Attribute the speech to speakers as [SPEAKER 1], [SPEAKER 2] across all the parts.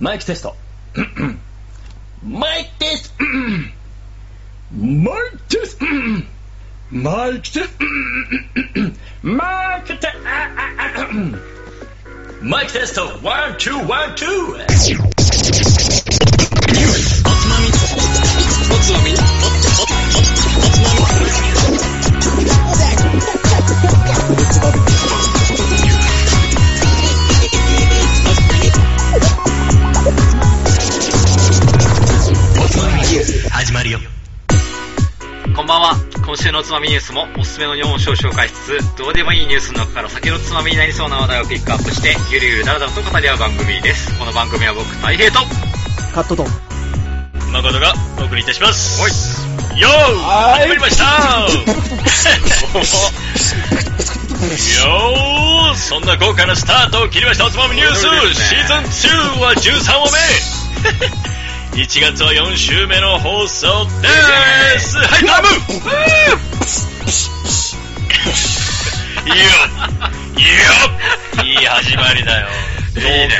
[SPEAKER 1] マイクテスト。 マイクテスト。 マイクテスト。 マイクテスト。 マイクテスト。 マイクテスト。ワン、ツー、ワン、ツー。おつまみ。おつまみ。おつまみ。
[SPEAKER 2] 始まるよこんばんは今週のおつまみニュースもおすすめの4本書を紹介しつつどうでもいいニュースの中から酒のつまみになりそうな話題をピックアップしてゆるゆるだらだらと語り合う番組ですこの番組は僕大平と
[SPEAKER 3] カットと。
[SPEAKER 4] 誠がお送りいたします。
[SPEAKER 2] おい
[SPEAKER 4] よー
[SPEAKER 1] はい
[SPEAKER 4] 始まりましたよーそんな豪華なスタートを切りましたおつまみニュース、
[SPEAKER 2] そうです
[SPEAKER 4] シ
[SPEAKER 2] ね
[SPEAKER 4] ーズン2は13話目 !1 月は4週目の放送ですはい、ダムいいよいいよいい始まりだよ。
[SPEAKER 2] いいね
[SPEAKER 4] 豪華な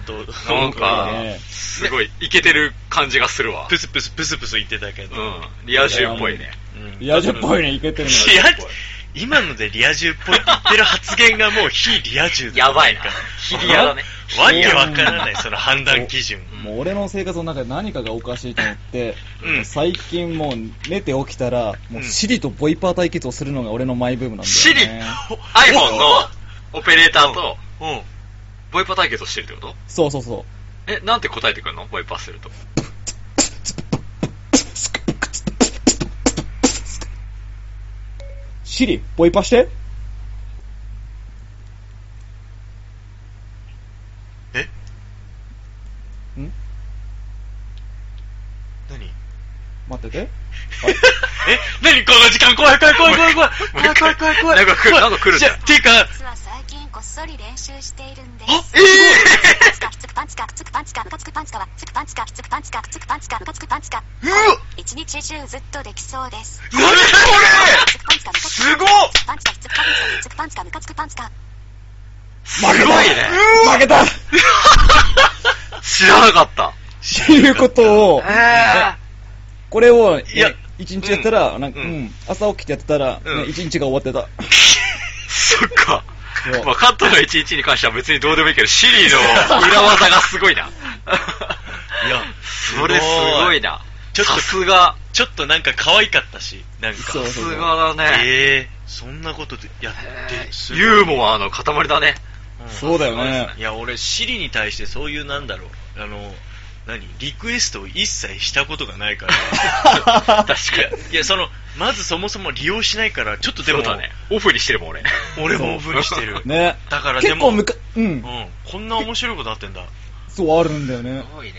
[SPEAKER 4] スタート。
[SPEAKER 2] なんか
[SPEAKER 1] ね
[SPEAKER 2] すごいイケてる感じがするわ
[SPEAKER 4] プスプスプスプス言ってたけど。
[SPEAKER 2] うんリア充っぽいね
[SPEAKER 4] うん
[SPEAKER 1] リア充っぽいね、いけてる
[SPEAKER 4] リア
[SPEAKER 1] ね。
[SPEAKER 4] 今のでリア充っぽいって言ってる発言がもう非リア充だ
[SPEAKER 2] やばいなヒリアだね
[SPEAKER 4] わけわからない、その判断基準。
[SPEAKER 1] もう俺の生活の中で何かがおかしいと思って、
[SPEAKER 4] うん
[SPEAKER 1] 最近もう寝て起きたら、もうシリとボイパー対決をするのが俺のマイブームなんだよ、ね。
[SPEAKER 2] シリ iPhone のオペレーターと
[SPEAKER 4] うん。
[SPEAKER 2] ボイパ対決をしてるってこと
[SPEAKER 1] そうそうそう。
[SPEAKER 2] えなんて答えてくるのボイパすると
[SPEAKER 1] シリ、ボイパして。
[SPEAKER 4] え
[SPEAKER 1] ん
[SPEAKER 4] 何
[SPEAKER 1] 待ってて。
[SPEAKER 4] え何この時間怖い怖い怖い怖い怖い怖い怖い怖い怖い
[SPEAKER 2] なんか来るなんか来るんだよ
[SPEAKER 4] じゃていうか、
[SPEAKER 5] 実は最近こっそり練習しているんで
[SPEAKER 4] あ
[SPEAKER 5] す。
[SPEAKER 4] え
[SPEAKER 5] つかつくパンツかつくパンツかつくパンツかつくパンツかつくパンツかつくパンツかつくパンツか
[SPEAKER 4] ー、うわ
[SPEAKER 5] 一日中ずっとできそうです。
[SPEAKER 4] 何こ
[SPEAKER 5] つくパンツか
[SPEAKER 4] れすごっ
[SPEAKER 5] つくパンツかつくパンツかつくパンツかつくパンツか
[SPEAKER 2] すごいね
[SPEAKER 1] 負けた
[SPEAKER 2] 知らなかった
[SPEAKER 1] っていうことを、
[SPEAKER 2] え
[SPEAKER 1] これを、ね
[SPEAKER 4] いや、
[SPEAKER 1] 一日やったら、なんか、う
[SPEAKER 4] うん
[SPEAKER 1] ん、朝起きてやってたら、
[SPEAKER 4] うん
[SPEAKER 1] ね一日が終わってた。
[SPEAKER 2] そっか
[SPEAKER 1] そう。
[SPEAKER 2] まあ、カットの11に関しては別にどうでもいいけど、シリの裏技がすごいな。
[SPEAKER 4] いや、
[SPEAKER 2] それすごいな。
[SPEAKER 4] ちょっと
[SPEAKER 2] さすが、
[SPEAKER 4] ちょっとなんか可愛かったし、なんか。
[SPEAKER 1] そう
[SPEAKER 2] さすがだね。
[SPEAKER 4] えー、そんなことでやって、すごい
[SPEAKER 2] ユーモアの塊だね。
[SPEAKER 4] うん
[SPEAKER 1] そうだよね
[SPEAKER 4] いや、俺、シリに対してそういう、なんだろう、あの、何、リクエストを一切したことがないから。
[SPEAKER 1] 確 か
[SPEAKER 4] に。いや、その、まずそもそも利用しないから、ちょっと
[SPEAKER 2] で
[SPEAKER 4] でも、
[SPEAKER 2] もだね。オフにしてるもん、俺。
[SPEAKER 4] 俺もオフ にしてる。
[SPEAKER 1] ね。
[SPEAKER 4] だからで
[SPEAKER 1] 結
[SPEAKER 4] も
[SPEAKER 1] 構むか、う。
[SPEAKER 4] うんん、こんな面白いことあってんだ。
[SPEAKER 1] そう、あるんだよね
[SPEAKER 2] す。ごいね。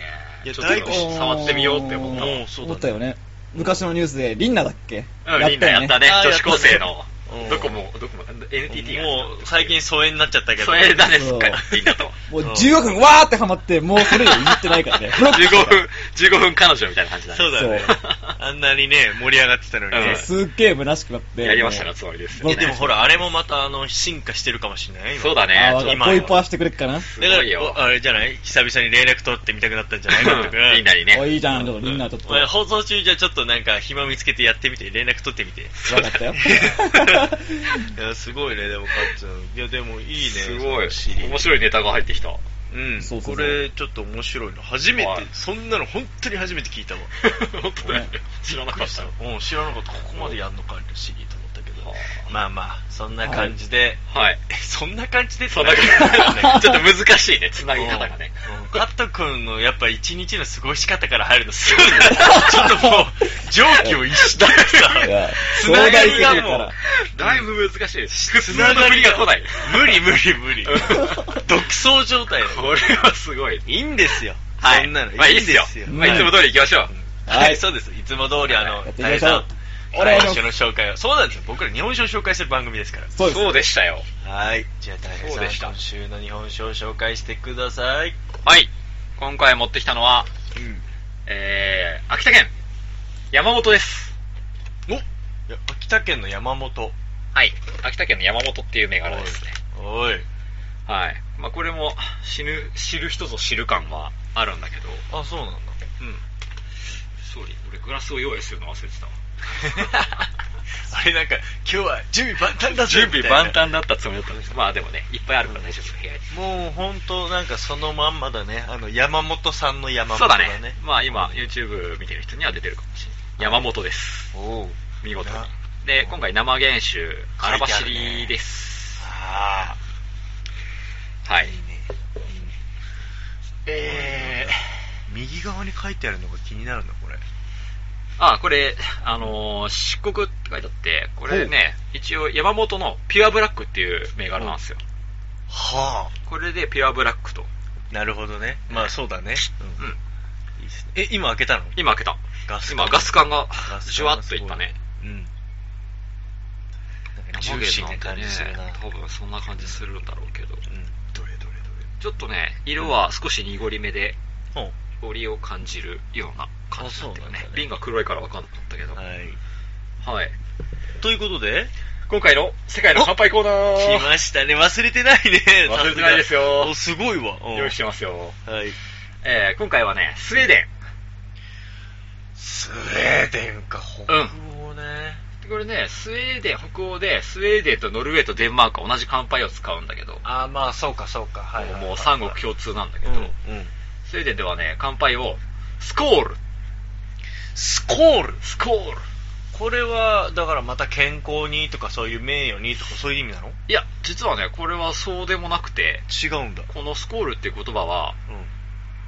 [SPEAKER 4] いや
[SPEAKER 2] ちょっと
[SPEAKER 4] だいぶ
[SPEAKER 2] 触ってみようって思った
[SPEAKER 4] も
[SPEAKER 2] も
[SPEAKER 4] うそうだね
[SPEAKER 1] 思ったよね。昔のニュースで、リンナだっけ
[SPEAKER 2] ん。うん、みんなやったね。
[SPEAKER 4] あー
[SPEAKER 2] 女子高生の
[SPEAKER 4] やったねうん。
[SPEAKER 2] どこも、どこも、NTT が。
[SPEAKER 4] もう、最近疎遠になっちゃったけど。
[SPEAKER 2] それだね、
[SPEAKER 1] そう
[SPEAKER 2] すっかり。みんなと。
[SPEAKER 1] もう15分わーってハマって、もうそれ以上言ってないから ね。ブロックし
[SPEAKER 2] 15
[SPEAKER 1] て
[SPEAKER 2] 分、15分彼女みたいな感じだね。
[SPEAKER 4] そうだね
[SPEAKER 1] そう。
[SPEAKER 4] あんなにね、盛り上がってたのに
[SPEAKER 2] うん
[SPEAKER 4] ね
[SPEAKER 1] た。すっげえ虚しくなって。
[SPEAKER 2] やりましたな、つもりです。
[SPEAKER 1] い
[SPEAKER 4] えでもほら、あれもまた、あの、進化してるかもしれない
[SPEAKER 2] そうだ
[SPEAKER 4] だ。
[SPEAKER 2] ね
[SPEAKER 1] あ。
[SPEAKER 2] ちょっと
[SPEAKER 1] ー
[SPEAKER 4] 今
[SPEAKER 1] ボイパーしてくれっかな。
[SPEAKER 2] す
[SPEAKER 4] だか
[SPEAKER 2] ごいよ
[SPEAKER 4] ら、。あれじゃない久々に連絡取ってみたくなったんじゃない監督
[SPEAKER 2] みんなにね。
[SPEAKER 1] おいいじゃん、ちょっとみんなちょっと。
[SPEAKER 4] お前放送中じゃちょっとなんか暇見つけてやってみて連絡取ってみて
[SPEAKER 1] わかったよ。
[SPEAKER 4] いやすごいねでもかっちゃんいやでもいいね
[SPEAKER 2] すごい。
[SPEAKER 4] その知り
[SPEAKER 2] 面白いネタが入ってきた。
[SPEAKER 4] うん
[SPEAKER 1] そうそうそう
[SPEAKER 4] これちょっと面白いの初めて、
[SPEAKER 2] はい
[SPEAKER 4] そんなの本当に初めて聞いたわ
[SPEAKER 2] 本当だよ
[SPEAKER 1] ね。
[SPEAKER 2] 知らなかったよ。
[SPEAKER 4] うん知らなかったここまでやんのかって知りと思ったけど
[SPEAKER 2] は
[SPEAKER 4] まあまあそんな感じで、
[SPEAKER 2] はい。
[SPEAKER 4] そんな感じで
[SPEAKER 2] そんな感じ。 ちょっと難しいね、つなぎ方がね。
[SPEAKER 4] うんカット君のやっぱ一日の過ごし方から入るのすごいね ちょっともう蒸気を逸したら
[SPEAKER 1] いや
[SPEAKER 4] さつな
[SPEAKER 1] 壮大
[SPEAKER 4] が
[SPEAKER 1] す
[SPEAKER 4] り
[SPEAKER 1] ぎる
[SPEAKER 4] が
[SPEAKER 1] か
[SPEAKER 4] もう
[SPEAKER 1] ら。
[SPEAKER 2] だいぶ難しいです。
[SPEAKER 4] つ
[SPEAKER 2] 普通の無理が来ない。
[SPEAKER 4] 無理無理無理
[SPEAKER 2] うん。
[SPEAKER 4] 独走状態だ
[SPEAKER 2] こ
[SPEAKER 4] よ
[SPEAKER 2] れはすごい。
[SPEAKER 4] いいんですよ。
[SPEAKER 2] はい。
[SPEAKER 4] そんなの。
[SPEAKER 2] まあいいっすよ。まあいつも通り行きましょう。
[SPEAKER 4] は、
[SPEAKER 1] はい い
[SPEAKER 4] そうです。いつも通りあの
[SPEAKER 1] やっ、ていき
[SPEAKER 4] 大
[SPEAKER 1] ましょう
[SPEAKER 4] さん、
[SPEAKER 1] お願いします
[SPEAKER 4] 日本酒の紹介を。そうなんですよ。僕ら日本酒を紹介する番組ですから。
[SPEAKER 1] そうです。
[SPEAKER 2] そうでしたよ。
[SPEAKER 4] はい。じゃあ大
[SPEAKER 2] そうで
[SPEAKER 4] 平
[SPEAKER 2] し
[SPEAKER 4] さ
[SPEAKER 2] た
[SPEAKER 4] ん、今週の日本酒を紹介してください。
[SPEAKER 2] はい。今回持ってきたのは、えー、秋田県、山本です。
[SPEAKER 4] おいや秋田県の山本。
[SPEAKER 2] はい。秋田県の山本っていう銘柄ですね。
[SPEAKER 4] おい。
[SPEAKER 2] はい。まあ、これも死ぬ、知る人ぞ知る感はあるんだけど、
[SPEAKER 4] あ、そうなんだ。
[SPEAKER 2] うん。総理、俺グラスを用意するの忘れてたわ。
[SPEAKER 4] あれなんか、今日は 準備万端だぜ
[SPEAKER 2] 準備万
[SPEAKER 4] みたい
[SPEAKER 2] 端だったつもりだったんですけど、まあでもね、いっぱいあるから大丈夫、部屋に。
[SPEAKER 4] なもう本当なんかそのまんまだね。あの、山本さんの山
[SPEAKER 2] そ
[SPEAKER 4] 本
[SPEAKER 2] うだ
[SPEAKER 4] だ
[SPEAKER 2] ね
[SPEAKER 4] ね。。
[SPEAKER 2] まあ今、YouTube 見てる人には出てるかもしれない。山本です。
[SPEAKER 4] おう。
[SPEAKER 2] 見事に
[SPEAKER 4] な。
[SPEAKER 2] で、今回生原酒、
[SPEAKER 4] 書
[SPEAKER 2] 荒
[SPEAKER 4] いてあ
[SPEAKER 2] 走
[SPEAKER 4] るね
[SPEAKER 2] りです。
[SPEAKER 4] ああ。
[SPEAKER 2] はい
[SPEAKER 4] い。ね。
[SPEAKER 2] え
[SPEAKER 4] 右側に書いてあるのが気になるの、これ。
[SPEAKER 2] あ、これ、あのー、漆黒って書いてあって、これね、一応山本のピュアブラックっていう銘柄なんですよ。
[SPEAKER 4] は
[SPEAKER 2] これでピュアブラックと。
[SPEAKER 4] あ。なるほどね。まあそうだね。
[SPEAKER 2] う
[SPEAKER 4] うん
[SPEAKER 2] ん。
[SPEAKER 4] いいですねえ、今開けたの
[SPEAKER 2] 今開けた。
[SPEAKER 4] ガス
[SPEAKER 2] 今ガス感が
[SPEAKER 4] ガス感がすごい
[SPEAKER 2] じゅわっといったね。
[SPEAKER 4] うん。なんかジューシーな感じするな。
[SPEAKER 2] 多分そんな感じするんだろうけど。
[SPEAKER 4] うん。どれどれ
[SPEAKER 2] ちょっとね、色は少し濁り目で、
[SPEAKER 4] どれ。
[SPEAKER 2] 折を感じるような感じになってる
[SPEAKER 4] あそうなん
[SPEAKER 2] ね
[SPEAKER 4] だね
[SPEAKER 2] 瓶が黒いから分かんなかったけど。
[SPEAKER 4] うん。はい。
[SPEAKER 2] はい。
[SPEAKER 4] ということで、
[SPEAKER 2] 今回の世界の乾杯コーナ
[SPEAKER 4] 来
[SPEAKER 2] ー
[SPEAKER 4] ましたね。忘れてないね。
[SPEAKER 2] 忘れてないですよ
[SPEAKER 4] お、すごいわ。うん
[SPEAKER 2] 用意してますよ。
[SPEAKER 4] はい。
[SPEAKER 2] えー、今回はね、スウェーデン。
[SPEAKER 4] スウェーデンか、北欧ね。
[SPEAKER 2] これね、スウェーデン、北欧で、スウェーデンとノルウェーとデンマークは同じ乾杯を使うんだけど、
[SPEAKER 4] ああ、まあ、そうか、そうか。はいはいはい。
[SPEAKER 2] もう三国共通なんだけど、
[SPEAKER 4] うん。うん。
[SPEAKER 2] スウェーデンではね、乾杯を、スコール
[SPEAKER 4] スコール
[SPEAKER 2] スコール
[SPEAKER 4] これは、だからまた健康にとか、そういう名誉にとか、そういう意味なの
[SPEAKER 2] いや、実はね、これはそうでもなくて、
[SPEAKER 4] 違うんだ。
[SPEAKER 2] このスコールっていう言葉は、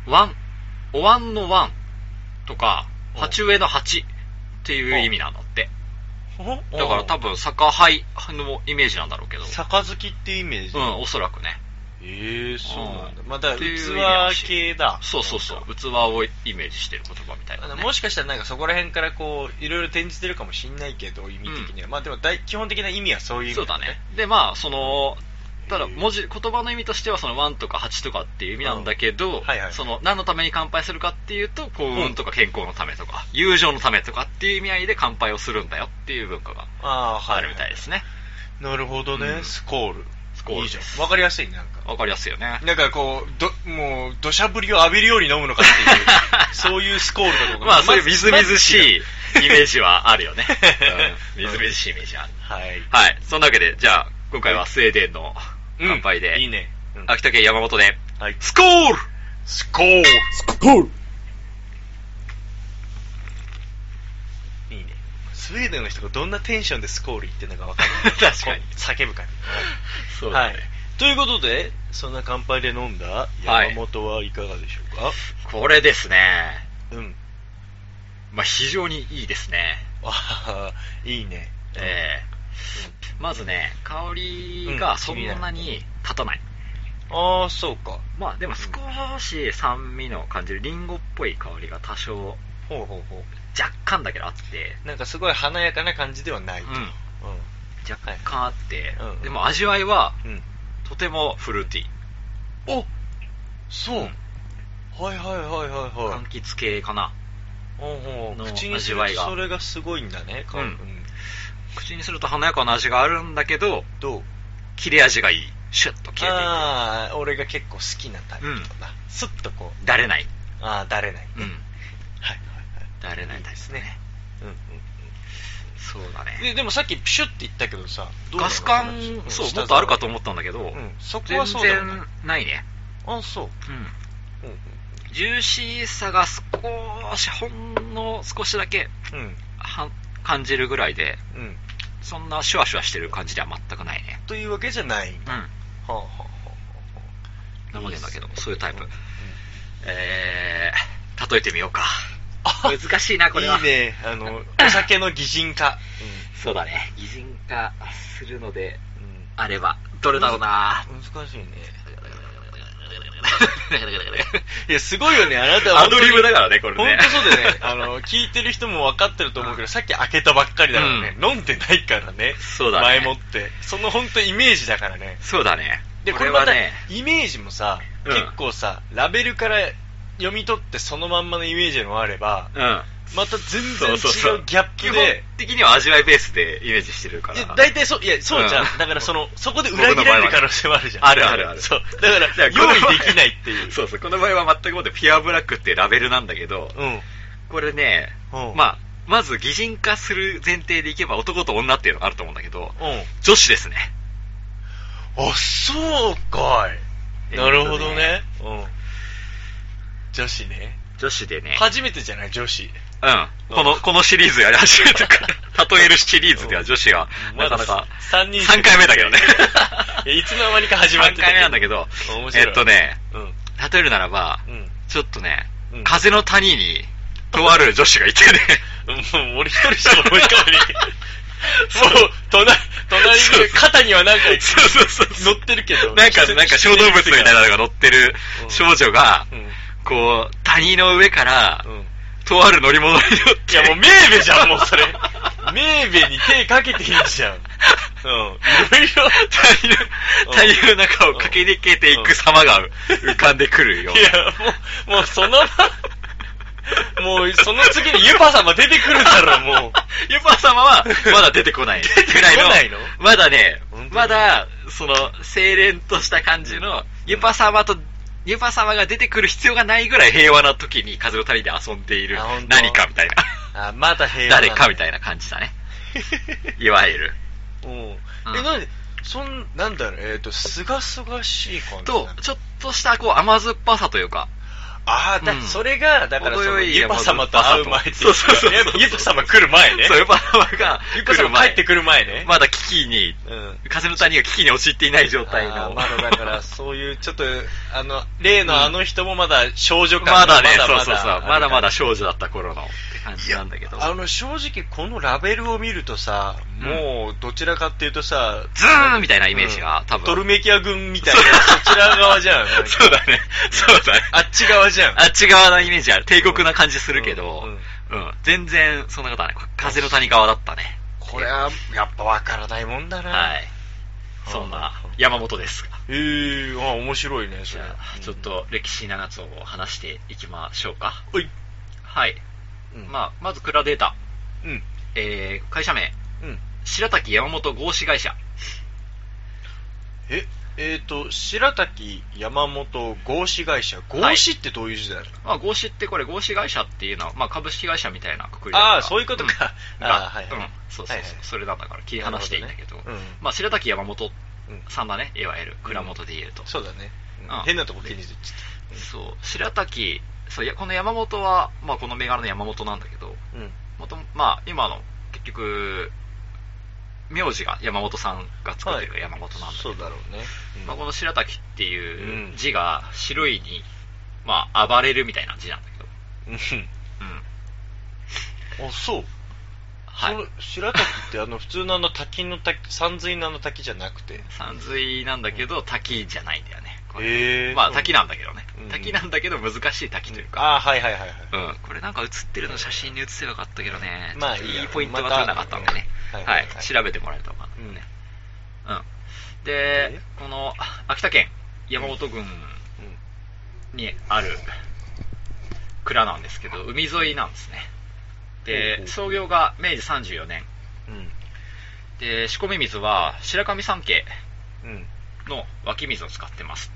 [SPEAKER 4] うん。
[SPEAKER 2] ワン、お椀のワンとか、
[SPEAKER 4] お
[SPEAKER 2] 鉢植えの鉢っていう意味なんだって。
[SPEAKER 4] だ
[SPEAKER 2] だから多分、酒杯のイメージなんだろうけど。
[SPEAKER 4] 杯ってイメージ。
[SPEAKER 2] うん、おそらくね。
[SPEAKER 4] ええそうなんだ。
[SPEAKER 2] うん
[SPEAKER 4] まあ、だか
[SPEAKER 2] っていう意味ら
[SPEAKER 4] ら
[SPEAKER 2] しい
[SPEAKER 4] 器系だ。
[SPEAKER 2] そうそうそう。器をイメージしてる言葉みたい
[SPEAKER 4] あ
[SPEAKER 2] な、
[SPEAKER 4] の
[SPEAKER 2] ね。
[SPEAKER 4] もしかしたらなんかそこら辺からこう、いろいろ転じてるかもしんないけど、意味的には。まあでも大、基本的な意味はそういう意味
[SPEAKER 2] そうだね。で、まあ、その、ただ
[SPEAKER 4] へー
[SPEAKER 2] 文字、言葉の意味としては、その1とか8とかっていう意味なんだけど、
[SPEAKER 4] んはいはい
[SPEAKER 2] その何のために乾杯するかっていうと、幸運とか健康のためとか、友情のためとかっていう意味合いで乾杯をするんだよっていう文化が
[SPEAKER 4] ああ、はい。
[SPEAKER 2] あるみたいですね。
[SPEAKER 4] なるほどね、
[SPEAKER 2] うん
[SPEAKER 4] スコール。
[SPEAKER 2] スコール
[SPEAKER 4] いい
[SPEAKER 2] です
[SPEAKER 4] じゃん。わかりやすいね、なんか。
[SPEAKER 2] わかりやすいよね。
[SPEAKER 4] なんかこう、ど、もう、土砂降りを浴びるように飲むのかってい う、そういうスコールだとか。
[SPEAKER 2] まあ、そういうみずみずしい
[SPEAKER 4] い。。
[SPEAKER 2] イメージはあるよねうんみずみずしいイメージはある。
[SPEAKER 4] はい。
[SPEAKER 2] はい。そんなわけで、じゃあ、今回はスウェーデンの
[SPEAKER 4] うん
[SPEAKER 2] 乾杯で、
[SPEAKER 4] いいね。うん
[SPEAKER 2] 秋田県山本で、
[SPEAKER 4] はい。
[SPEAKER 2] スコール
[SPEAKER 4] スコール
[SPEAKER 1] スコール
[SPEAKER 4] いいね。スウェーデンの人がどんなテンションでスコール言ってるのかわかんない。
[SPEAKER 2] 確かに
[SPEAKER 4] こう叫ぶ感
[SPEAKER 2] そ
[SPEAKER 4] じ。
[SPEAKER 2] う
[SPEAKER 4] は
[SPEAKER 2] だ
[SPEAKER 4] い
[SPEAKER 2] ね。。
[SPEAKER 4] ということで、そんな乾杯で飲んだ
[SPEAKER 2] はい
[SPEAKER 4] 山本はいかがでしょうか、
[SPEAKER 2] これですね。
[SPEAKER 4] うん。
[SPEAKER 2] まあ、非常にいいですね。
[SPEAKER 4] ああ、いいね。
[SPEAKER 2] えーまずね、香りがそんなに立たない。
[SPEAKER 4] ああ、そうか。
[SPEAKER 2] まあ、でも少し酸味の感じるリンゴっぽい香りが多少、
[SPEAKER 4] ほうほうほ
[SPEAKER 2] 若干だけどあって、
[SPEAKER 4] う。なんかすごい華やかな感じではないと。
[SPEAKER 2] うん若干あって、
[SPEAKER 4] はいうん
[SPEAKER 2] でも味わいは
[SPEAKER 4] うん。うん。
[SPEAKER 2] とてもフルーティー。
[SPEAKER 4] おそう、はいはいはいはいは
[SPEAKER 2] 柑橘系かな。
[SPEAKER 4] い。おうおう
[SPEAKER 2] の
[SPEAKER 4] 口にす
[SPEAKER 2] 味
[SPEAKER 4] る
[SPEAKER 2] わい
[SPEAKER 4] と
[SPEAKER 2] が
[SPEAKER 4] それがすごいんだね。か
[SPEAKER 2] うん口にすると華やかな味があるんだけど、
[SPEAKER 4] どう
[SPEAKER 2] 切れ味がいい。シュッと切れてい
[SPEAKER 4] ああ、俺が結構好きなタイプだな。スッとこう、
[SPEAKER 2] く。だれない。
[SPEAKER 4] ああ、だれない。
[SPEAKER 2] うん。
[SPEAKER 4] はいはい
[SPEAKER 2] だれないタイプ
[SPEAKER 4] です
[SPEAKER 2] ね。
[SPEAKER 4] ね。はい。
[SPEAKER 2] そうだ
[SPEAKER 4] うんうん。
[SPEAKER 2] ね。
[SPEAKER 4] で、でもさっきピシュって言ったけどさ、どうな
[SPEAKER 2] ガ
[SPEAKER 4] の
[SPEAKER 2] ス感、そう、もっとあるかと思ったんだけど、
[SPEAKER 4] うん、そこ
[SPEAKER 2] 全
[SPEAKER 4] はそうだよね
[SPEAKER 2] 然。ないね。
[SPEAKER 4] あ、そう。
[SPEAKER 2] うん。
[SPEAKER 4] うん
[SPEAKER 2] ジューシーさが少し、ほんの少しだけ
[SPEAKER 4] うん。うん
[SPEAKER 2] は感じるぐらいで、
[SPEAKER 4] うん。
[SPEAKER 2] そんなシュワシュワしてる感じでは全くないね。
[SPEAKER 4] というわけじゃな
[SPEAKER 2] う
[SPEAKER 4] い。は
[SPEAKER 2] ん。
[SPEAKER 4] あはあはあは
[SPEAKER 2] なのでだけど、そういうタイプ。
[SPEAKER 4] うん
[SPEAKER 2] えー、例えてみようか。
[SPEAKER 4] あはあ。
[SPEAKER 2] 難しいな、これは。
[SPEAKER 4] いいね。あ の、お酒の擬人化。
[SPEAKER 2] そうだね。擬人化するので、
[SPEAKER 4] うん。うん
[SPEAKER 2] あれば、どれだろうな
[SPEAKER 4] 難しいね。
[SPEAKER 2] ぁ。
[SPEAKER 4] いや、すごいよね、あなたは
[SPEAKER 2] アドリブだからね、これ
[SPEAKER 4] 本
[SPEAKER 2] ね。
[SPEAKER 4] 当そうだよね。あの、聞いてる人も分かってると思うけど、さっき開けたばっかりだからね、飲んでないからね。
[SPEAKER 2] そうだね
[SPEAKER 4] 前もって。その本当イメージだからね。
[SPEAKER 2] そうだね。
[SPEAKER 4] で、こ
[SPEAKER 2] こ
[SPEAKER 4] れ
[SPEAKER 2] れ
[SPEAKER 4] ま
[SPEAKER 2] は
[SPEAKER 4] た
[SPEAKER 2] ね、、
[SPEAKER 4] イメージもさ、
[SPEAKER 2] うん
[SPEAKER 4] 結構さ、ラベルから読み取ってそのまんまのイメージもあれば、
[SPEAKER 2] うん。
[SPEAKER 4] また全然違
[SPEAKER 6] そううそうそう
[SPEAKER 4] ギャッ
[SPEAKER 2] 基本
[SPEAKER 4] プで、
[SPEAKER 2] 的には味わいベースでイメージしてるか
[SPEAKER 4] いや
[SPEAKER 2] ら。
[SPEAKER 4] 大体そう、いや、そうじゃん
[SPEAKER 2] うん。
[SPEAKER 4] だからその、そこで裏切られる可能性もあるじゃん。
[SPEAKER 2] 僕の場合はあるあるある
[SPEAKER 4] そう。だから、
[SPEAKER 2] だからこの
[SPEAKER 4] 用意できないっていう。
[SPEAKER 2] そうそう、この場合は全くもってピュアブラックっていうラベルなんだけど、
[SPEAKER 4] うん。
[SPEAKER 2] これね、
[SPEAKER 4] うん
[SPEAKER 2] まあ、まず擬人化する前提でいけば男と女っていうのがあると思うんだけど、
[SPEAKER 4] うん。
[SPEAKER 2] 女子ですね。
[SPEAKER 4] あ、そうかい。なるほどね。うん。女子ね。
[SPEAKER 2] 女子でね、
[SPEAKER 4] 初めてじゃない女子。
[SPEAKER 2] うん。この、このシリーズやり始めてから、例えるシリーズでは女子が、なかなか、
[SPEAKER 4] 3人。。
[SPEAKER 2] 3回目だけどね
[SPEAKER 4] いやいつの間にか始まって
[SPEAKER 2] 3回目なんだけど
[SPEAKER 4] うん面、白い
[SPEAKER 2] えっとね、
[SPEAKER 4] ど。うん。
[SPEAKER 2] 例えるならば、
[SPEAKER 4] うん。
[SPEAKER 2] ちょっとね、
[SPEAKER 4] うん
[SPEAKER 2] 風の谷に、とある女子がいてね、
[SPEAKER 4] もう俺一人しか思い浮 かばねえ。もう、隣、隣に、肩にはなんか
[SPEAKER 2] そうそうそうそう
[SPEAKER 4] 乗ってるけど。
[SPEAKER 2] なんか、なんか小動物みたいなのが乗ってる
[SPEAKER 4] うん
[SPEAKER 2] 少女が
[SPEAKER 4] う、ん。
[SPEAKER 2] こう、谷の上から
[SPEAKER 4] う、ん。
[SPEAKER 2] とある乗り物に乗って。
[SPEAKER 4] いや、もうメーベじゃん、もう それ。メーベに手かけていいじゃん。うん。いろいろ。
[SPEAKER 2] 谷の
[SPEAKER 4] うん、
[SPEAKER 2] 谷の中を駆け抜けていく様が浮かんでくるよ。
[SPEAKER 4] いや、もう、もうその、もうその次にユパ様出てくるだろ、 もう。
[SPEAKER 2] ユパ様は、まだ出てこない。出て
[SPEAKER 4] こないの
[SPEAKER 2] まだね
[SPEAKER 4] 本当に、
[SPEAKER 2] まだ、その、清廉とした感じの、ユパ様と、ユパ様が出てくる必要がないぐらい平和な時に風の谷で遊んでいる
[SPEAKER 4] あ本当
[SPEAKER 2] 何かみたいな。
[SPEAKER 4] あ、まだ平
[SPEAKER 2] 誰かみ
[SPEAKER 4] い
[SPEAKER 2] たいな感じ だね。いわゆる。
[SPEAKER 4] な。うん。え、なんで、そん、なんだろう、えっ、と、すがすがしい感じ。
[SPEAKER 2] と、ちょっとしたこう甘酸っぱさというか、
[SPEAKER 4] ああ、だ、
[SPEAKER 2] うん
[SPEAKER 4] それが、だからそ
[SPEAKER 2] 程
[SPEAKER 4] の、
[SPEAKER 2] よい
[SPEAKER 4] ユパ様と会う前っていか
[SPEAKER 2] そうそうそうそう
[SPEAKER 4] ユパ様来る前ね。
[SPEAKER 2] そう、ユパ様が
[SPEAKER 4] ユパ様帰ってくる前ね。
[SPEAKER 2] まだ危機に、
[SPEAKER 4] うん。
[SPEAKER 2] 風の谷が危機に陥っていない状態
[SPEAKER 4] あー
[SPEAKER 2] の。
[SPEAKER 4] まだだから、そういう、ちょっと、あの、例のあの人もまだ少女感が
[SPEAKER 2] まだね、
[SPEAKER 4] まだ
[SPEAKER 2] そう
[SPEAKER 4] まだ
[SPEAKER 2] そうそう
[SPEAKER 4] ある、
[SPEAKER 2] まだまだ少女だった頃のって感じなんだけど。
[SPEAKER 4] あの、正直、このラベルを見るとさ、
[SPEAKER 2] うん
[SPEAKER 4] もう、どちらかっていうとさ、
[SPEAKER 2] ズーンみたいなイメージが、
[SPEAKER 4] うん
[SPEAKER 2] 多分。
[SPEAKER 4] トルメキア軍みたいな、そちら側じゃん。なん か
[SPEAKER 2] そうだね。そうだね。
[SPEAKER 4] あっち側じゃん。
[SPEAKER 2] あっち側のイメージある。帝国な感じするけど、
[SPEAKER 4] う
[SPEAKER 2] うんん。全然、そんなことはない。風の谷側だったね。
[SPEAKER 4] これは、やっぱわからないもんだな。
[SPEAKER 2] はい。
[SPEAKER 4] うん
[SPEAKER 2] そんな、山本ですが。
[SPEAKER 4] えー、あ、面白いね、そ
[SPEAKER 2] じ
[SPEAKER 4] れ
[SPEAKER 2] ゃ。あ、ちょっと歴史7つを話していきましょうか。
[SPEAKER 4] うん、おい。
[SPEAKER 2] はい。
[SPEAKER 4] うん
[SPEAKER 2] まあ、まず、クラデータ。
[SPEAKER 4] うん。
[SPEAKER 2] えー、会社名。
[SPEAKER 4] うん。
[SPEAKER 2] 白滝山本合資会社。
[SPEAKER 4] え、えっ、と、白滝山本合資会社。合資ってどういう字だよ、
[SPEAKER 2] まあ、合資ってこれ、合資会社っていうのは、まあ、株式会社みたいなくくりだから
[SPEAKER 4] ああ、そういうことか。
[SPEAKER 2] うん
[SPEAKER 4] ああ、
[SPEAKER 2] が
[SPEAKER 4] はい。
[SPEAKER 2] うん。そうそうそう。
[SPEAKER 4] はいはい
[SPEAKER 2] それなんだから、切り離していいんだけど。
[SPEAKER 4] なるほどねうん
[SPEAKER 2] まあ、白滝山本
[SPEAKER 4] うん
[SPEAKER 2] さんだね、いわゆる。蔵元で言うと。
[SPEAKER 4] そうだね。うん
[SPEAKER 2] うん
[SPEAKER 4] 変なとこ気に入ってち
[SPEAKER 2] そう。白滝、そう、いやこの山本は、まあ、この銘柄の山本なんだけど、
[SPEAKER 4] ゃった。うん。
[SPEAKER 2] もともまあ、今の、結局、名字が山本さんが作ってる山本なんだけど、
[SPEAKER 4] そうだろうね。うん
[SPEAKER 2] まあ、この白滝ってい
[SPEAKER 4] うん
[SPEAKER 2] う字が白いに、まあ、暴れるみたいな字なんだけど。
[SPEAKER 4] う
[SPEAKER 2] うん。
[SPEAKER 4] ん。あ、そう。
[SPEAKER 2] は
[SPEAKER 4] そ
[SPEAKER 2] い
[SPEAKER 4] れ。白滝って あの、普通のあの滝の滝、山水のあの滝じゃなくて。
[SPEAKER 2] 山水なんだけど、滝じゃないんだよね。これ
[SPEAKER 4] へー
[SPEAKER 2] まあ滝なんだけどね
[SPEAKER 4] うん。
[SPEAKER 2] 滝なんだけど難しい滝というか。
[SPEAKER 4] ああ、はいはいはいはい。
[SPEAKER 2] うん。これなんか写ってるの写真に写せばよかったけどね。
[SPEAKER 4] まあ
[SPEAKER 2] ちょっと
[SPEAKER 4] いいや
[SPEAKER 2] いいポイントが取れなかったんでね。
[SPEAKER 4] ま
[SPEAKER 2] は
[SPEAKER 4] た
[SPEAKER 2] い。
[SPEAKER 4] はいはいはい
[SPEAKER 2] 調べてもらえたらわかんないね。うん。で
[SPEAKER 4] え、
[SPEAKER 2] この秋田県山本郡にある蔵なんですけど、海沿いなんですね。
[SPEAKER 4] ほうほ
[SPEAKER 2] で、
[SPEAKER 4] う
[SPEAKER 2] 創業が明治34年。
[SPEAKER 4] うん。
[SPEAKER 2] で、仕込み水は白神山系
[SPEAKER 4] うん。
[SPEAKER 2] の湧き水を使ってます。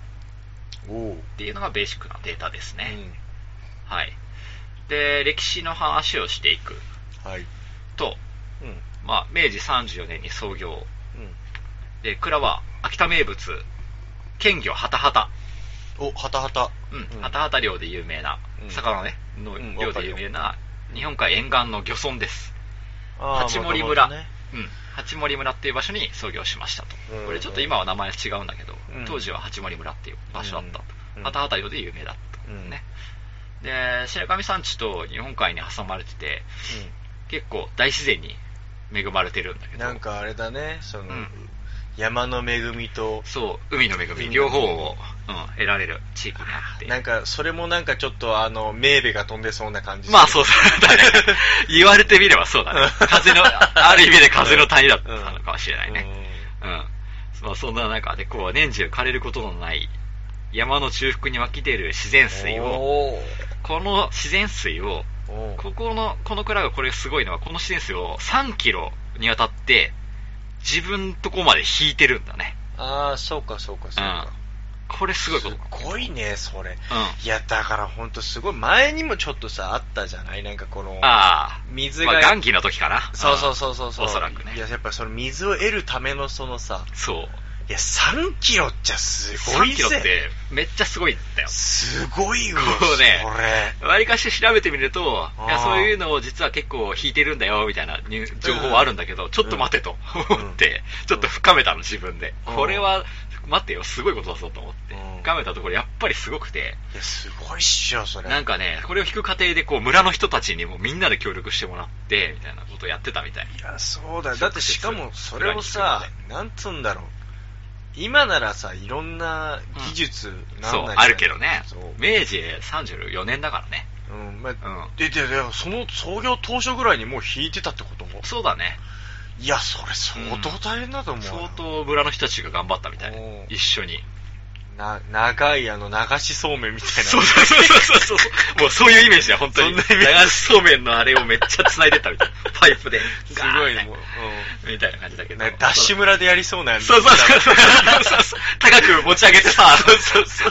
[SPEAKER 4] うん。おお。
[SPEAKER 2] っていうのがベーシックなデータですね。はい。で、歴史の話をしていく
[SPEAKER 4] うん。はい。
[SPEAKER 2] と、
[SPEAKER 4] うん。うん。
[SPEAKER 2] まあ、明治34年に創業。で、蔵は秋田名物、鮮魚ハタハタ。
[SPEAKER 4] お、はたはた。
[SPEAKER 2] うん。ハタハタ漁で有名な
[SPEAKER 4] う、ん
[SPEAKER 2] 魚ね、の
[SPEAKER 4] うん
[SPEAKER 2] 漁で有名な、日本海沿岸の漁村です。
[SPEAKER 4] あー
[SPEAKER 2] 八森村。
[SPEAKER 4] 元々ね
[SPEAKER 2] うん。八森村っていう場所に創業しましたと
[SPEAKER 4] うん。
[SPEAKER 2] これちょっと今は名前違うんだけど
[SPEAKER 4] うん、
[SPEAKER 2] 当時は八森村っていう場所だったと
[SPEAKER 4] うん。
[SPEAKER 2] ハタハタ漁で有名だったと。
[SPEAKER 4] うん
[SPEAKER 2] ね。で、白神山地と日本海に挟まれてて、結構大自然に恵まれてるんだ
[SPEAKER 4] う
[SPEAKER 2] け
[SPEAKER 4] ん。
[SPEAKER 2] ど
[SPEAKER 4] なんかあれだね、その、
[SPEAKER 2] うん
[SPEAKER 4] 山の恵みと、
[SPEAKER 2] そう海の恵
[SPEAKER 4] 海の恵
[SPEAKER 2] み
[SPEAKER 4] み
[SPEAKER 2] 両方を、うん、得られる地域にあって
[SPEAKER 4] なんか、それもなんかちょっとあの、メーベが飛んでそうな感じ。
[SPEAKER 2] まあそうだね 言われてみればそうだね風のある意味で風の谷だったのかもしれないねうん、まあ、そんな中でこう年中枯れることのない山の中腹に湧き出る自然水を
[SPEAKER 4] おー
[SPEAKER 2] この自然水を
[SPEAKER 4] おう
[SPEAKER 2] ここの、この蔵がこれすごいのは、この施設を3キロにわたって、自分とこまで引いてるんだね。
[SPEAKER 4] ああ、そうか、そうか、そうか。
[SPEAKER 2] これすごいこと。うん。
[SPEAKER 4] すごいね、それ。いや、だからほんとすごい。前にもちょっとさ、あったじゃないなんかこの、
[SPEAKER 2] ああ、
[SPEAKER 4] 水が、
[SPEAKER 2] まあ、元気の時かな。
[SPEAKER 4] そうそうそうそうそう。
[SPEAKER 2] おそらくね
[SPEAKER 4] いや、やっぱその水を得るためのそのさ、
[SPEAKER 2] うん。そう。
[SPEAKER 4] いや、3キロっちゃすごい
[SPEAKER 2] 3
[SPEAKER 4] ぜ。
[SPEAKER 2] キロって、めっちゃすごいんだよ。
[SPEAKER 4] すごいよ、
[SPEAKER 2] こうね
[SPEAKER 4] それ。
[SPEAKER 2] わりかし調べてみると、いや
[SPEAKER 4] あー
[SPEAKER 2] そういうのを実は結構引いてるんだよ、みたいなニュー情報はあるんだけど、ちょっと待てと思って、ちょっと深めたの、自分で。
[SPEAKER 4] うん
[SPEAKER 2] これは、待てよ、すごいことだぞと思って
[SPEAKER 4] うん。
[SPEAKER 2] 深めたところ、やっぱりすごくて、
[SPEAKER 4] いや、すごいっしょ、それ。
[SPEAKER 2] なんかね、これを引く過程で、こう、村の人たちにもみんなで協力してもらって、みたいなことをやってたみたい。
[SPEAKER 4] いや、そうだよ。だってしかも、それをさ、なんつうんだろう。今ならさ、いろんな技術なん
[SPEAKER 2] そう
[SPEAKER 4] な、り
[SPEAKER 2] あるけどね
[SPEAKER 4] そう。。
[SPEAKER 2] 明治34年だからね。
[SPEAKER 4] うん、まあ、
[SPEAKER 2] う
[SPEAKER 4] で、で、で、その創業当初ぐらいにもう引いてたってこと
[SPEAKER 2] ん。そうだね。
[SPEAKER 4] いや、それ相当大変だと思うよ。
[SPEAKER 2] 相当村の人たちが頑張ったみた
[SPEAKER 4] お
[SPEAKER 2] い。
[SPEAKER 4] ー
[SPEAKER 2] 一緒に。
[SPEAKER 4] な、長いあの、流しそうめんみたいな。
[SPEAKER 2] そうそうそうそう そう。もうそういうイメージだよ、本当に。流
[SPEAKER 4] そんなイメージ
[SPEAKER 2] しそうめんのあれをめっちゃ繋いでたみたい な。パイプで。
[SPEAKER 4] すごいね、もう。
[SPEAKER 2] う。みたいな感じだけ
[SPEAKER 4] うん。
[SPEAKER 2] ど。
[SPEAKER 4] なんかダッシュ村でやりそうなやつ。
[SPEAKER 2] そうそうそうそうそうそう。高く持ち上げてさ、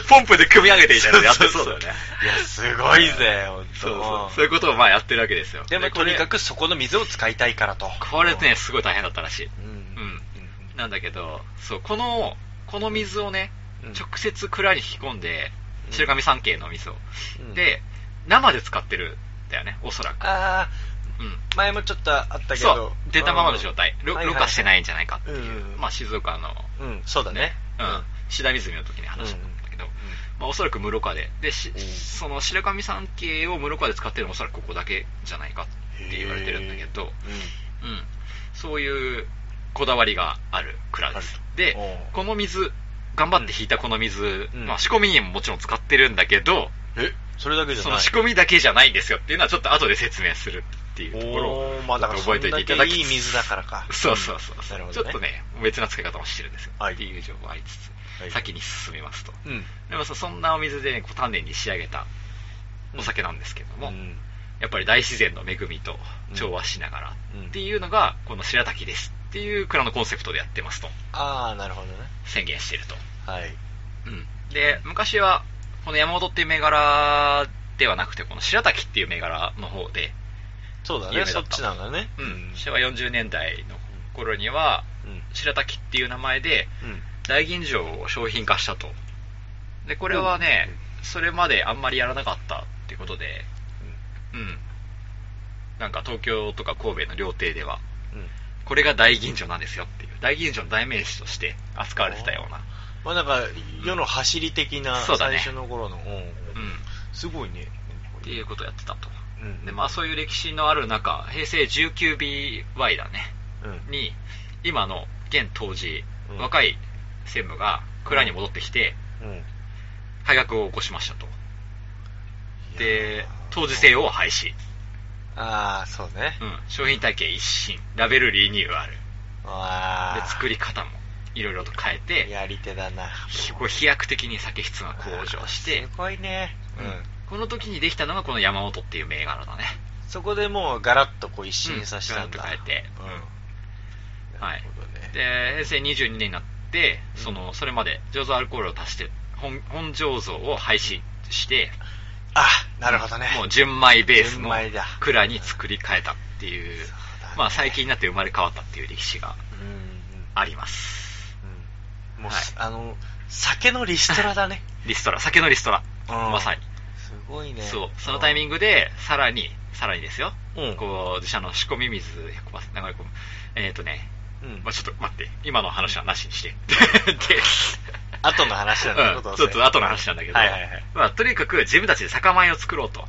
[SPEAKER 2] ポンプで組み上げてみたいなのやってそうだよね。
[SPEAKER 4] いや、すごいぜ、ほんと。
[SPEAKER 2] そうそう。そういうことをまあやってるわけですよ。
[SPEAKER 4] でも、とにか
[SPEAKER 2] く。
[SPEAKER 4] くそこの水を使いたいからと。
[SPEAKER 2] これね、すごい大変だったらしい。
[SPEAKER 4] うん。うん
[SPEAKER 2] うん。なんだけど、そう、この、この水をね、
[SPEAKER 4] うん
[SPEAKER 2] 直接蔵に引き込んで、
[SPEAKER 4] うん
[SPEAKER 2] 白神山系の水を。
[SPEAKER 4] うん、
[SPEAKER 2] で、生で使ってるんだよね、おそらく。
[SPEAKER 4] あ
[SPEAKER 2] うん。
[SPEAKER 4] ー、前もちょっとあったけ
[SPEAKER 2] そ
[SPEAKER 4] ど
[SPEAKER 2] う。、出たままの状態、ろ
[SPEAKER 4] はいはい
[SPEAKER 2] ろ過してないんじゃないかっていう、
[SPEAKER 4] うんうん
[SPEAKER 2] まあ静岡の、
[SPEAKER 4] うん。うん、そうだね。
[SPEAKER 2] うん、志田湖の時に話したんだけど、まあおそらく室賀で、で、し
[SPEAKER 4] うん
[SPEAKER 2] その白神山系を室賀で使ってるのはおそらくここだけじゃないかって言われてるんだけど、うん、そういうこだわりがある蔵です。で、
[SPEAKER 4] おう
[SPEAKER 2] この水、頑張って引いたこの水、
[SPEAKER 4] うん
[SPEAKER 2] まあ仕込みにももちろん使ってるんだけど、
[SPEAKER 4] うん。え、それだけじゃ
[SPEAKER 2] そ
[SPEAKER 4] な
[SPEAKER 2] の
[SPEAKER 4] い
[SPEAKER 2] 仕込みだけじゃないんですよっていうのはちょっと後で説明するっていうところ
[SPEAKER 4] お
[SPEAKER 2] を
[SPEAKER 4] ー、まあだから
[SPEAKER 2] 覚えておいていただき
[SPEAKER 4] そんだけいい
[SPEAKER 2] つつ
[SPEAKER 4] 水だからか。
[SPEAKER 2] そうそうそうそう、
[SPEAKER 4] なるほ
[SPEAKER 2] ち
[SPEAKER 4] ど
[SPEAKER 2] ょ
[SPEAKER 4] ね
[SPEAKER 2] っとね、別な使い方もしてるんですよ。
[SPEAKER 4] はい
[SPEAKER 2] っていう情報がありつつ、
[SPEAKER 4] はい
[SPEAKER 2] 先に進みますと。
[SPEAKER 4] うん。
[SPEAKER 2] でもさ、そんなお水でね、こう丹念に仕上げたお酒なんですけども、
[SPEAKER 4] うん
[SPEAKER 2] やっぱり大自然の恵みと調和しながら
[SPEAKER 4] うん
[SPEAKER 2] っていうのが、この白滝ですっていう蔵のコンセプトでやってますと
[SPEAKER 4] あー、なるほどね。
[SPEAKER 2] 宣言してると。
[SPEAKER 4] はい。
[SPEAKER 2] うん、で、昔は、この山本っていう銘柄ではなくて、この白滝っていう銘柄の方で、
[SPEAKER 4] そうだ
[SPEAKER 2] 有
[SPEAKER 4] ね、
[SPEAKER 2] 名だ
[SPEAKER 4] そ
[SPEAKER 2] っ
[SPEAKER 4] ったちなんだね。
[SPEAKER 2] うん、昭和40年代の頃には、
[SPEAKER 4] うん。
[SPEAKER 2] 白滝っていう名前で、
[SPEAKER 4] うん。
[SPEAKER 2] 大吟醸を商品化したとでこれはね、それまであんまりやらなかったっていうことでうんなんか東京とか神戸の料亭では
[SPEAKER 4] うん。うん。
[SPEAKER 2] これが大吟醸なんですよっていう大吟醸の代名詞として扱われてたような
[SPEAKER 4] まあなんか、世の走り的な
[SPEAKER 2] そうだね
[SPEAKER 4] 最初の頃の、うん
[SPEAKER 2] うん
[SPEAKER 4] すごいね。
[SPEAKER 2] っていうことをやってたと
[SPEAKER 4] うん
[SPEAKER 2] でまあそういう歴史のある中平成 19BY だね
[SPEAKER 4] うん。
[SPEAKER 2] に今の現当時、
[SPEAKER 4] うん
[SPEAKER 2] 若い専務が蔵に戻ってきて
[SPEAKER 4] うん。
[SPEAKER 2] 改革を起こしましたと
[SPEAKER 4] いや
[SPEAKER 2] で
[SPEAKER 4] ー
[SPEAKER 2] 当時制を廃止
[SPEAKER 4] ああ、そうね。
[SPEAKER 2] うん、商品体系一新ラベルリニューアル
[SPEAKER 4] ああ。
[SPEAKER 2] で作り方もいろいろと変えて
[SPEAKER 4] やり手だな。
[SPEAKER 2] ひこう飛躍的に酒質が向上して
[SPEAKER 4] す、ごいね。う
[SPEAKER 2] うん
[SPEAKER 4] ん。
[SPEAKER 2] この時にできたのがこの山本っていう銘柄だね
[SPEAKER 4] そこでもうガラッとこう一新させたんだ。
[SPEAKER 2] うんガラッと変えて
[SPEAKER 4] うん。
[SPEAKER 2] は
[SPEAKER 4] ないるほどね。
[SPEAKER 2] で平成22年になってそのそれまで醸造アルコールを足して本本醸造を廃止して
[SPEAKER 4] あ、なるほどね。
[SPEAKER 2] もう純米ベース
[SPEAKER 4] 純
[SPEAKER 2] の
[SPEAKER 4] 米だ
[SPEAKER 2] 蔵に作り変えたっていう
[SPEAKER 4] そうだね
[SPEAKER 2] まあ最近になって生まれ変わったっていう歴史が
[SPEAKER 4] うんうん
[SPEAKER 2] あります
[SPEAKER 4] うん。もう
[SPEAKER 2] はい
[SPEAKER 4] す、あの、酒のリストラ だね。
[SPEAKER 2] リストラ酒のリストラ
[SPEAKER 4] うん
[SPEAKER 2] まさに
[SPEAKER 4] すごいね。
[SPEAKER 2] そう、そのタイミングで、さらに、さらにですよ、
[SPEAKER 4] うん
[SPEAKER 2] こう自社の仕込み水100%流れ込む、えっ、ー、とね、
[SPEAKER 4] うん。うん
[SPEAKER 2] まあ、ちょっと待って、今の話はなしに して、で、
[SPEAKER 4] 後の話なんだけ
[SPEAKER 2] う
[SPEAKER 4] ど
[SPEAKER 2] ん、
[SPEAKER 4] どう
[SPEAKER 2] ち
[SPEAKER 4] せ
[SPEAKER 2] ょっと後の話なんだけど、
[SPEAKER 4] はいはいはい
[SPEAKER 2] まあ、とにかく自分たちで酒米を作ろうと、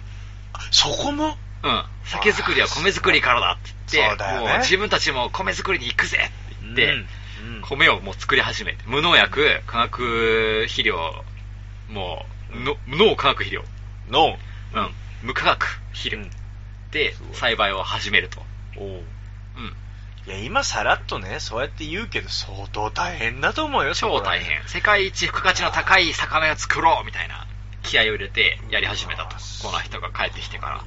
[SPEAKER 4] そこも
[SPEAKER 2] うん、酒造りは米作りからだって言
[SPEAKER 4] そ
[SPEAKER 2] っ
[SPEAKER 4] う
[SPEAKER 2] て、
[SPEAKER 4] だよ
[SPEAKER 2] も
[SPEAKER 4] ね
[SPEAKER 2] う自分たちも米作りに行くぜって言って、
[SPEAKER 4] うんうん
[SPEAKER 2] 米をもう作り始めて、無農薬、化学肥料、もう、の無農化学肥料、
[SPEAKER 4] の、
[SPEAKER 2] うん、無化学肥料。
[SPEAKER 4] うん
[SPEAKER 2] で栽培を始めると、
[SPEAKER 4] おう
[SPEAKER 2] うん、
[SPEAKER 4] いや、今さらっとね、そうやって言うけど、相当大変だと思うよ、そこ
[SPEAKER 2] 超
[SPEAKER 4] ら
[SPEAKER 2] 大
[SPEAKER 4] 辺
[SPEAKER 2] 変世界一付加価値の高い魚を作ろうみたいな気合を入れてやり始めたと
[SPEAKER 4] うわ
[SPEAKER 2] この人が帰ってきてから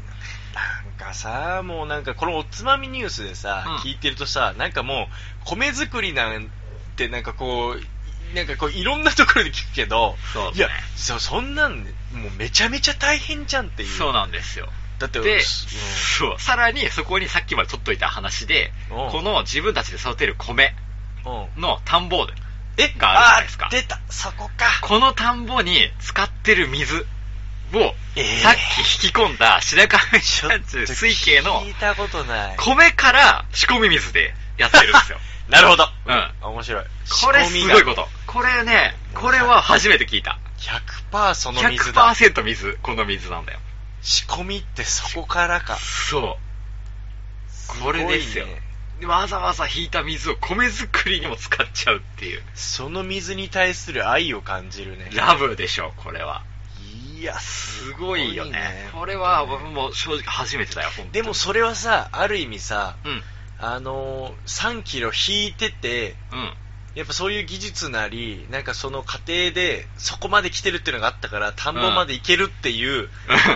[SPEAKER 6] なんかさ、もうなんかこのおつまみニュースでさ、
[SPEAKER 2] うん
[SPEAKER 6] 聞いてるとさ、なんかもう米作りなんてなんかこう、なんかこういろんなところで聞くけど、
[SPEAKER 2] そうですね
[SPEAKER 6] いやそ、そんなん、もうめちゃめちゃ大変じゃんっていう。
[SPEAKER 2] そうなんですよ。
[SPEAKER 6] だって、
[SPEAKER 2] で、
[SPEAKER 6] う
[SPEAKER 2] そうさらにそこにさっきまで取っといた話で、
[SPEAKER 6] うん
[SPEAKER 2] この自分たちで育てる米
[SPEAKER 6] んうん
[SPEAKER 2] の田んぼ
[SPEAKER 6] え
[SPEAKER 2] があるじゃないですか
[SPEAKER 6] あー出た、そこか。
[SPEAKER 2] この田んぼに使ってる水を、
[SPEAKER 6] えー
[SPEAKER 2] さっき引き込ん だ白神
[SPEAKER 6] ちょ
[SPEAKER 2] 山
[SPEAKER 6] っと
[SPEAKER 2] 中水系の
[SPEAKER 6] 聞いたことない。
[SPEAKER 2] 米から仕込み水でやってるんですよ。
[SPEAKER 6] なるほど。
[SPEAKER 2] うん。
[SPEAKER 6] 面白い。。
[SPEAKER 2] これすごいことと。これね、これは初めて聞いた。
[SPEAKER 6] 100%その水だ。
[SPEAKER 2] 100%水、この水なんだよ。
[SPEAKER 6] 仕込みってそこからか。
[SPEAKER 2] そう。これですよ
[SPEAKER 6] ごいね
[SPEAKER 2] わざわざ引いた水を米作りにも使っちゃうっていう。
[SPEAKER 6] その水に対する愛を感じるね。
[SPEAKER 2] ラブでしょ、これは。
[SPEAKER 6] いや、
[SPEAKER 2] す
[SPEAKER 6] す
[SPEAKER 2] ご
[SPEAKER 6] ご
[SPEAKER 2] い
[SPEAKER 6] い
[SPEAKER 2] よ
[SPEAKER 6] よ
[SPEAKER 2] ね。
[SPEAKER 6] ね。
[SPEAKER 2] これは、僕も正直初めてだよ、本当に
[SPEAKER 6] でもそれはさ、ある意味さ、
[SPEAKER 2] うん。
[SPEAKER 6] あのー、3キロ引いてて、
[SPEAKER 2] うん。
[SPEAKER 6] やっぱそういう技術なり、なんかその過程で、そこまで来てるっていうのがあったから、田んぼまで行けるっていう、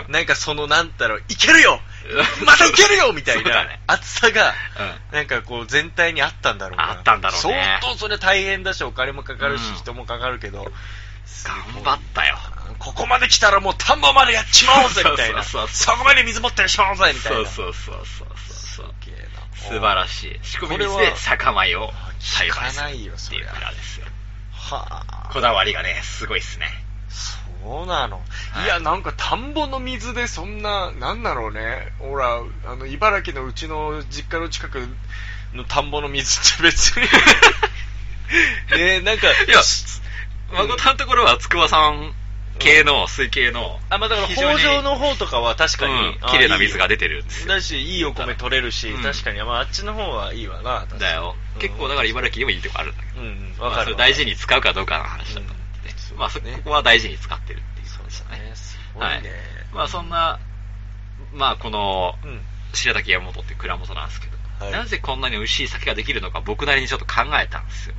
[SPEAKER 2] うん
[SPEAKER 6] なんかその、なんだろう、行けるよ
[SPEAKER 2] うん
[SPEAKER 6] また行けるよみたい
[SPEAKER 2] そうだ
[SPEAKER 6] な
[SPEAKER 2] ね
[SPEAKER 6] 熱さが、
[SPEAKER 2] う
[SPEAKER 6] なんかこう全体にあったんだろうな。
[SPEAKER 2] あったんだろうね
[SPEAKER 6] 相当それ大変だし、お金もかかるし
[SPEAKER 2] うん、
[SPEAKER 6] 人もかかるけど、
[SPEAKER 2] 頑張ったよ。
[SPEAKER 6] ここまで来たらもう田んぼまでやっちまおうぜみたいな。
[SPEAKER 2] そうそう
[SPEAKER 6] そこまで水持ってやっちまおうぜみたい
[SPEAKER 2] そう
[SPEAKER 6] な。
[SPEAKER 2] そうそうそうそう。
[SPEAKER 6] すげえな
[SPEAKER 2] 素晴らしい。仕込み水
[SPEAKER 6] これ
[SPEAKER 2] で
[SPEAKER 6] は
[SPEAKER 2] 酒米を栽培
[SPEAKER 6] 聞
[SPEAKER 2] す
[SPEAKER 6] か
[SPEAKER 2] るっ
[SPEAKER 6] な
[SPEAKER 2] て
[SPEAKER 6] い
[SPEAKER 2] いう
[SPEAKER 6] よそりゃ
[SPEAKER 2] 村ですよ。
[SPEAKER 6] はあ。
[SPEAKER 2] こだわりがね、すごいっすね。
[SPEAKER 6] そうなの。
[SPEAKER 2] はい
[SPEAKER 6] いや、なんか田んぼの水でそんな、なんだろうね。ほら、あの、茨城のうちの実家の近くの田んぼの水って別 に。ねえ、なんか、
[SPEAKER 2] いや
[SPEAKER 6] す
[SPEAKER 2] 誠のところは筑波山系の水系の、
[SPEAKER 6] あ、まあだから、
[SPEAKER 2] 非常
[SPEAKER 6] 北
[SPEAKER 2] に
[SPEAKER 6] 条の方とかは確かに、
[SPEAKER 2] うん
[SPEAKER 6] あ
[SPEAKER 2] 綺麗な水が
[SPEAKER 6] いい
[SPEAKER 2] 出
[SPEAKER 6] よ
[SPEAKER 2] てるんですよ。
[SPEAKER 6] だし、いいお米取れるし、
[SPEAKER 2] うん
[SPEAKER 6] 確かに、まああっちの方はいいわな、確かに
[SPEAKER 2] だよ。結構だから茨城でもいいとこあるんだけど。
[SPEAKER 6] うん、うん、
[SPEAKER 2] ま
[SPEAKER 6] わ
[SPEAKER 2] あ
[SPEAKER 6] か
[SPEAKER 2] そ
[SPEAKER 6] る
[SPEAKER 2] れ
[SPEAKER 6] わ。
[SPEAKER 2] 大事に使うかどうかの話だと思ってね
[SPEAKER 6] う。ん
[SPEAKER 2] まあそこは大事に使ってるっていう
[SPEAKER 6] そ
[SPEAKER 2] こ
[SPEAKER 6] う
[SPEAKER 2] と
[SPEAKER 6] で
[SPEAKER 2] ですすね。
[SPEAKER 6] ね。すごいね。
[SPEAKER 2] はい。まあそんな、まあこの、
[SPEAKER 6] うん。
[SPEAKER 2] 白滝山本って蔵元なんですけど、
[SPEAKER 6] はい
[SPEAKER 2] なぜこんなに美味しい酒ができるのか僕なりにちょっと考えたんですよ。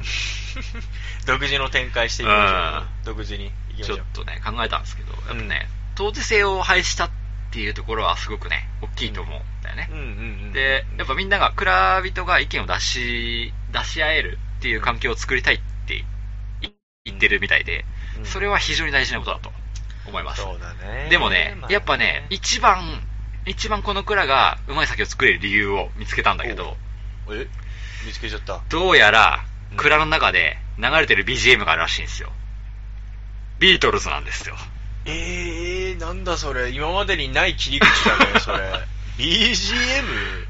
[SPEAKER 6] 独自の展開していきましょう。独自にいきまし
[SPEAKER 2] ち
[SPEAKER 6] ょ
[SPEAKER 2] ょっ
[SPEAKER 6] う。
[SPEAKER 2] とね、考えたんですけど、やっぱね、当時性を廃したっていうところはすごくね、大きいと思うんだよね
[SPEAKER 6] うん。うんうん。
[SPEAKER 2] で、やっぱみんなが、蔵人が意見を出し、出し合えるっていう環境を作りたいってい言ってるみたいで、
[SPEAKER 6] うん
[SPEAKER 2] それは非常に大事なことだと思います。
[SPEAKER 6] そうだね。
[SPEAKER 2] でもね
[SPEAKER 6] ま、あ
[SPEAKER 2] やっぱね、一番、一番この蔵がうまい酒を作れる理由を見つけたんだけど、
[SPEAKER 6] え見つけちゃった。
[SPEAKER 2] どうやら
[SPEAKER 6] う、ん
[SPEAKER 2] 蔵の中で流れてる BGM があるらしいんですよ。ビートルズなんですよ。
[SPEAKER 6] えー、なんだそれ。今までにない切り口だね、そ れ。BGM?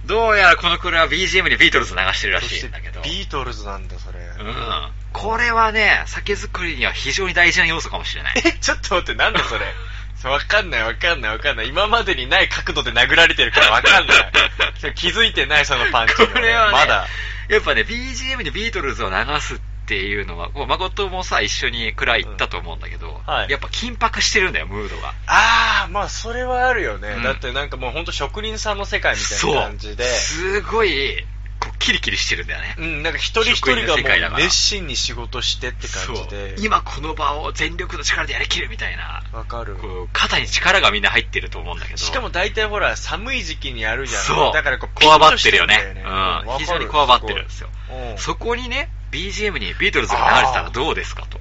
[SPEAKER 2] どうやらこの蔵は BGM にビートルズ流してるら
[SPEAKER 6] そ
[SPEAKER 2] し
[SPEAKER 6] し
[SPEAKER 2] い
[SPEAKER 6] て
[SPEAKER 2] んだけど。
[SPEAKER 6] ビートルズなんだ、それ。
[SPEAKER 2] うん。これはね、酒造りには非常に大事な要素かもしれない。
[SPEAKER 6] えちょっと待って、なんだ それ。そうわかんない、わかんない、わかんない。今までにない角度で殴られてるからわかんない。そう気づいてない、そ のパンチに俺。
[SPEAKER 2] これはね、
[SPEAKER 6] まだ。
[SPEAKER 2] やっぱね、BGM にビートルズを流すっていうのは、もう誠もさ、一緒に蔵行ったと思うんだけど、
[SPEAKER 6] はい
[SPEAKER 2] やっぱ緊迫してるんだよ、ムードが。
[SPEAKER 6] あー、まあ、それはあるよね。
[SPEAKER 2] うん
[SPEAKER 6] だってなんかもうほんと職人さんの世界みたいな感じで。
[SPEAKER 2] すごい、こう、キリキリしてるんだよね。
[SPEAKER 6] うん、なんか一人一人が
[SPEAKER 2] 職人の世界だか
[SPEAKER 6] もう
[SPEAKER 2] ら
[SPEAKER 6] 熱心に仕事してって感じ
[SPEAKER 2] そ
[SPEAKER 6] で。
[SPEAKER 2] う今この場を全力の力でやりきるみたいな、
[SPEAKER 6] わかる。
[SPEAKER 2] こう、肩に力がみんな入ってると思うんだけど。
[SPEAKER 6] しかも大体ほら、寒い時期にやるじゃん。
[SPEAKER 2] そう。
[SPEAKER 6] だからこう、
[SPEAKER 2] こわばってるよね。
[SPEAKER 6] ピンとしてんだよね
[SPEAKER 2] うん。
[SPEAKER 6] わ
[SPEAKER 2] 非
[SPEAKER 6] か
[SPEAKER 2] 常にこわばってるんですよ。
[SPEAKER 6] うん
[SPEAKER 2] そこにね、BGM にビートルズが流れてたらどうですかと。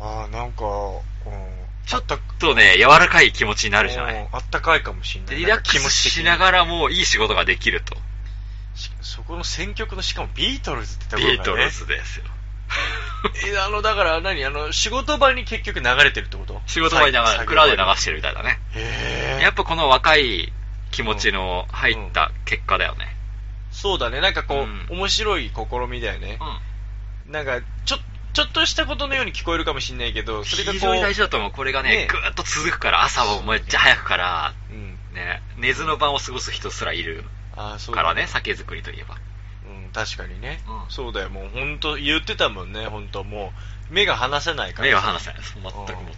[SPEAKER 6] ああ、なんか、うん
[SPEAKER 2] ちょっとね、柔らかい気持ちになるじゃな
[SPEAKER 6] うん
[SPEAKER 2] い。
[SPEAKER 6] あったかいかもしんな
[SPEAKER 2] で
[SPEAKER 6] い。
[SPEAKER 2] リラックスしなが
[SPEAKER 6] ら。
[SPEAKER 2] らもいい仕事ができると。
[SPEAKER 6] しそこの選曲の、しかもビートルズってところが、ね。
[SPEAKER 2] ビートルズです よ。
[SPEAKER 6] え、あの、だから何あの、仕事場に結局流れてるってこと
[SPEAKER 2] 仕事場に流れ、蔵で流
[SPEAKER 6] す。
[SPEAKER 2] してるみたいだね。
[SPEAKER 6] へえ。
[SPEAKER 2] やっぱこの若い気持ちの入った結果だよね。
[SPEAKER 6] そうだね。なんかこう、
[SPEAKER 2] うん
[SPEAKER 6] 面白い試みだよね
[SPEAKER 2] う。ん。
[SPEAKER 6] なんか、ちょ、ちょっとしたことのように聞こえるかもしんないけど、それがこう、
[SPEAKER 2] 非常に大事だと思う。これがね
[SPEAKER 6] ね、
[SPEAKER 2] ぐーっと続くから、朝はめっちゃ早くから、
[SPEAKER 6] うん。
[SPEAKER 2] ね、寝ずの晩を過ごす人すらいる
[SPEAKER 6] ああ、そう
[SPEAKER 2] か
[SPEAKER 6] だ
[SPEAKER 2] らね、酒造りといえば。
[SPEAKER 6] うん、確かにね、
[SPEAKER 2] うん
[SPEAKER 6] そうだよ、もう本当、言ってたもんね、本当、もう、目が離せないから、
[SPEAKER 2] 目が離せないです。全くもっ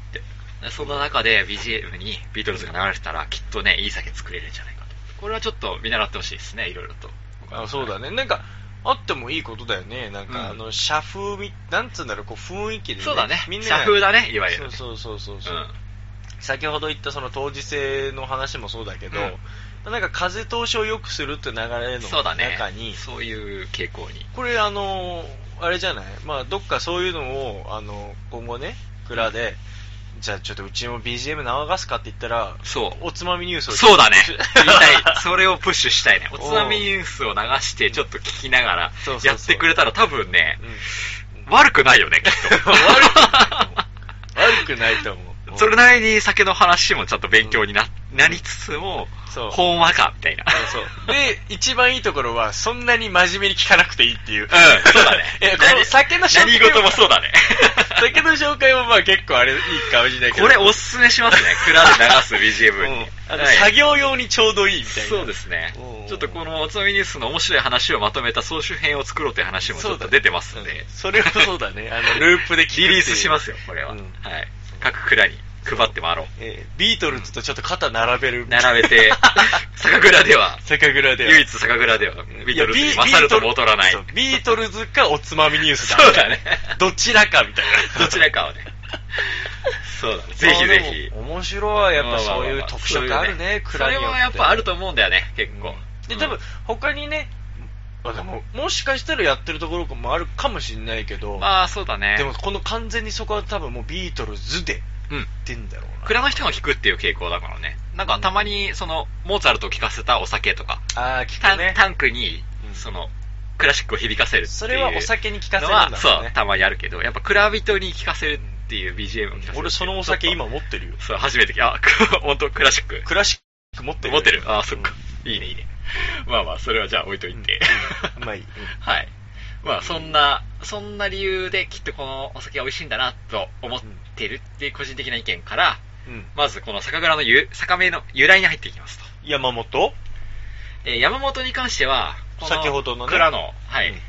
[SPEAKER 2] て。そんな中で BGM にビートルズが流れてたら、きっとね、いい酒作れるんじゃないかと。これはちょっと見習ってほしいですね、いろいろと。
[SPEAKER 6] あそうだね、なんか、あってもいいことだよね、なんか、
[SPEAKER 2] うん
[SPEAKER 6] あの、社風み、なんつうんだろう、こう、雰囲気で、
[SPEAKER 2] そうだね。
[SPEAKER 6] みんなが
[SPEAKER 2] 社風だね、いわゆるね。
[SPEAKER 6] そうそうそうそう、
[SPEAKER 2] うん
[SPEAKER 6] 先ほど言ったその当時性の話もそうだけど、
[SPEAKER 2] うん
[SPEAKER 4] なんか風通しを良くするって流れの
[SPEAKER 2] そうだね
[SPEAKER 4] 中に、
[SPEAKER 2] そういう傾向に
[SPEAKER 4] これあのあれじゃないまあどっかそういうのをあの今後ね蔵で、じゃあちょっとうちも BGM 流すかって言ったら
[SPEAKER 2] そう
[SPEAKER 4] おつまみニュースを
[SPEAKER 2] そうだね言いたいそれをプッシュしたいねおつまみニュースを流してちょっと聞きながら
[SPEAKER 4] そうそうそう
[SPEAKER 2] やってくれたら多分ね
[SPEAKER 4] うん
[SPEAKER 2] 悪くないよねきっと
[SPEAKER 4] 悪くないと思う
[SPEAKER 2] それなりに酒の話もちゃんと勉強にな,、なりつつも
[SPEAKER 4] そう
[SPEAKER 2] ほんわかみたいな
[SPEAKER 4] そうそうで一番いいところはそんなに真面目に聞かなくていいっていう、
[SPEAKER 2] うんそうだ ね
[SPEAKER 4] いやこの酒の紹
[SPEAKER 2] 何
[SPEAKER 4] 介は
[SPEAKER 2] 事もそうだね
[SPEAKER 4] 酒の紹介もまあ結構あれいいかもしれないけど
[SPEAKER 2] これおすすめしますね蔵で流す BGM に、
[SPEAKER 4] うんあの
[SPEAKER 2] はい
[SPEAKER 4] 作業用にちょうどいいみたいな
[SPEAKER 2] そうですね
[SPEAKER 4] うん。
[SPEAKER 2] ちょっとこのおつまみニュースの面白い話をまとめめた総集編を作ろうという話もちょっと出てますんで、
[SPEAKER 4] そうだねうんそれはそうだね。あ の、ループで聞くってい
[SPEAKER 2] リ
[SPEAKER 4] う
[SPEAKER 2] リースしますよ、これは。
[SPEAKER 4] うん
[SPEAKER 2] はい。各蔵に配って回ろう。
[SPEAKER 4] えービートルズとちょっと肩並べる。
[SPEAKER 2] 並べて、 酒蔵では、
[SPEAKER 4] 酒蔵では。
[SPEAKER 2] 唯一酒蔵では、ビートルズ
[SPEAKER 4] い
[SPEAKER 2] に
[SPEAKER 4] や
[SPEAKER 2] 勝るとも劣らない。
[SPEAKER 4] そうビートルズかおつまみニュースだ。
[SPEAKER 2] そうだね。
[SPEAKER 4] どちらかみたいな。
[SPEAKER 2] どちらかをね。そうだね。ぜひぜ
[SPEAKER 4] あ
[SPEAKER 2] ひ
[SPEAKER 4] で。も面白い。やっぱそういう特色あ
[SPEAKER 2] そ
[SPEAKER 4] る
[SPEAKER 2] ういう
[SPEAKER 4] ね、蔵によ
[SPEAKER 2] そ
[SPEAKER 4] って。
[SPEAKER 2] れはやっぱあると思うんだよね、結構。
[SPEAKER 4] で、多分、他にね、あでも、もしかしたらやってるところもあるかもしれないけど、
[SPEAKER 2] まあ、そうだね。
[SPEAKER 4] でもこの完全にそこは多分もうビートルズで
[SPEAKER 2] うん。
[SPEAKER 4] 出んだろうな。
[SPEAKER 2] 蔵の人が聞くっていう傾向だからね。なんかたまに、その、モーツァルトを聴かせたお酒とか、
[SPEAKER 4] ああ、聞
[SPEAKER 2] タ
[SPEAKER 4] く
[SPEAKER 2] ン
[SPEAKER 4] ね。
[SPEAKER 2] タンクに
[SPEAKER 4] うん、
[SPEAKER 2] その、クラシックを響かせるっていう。
[SPEAKER 4] それはお酒に聞かせる
[SPEAKER 2] の
[SPEAKER 4] んだろう
[SPEAKER 2] は
[SPEAKER 4] ね。
[SPEAKER 2] そう、たまにあるけど、やっぱ蔵人に聞かせるっていう BGM を聞かせるっていう。
[SPEAKER 4] 俺そのお酒今持ってるよ。
[SPEAKER 2] そう、初めて聞いた。あ、 本当クラシック。
[SPEAKER 4] クラシック持ってるよ。
[SPEAKER 2] 持ってる。あー、そっか。いいね、いいね。まあまあ、それはじゃあ置いといて。
[SPEAKER 4] うん。まあいい。
[SPEAKER 2] はい。まあ、そんな、そんな理由できっとこのお酒は美味しいんだなと思ってるっていう個人的な意見から、
[SPEAKER 4] うん。
[SPEAKER 2] まずこの酒蔵のゆ酒名の由来に入っていきますと。
[SPEAKER 4] 山本
[SPEAKER 2] えー山本に関しては、こ
[SPEAKER 4] 先ほどのね
[SPEAKER 2] 蔵の、はい、
[SPEAKER 4] うん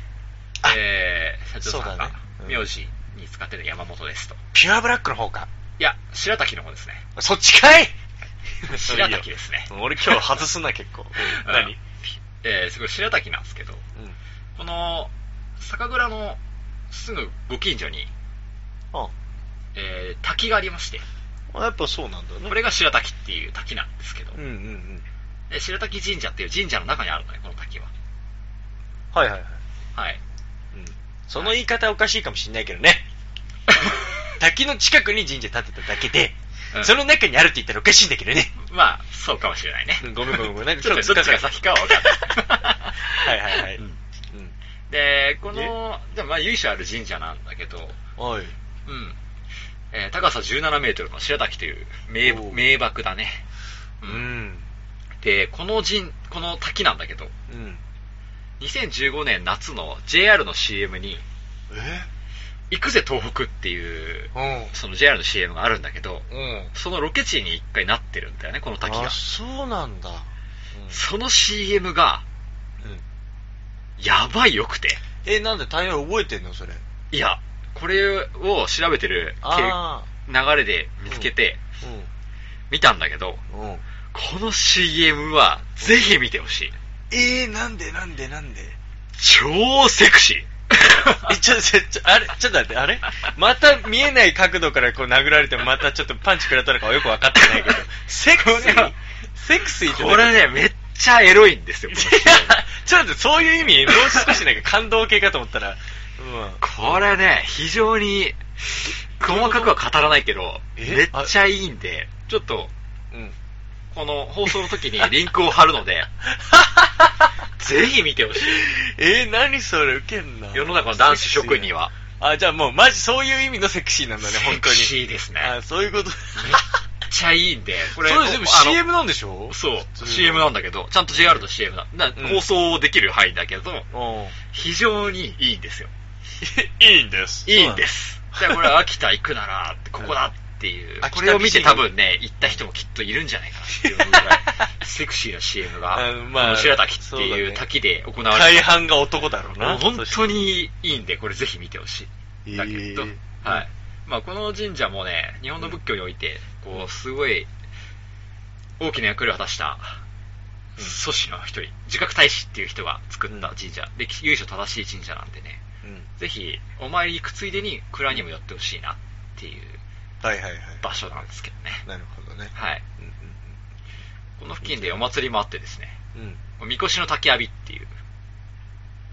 [SPEAKER 2] えー、社長さん
[SPEAKER 4] そうだ
[SPEAKER 2] が
[SPEAKER 4] ねうん
[SPEAKER 2] 名字に使ってる山本ですと。
[SPEAKER 4] ピュアブラックの方か。
[SPEAKER 2] いや、白滝の方ですね。
[SPEAKER 4] そっちか い
[SPEAKER 2] 白滝ですね。
[SPEAKER 4] いいよ俺今日外すな、結構。う ん
[SPEAKER 2] う
[SPEAKER 4] 何
[SPEAKER 2] んえー、すごい白滝なんですけど、
[SPEAKER 4] うん。
[SPEAKER 2] この、酒蔵のすぐご近所に、
[SPEAKER 4] あ
[SPEAKER 2] えー滝がありまして、
[SPEAKER 4] あ、やっぱそうなんだね。
[SPEAKER 2] これが白滝っていう滝なんですけど
[SPEAKER 4] う、んうんうん。
[SPEAKER 2] で白滝神社っていう神社の中にあるのね、この滝は。
[SPEAKER 4] はいはいはい。
[SPEAKER 2] はい。
[SPEAKER 4] うん。その言い方おかしいかもしんないけどね。滝の近くに神社建てただけで、
[SPEAKER 2] うん
[SPEAKER 4] その中にあるって言ったらおかしいんだけどね。
[SPEAKER 2] まあ、そうかもしれないね。
[SPEAKER 4] ごめんごめんごめん。なんか
[SPEAKER 2] ちょっとどっちが先かは分かんない。
[SPEAKER 4] はいはいはい。
[SPEAKER 2] うん
[SPEAKER 4] うん。
[SPEAKER 2] で、この、でもまあ由緒ある神社なんだけど、
[SPEAKER 4] おい。
[SPEAKER 2] うん。えー高さ17メートルの白滝という名
[SPEAKER 4] おう
[SPEAKER 2] 名瀑だね。
[SPEAKER 4] う
[SPEAKER 2] うん。
[SPEAKER 4] ん。
[SPEAKER 2] で、この神、この滝なんだけど、
[SPEAKER 4] うん。
[SPEAKER 2] 2015年夏の JR の CM に、
[SPEAKER 4] え
[SPEAKER 2] 行くぜ東北っていう、
[SPEAKER 4] うん。
[SPEAKER 2] その JR の CM があるんだけど、
[SPEAKER 4] うん。
[SPEAKER 2] そのロケ地に一回なってるんだよね、この滝が
[SPEAKER 4] あ、。そうなんだ。
[SPEAKER 2] その CM が、
[SPEAKER 4] うん。
[SPEAKER 2] やばいよくて。
[SPEAKER 4] え、なんで台湾覚えてんのそれ。
[SPEAKER 2] いや、これを調べてるけ
[SPEAKER 4] あ
[SPEAKER 2] 流れで見つけて、
[SPEAKER 4] あ。
[SPEAKER 2] 見たんだけど、
[SPEAKER 4] うん。うん。
[SPEAKER 2] この CM はぜひ見てほしい。
[SPEAKER 4] えー、なんでなんでなんで
[SPEAKER 2] 超セク シ
[SPEAKER 4] え、ちょ、ちょ、ちょ、あれ、ちょっと待って、あれまた見えない角度からこう殴られてもまたちょっとパンチ食らったのかはよくわかってないけど。セクシ
[SPEAKER 2] これ
[SPEAKER 4] ー
[SPEAKER 2] は
[SPEAKER 4] セクシー
[SPEAKER 2] ー。
[SPEAKER 4] って
[SPEAKER 2] これね、めっちゃエロいんですよ。この CM
[SPEAKER 4] ちょっと待って、そういう意味、もう少しなんか感動系かと思ったら、うん。
[SPEAKER 2] これね、非常に、細かくは語らないけど、
[SPEAKER 4] え
[SPEAKER 2] めっちゃいいんで、ちょっと、
[SPEAKER 4] うん。
[SPEAKER 2] この放送の時にリンクを貼るの で、ぜひ見てほしい。
[SPEAKER 4] えー、何それ、ウケんな。
[SPEAKER 2] 世の中の男子諸君には。
[SPEAKER 4] あ、じゃあもう、マジそういう意味のセクシーなんだね、本当に。
[SPEAKER 2] セクシーですね
[SPEAKER 4] あ、そういうこ
[SPEAKER 2] め
[SPEAKER 4] と。
[SPEAKER 2] っちゃいいんで、これ、
[SPEAKER 4] そうです、でも
[SPEAKER 2] あの
[SPEAKER 4] CM なんでしょ
[SPEAKER 2] そう、CM なんだけど、ちゃんと JR と CM だ。だ
[SPEAKER 4] うん
[SPEAKER 2] 放送できる範囲だけど、
[SPEAKER 4] うん。
[SPEAKER 2] 非常にいいんですよ。
[SPEAKER 6] いいんです。
[SPEAKER 2] いいんです。じゃあこれ秋田行くなら、ここだっていう、
[SPEAKER 4] うん
[SPEAKER 2] これを見て多分ね、行った人もきっといるんじゃないかなっていうぐらい、セクシーな CM が、
[SPEAKER 4] うんまあ
[SPEAKER 2] この白滝って
[SPEAKER 4] そうだ
[SPEAKER 2] いう
[SPEAKER 4] ね
[SPEAKER 2] 滝で行われ
[SPEAKER 4] 大
[SPEAKER 2] て、
[SPEAKER 4] 半が男だろう
[SPEAKER 2] も
[SPEAKER 4] な。
[SPEAKER 2] う本当にいいんで、これぜひ見てほしい。だけど、
[SPEAKER 4] えー
[SPEAKER 2] はい。まあこの神社もね、日本の仏教において、こう、すごい、大きな役割を果たした、祖師の一人、自覚大使っていう人が作った神社、で由緒正しい神社なんでね、
[SPEAKER 4] うん。
[SPEAKER 2] ぜひお参り行くついでに蔵にも寄ってほしいなっていう
[SPEAKER 4] はいはいはい。
[SPEAKER 2] 場所なんですけどね
[SPEAKER 4] なるほどね。
[SPEAKER 2] はい
[SPEAKER 4] うんうん
[SPEAKER 2] この付近でお祭りもあってですね、
[SPEAKER 4] うん。
[SPEAKER 2] みこしの竹浴びっていう、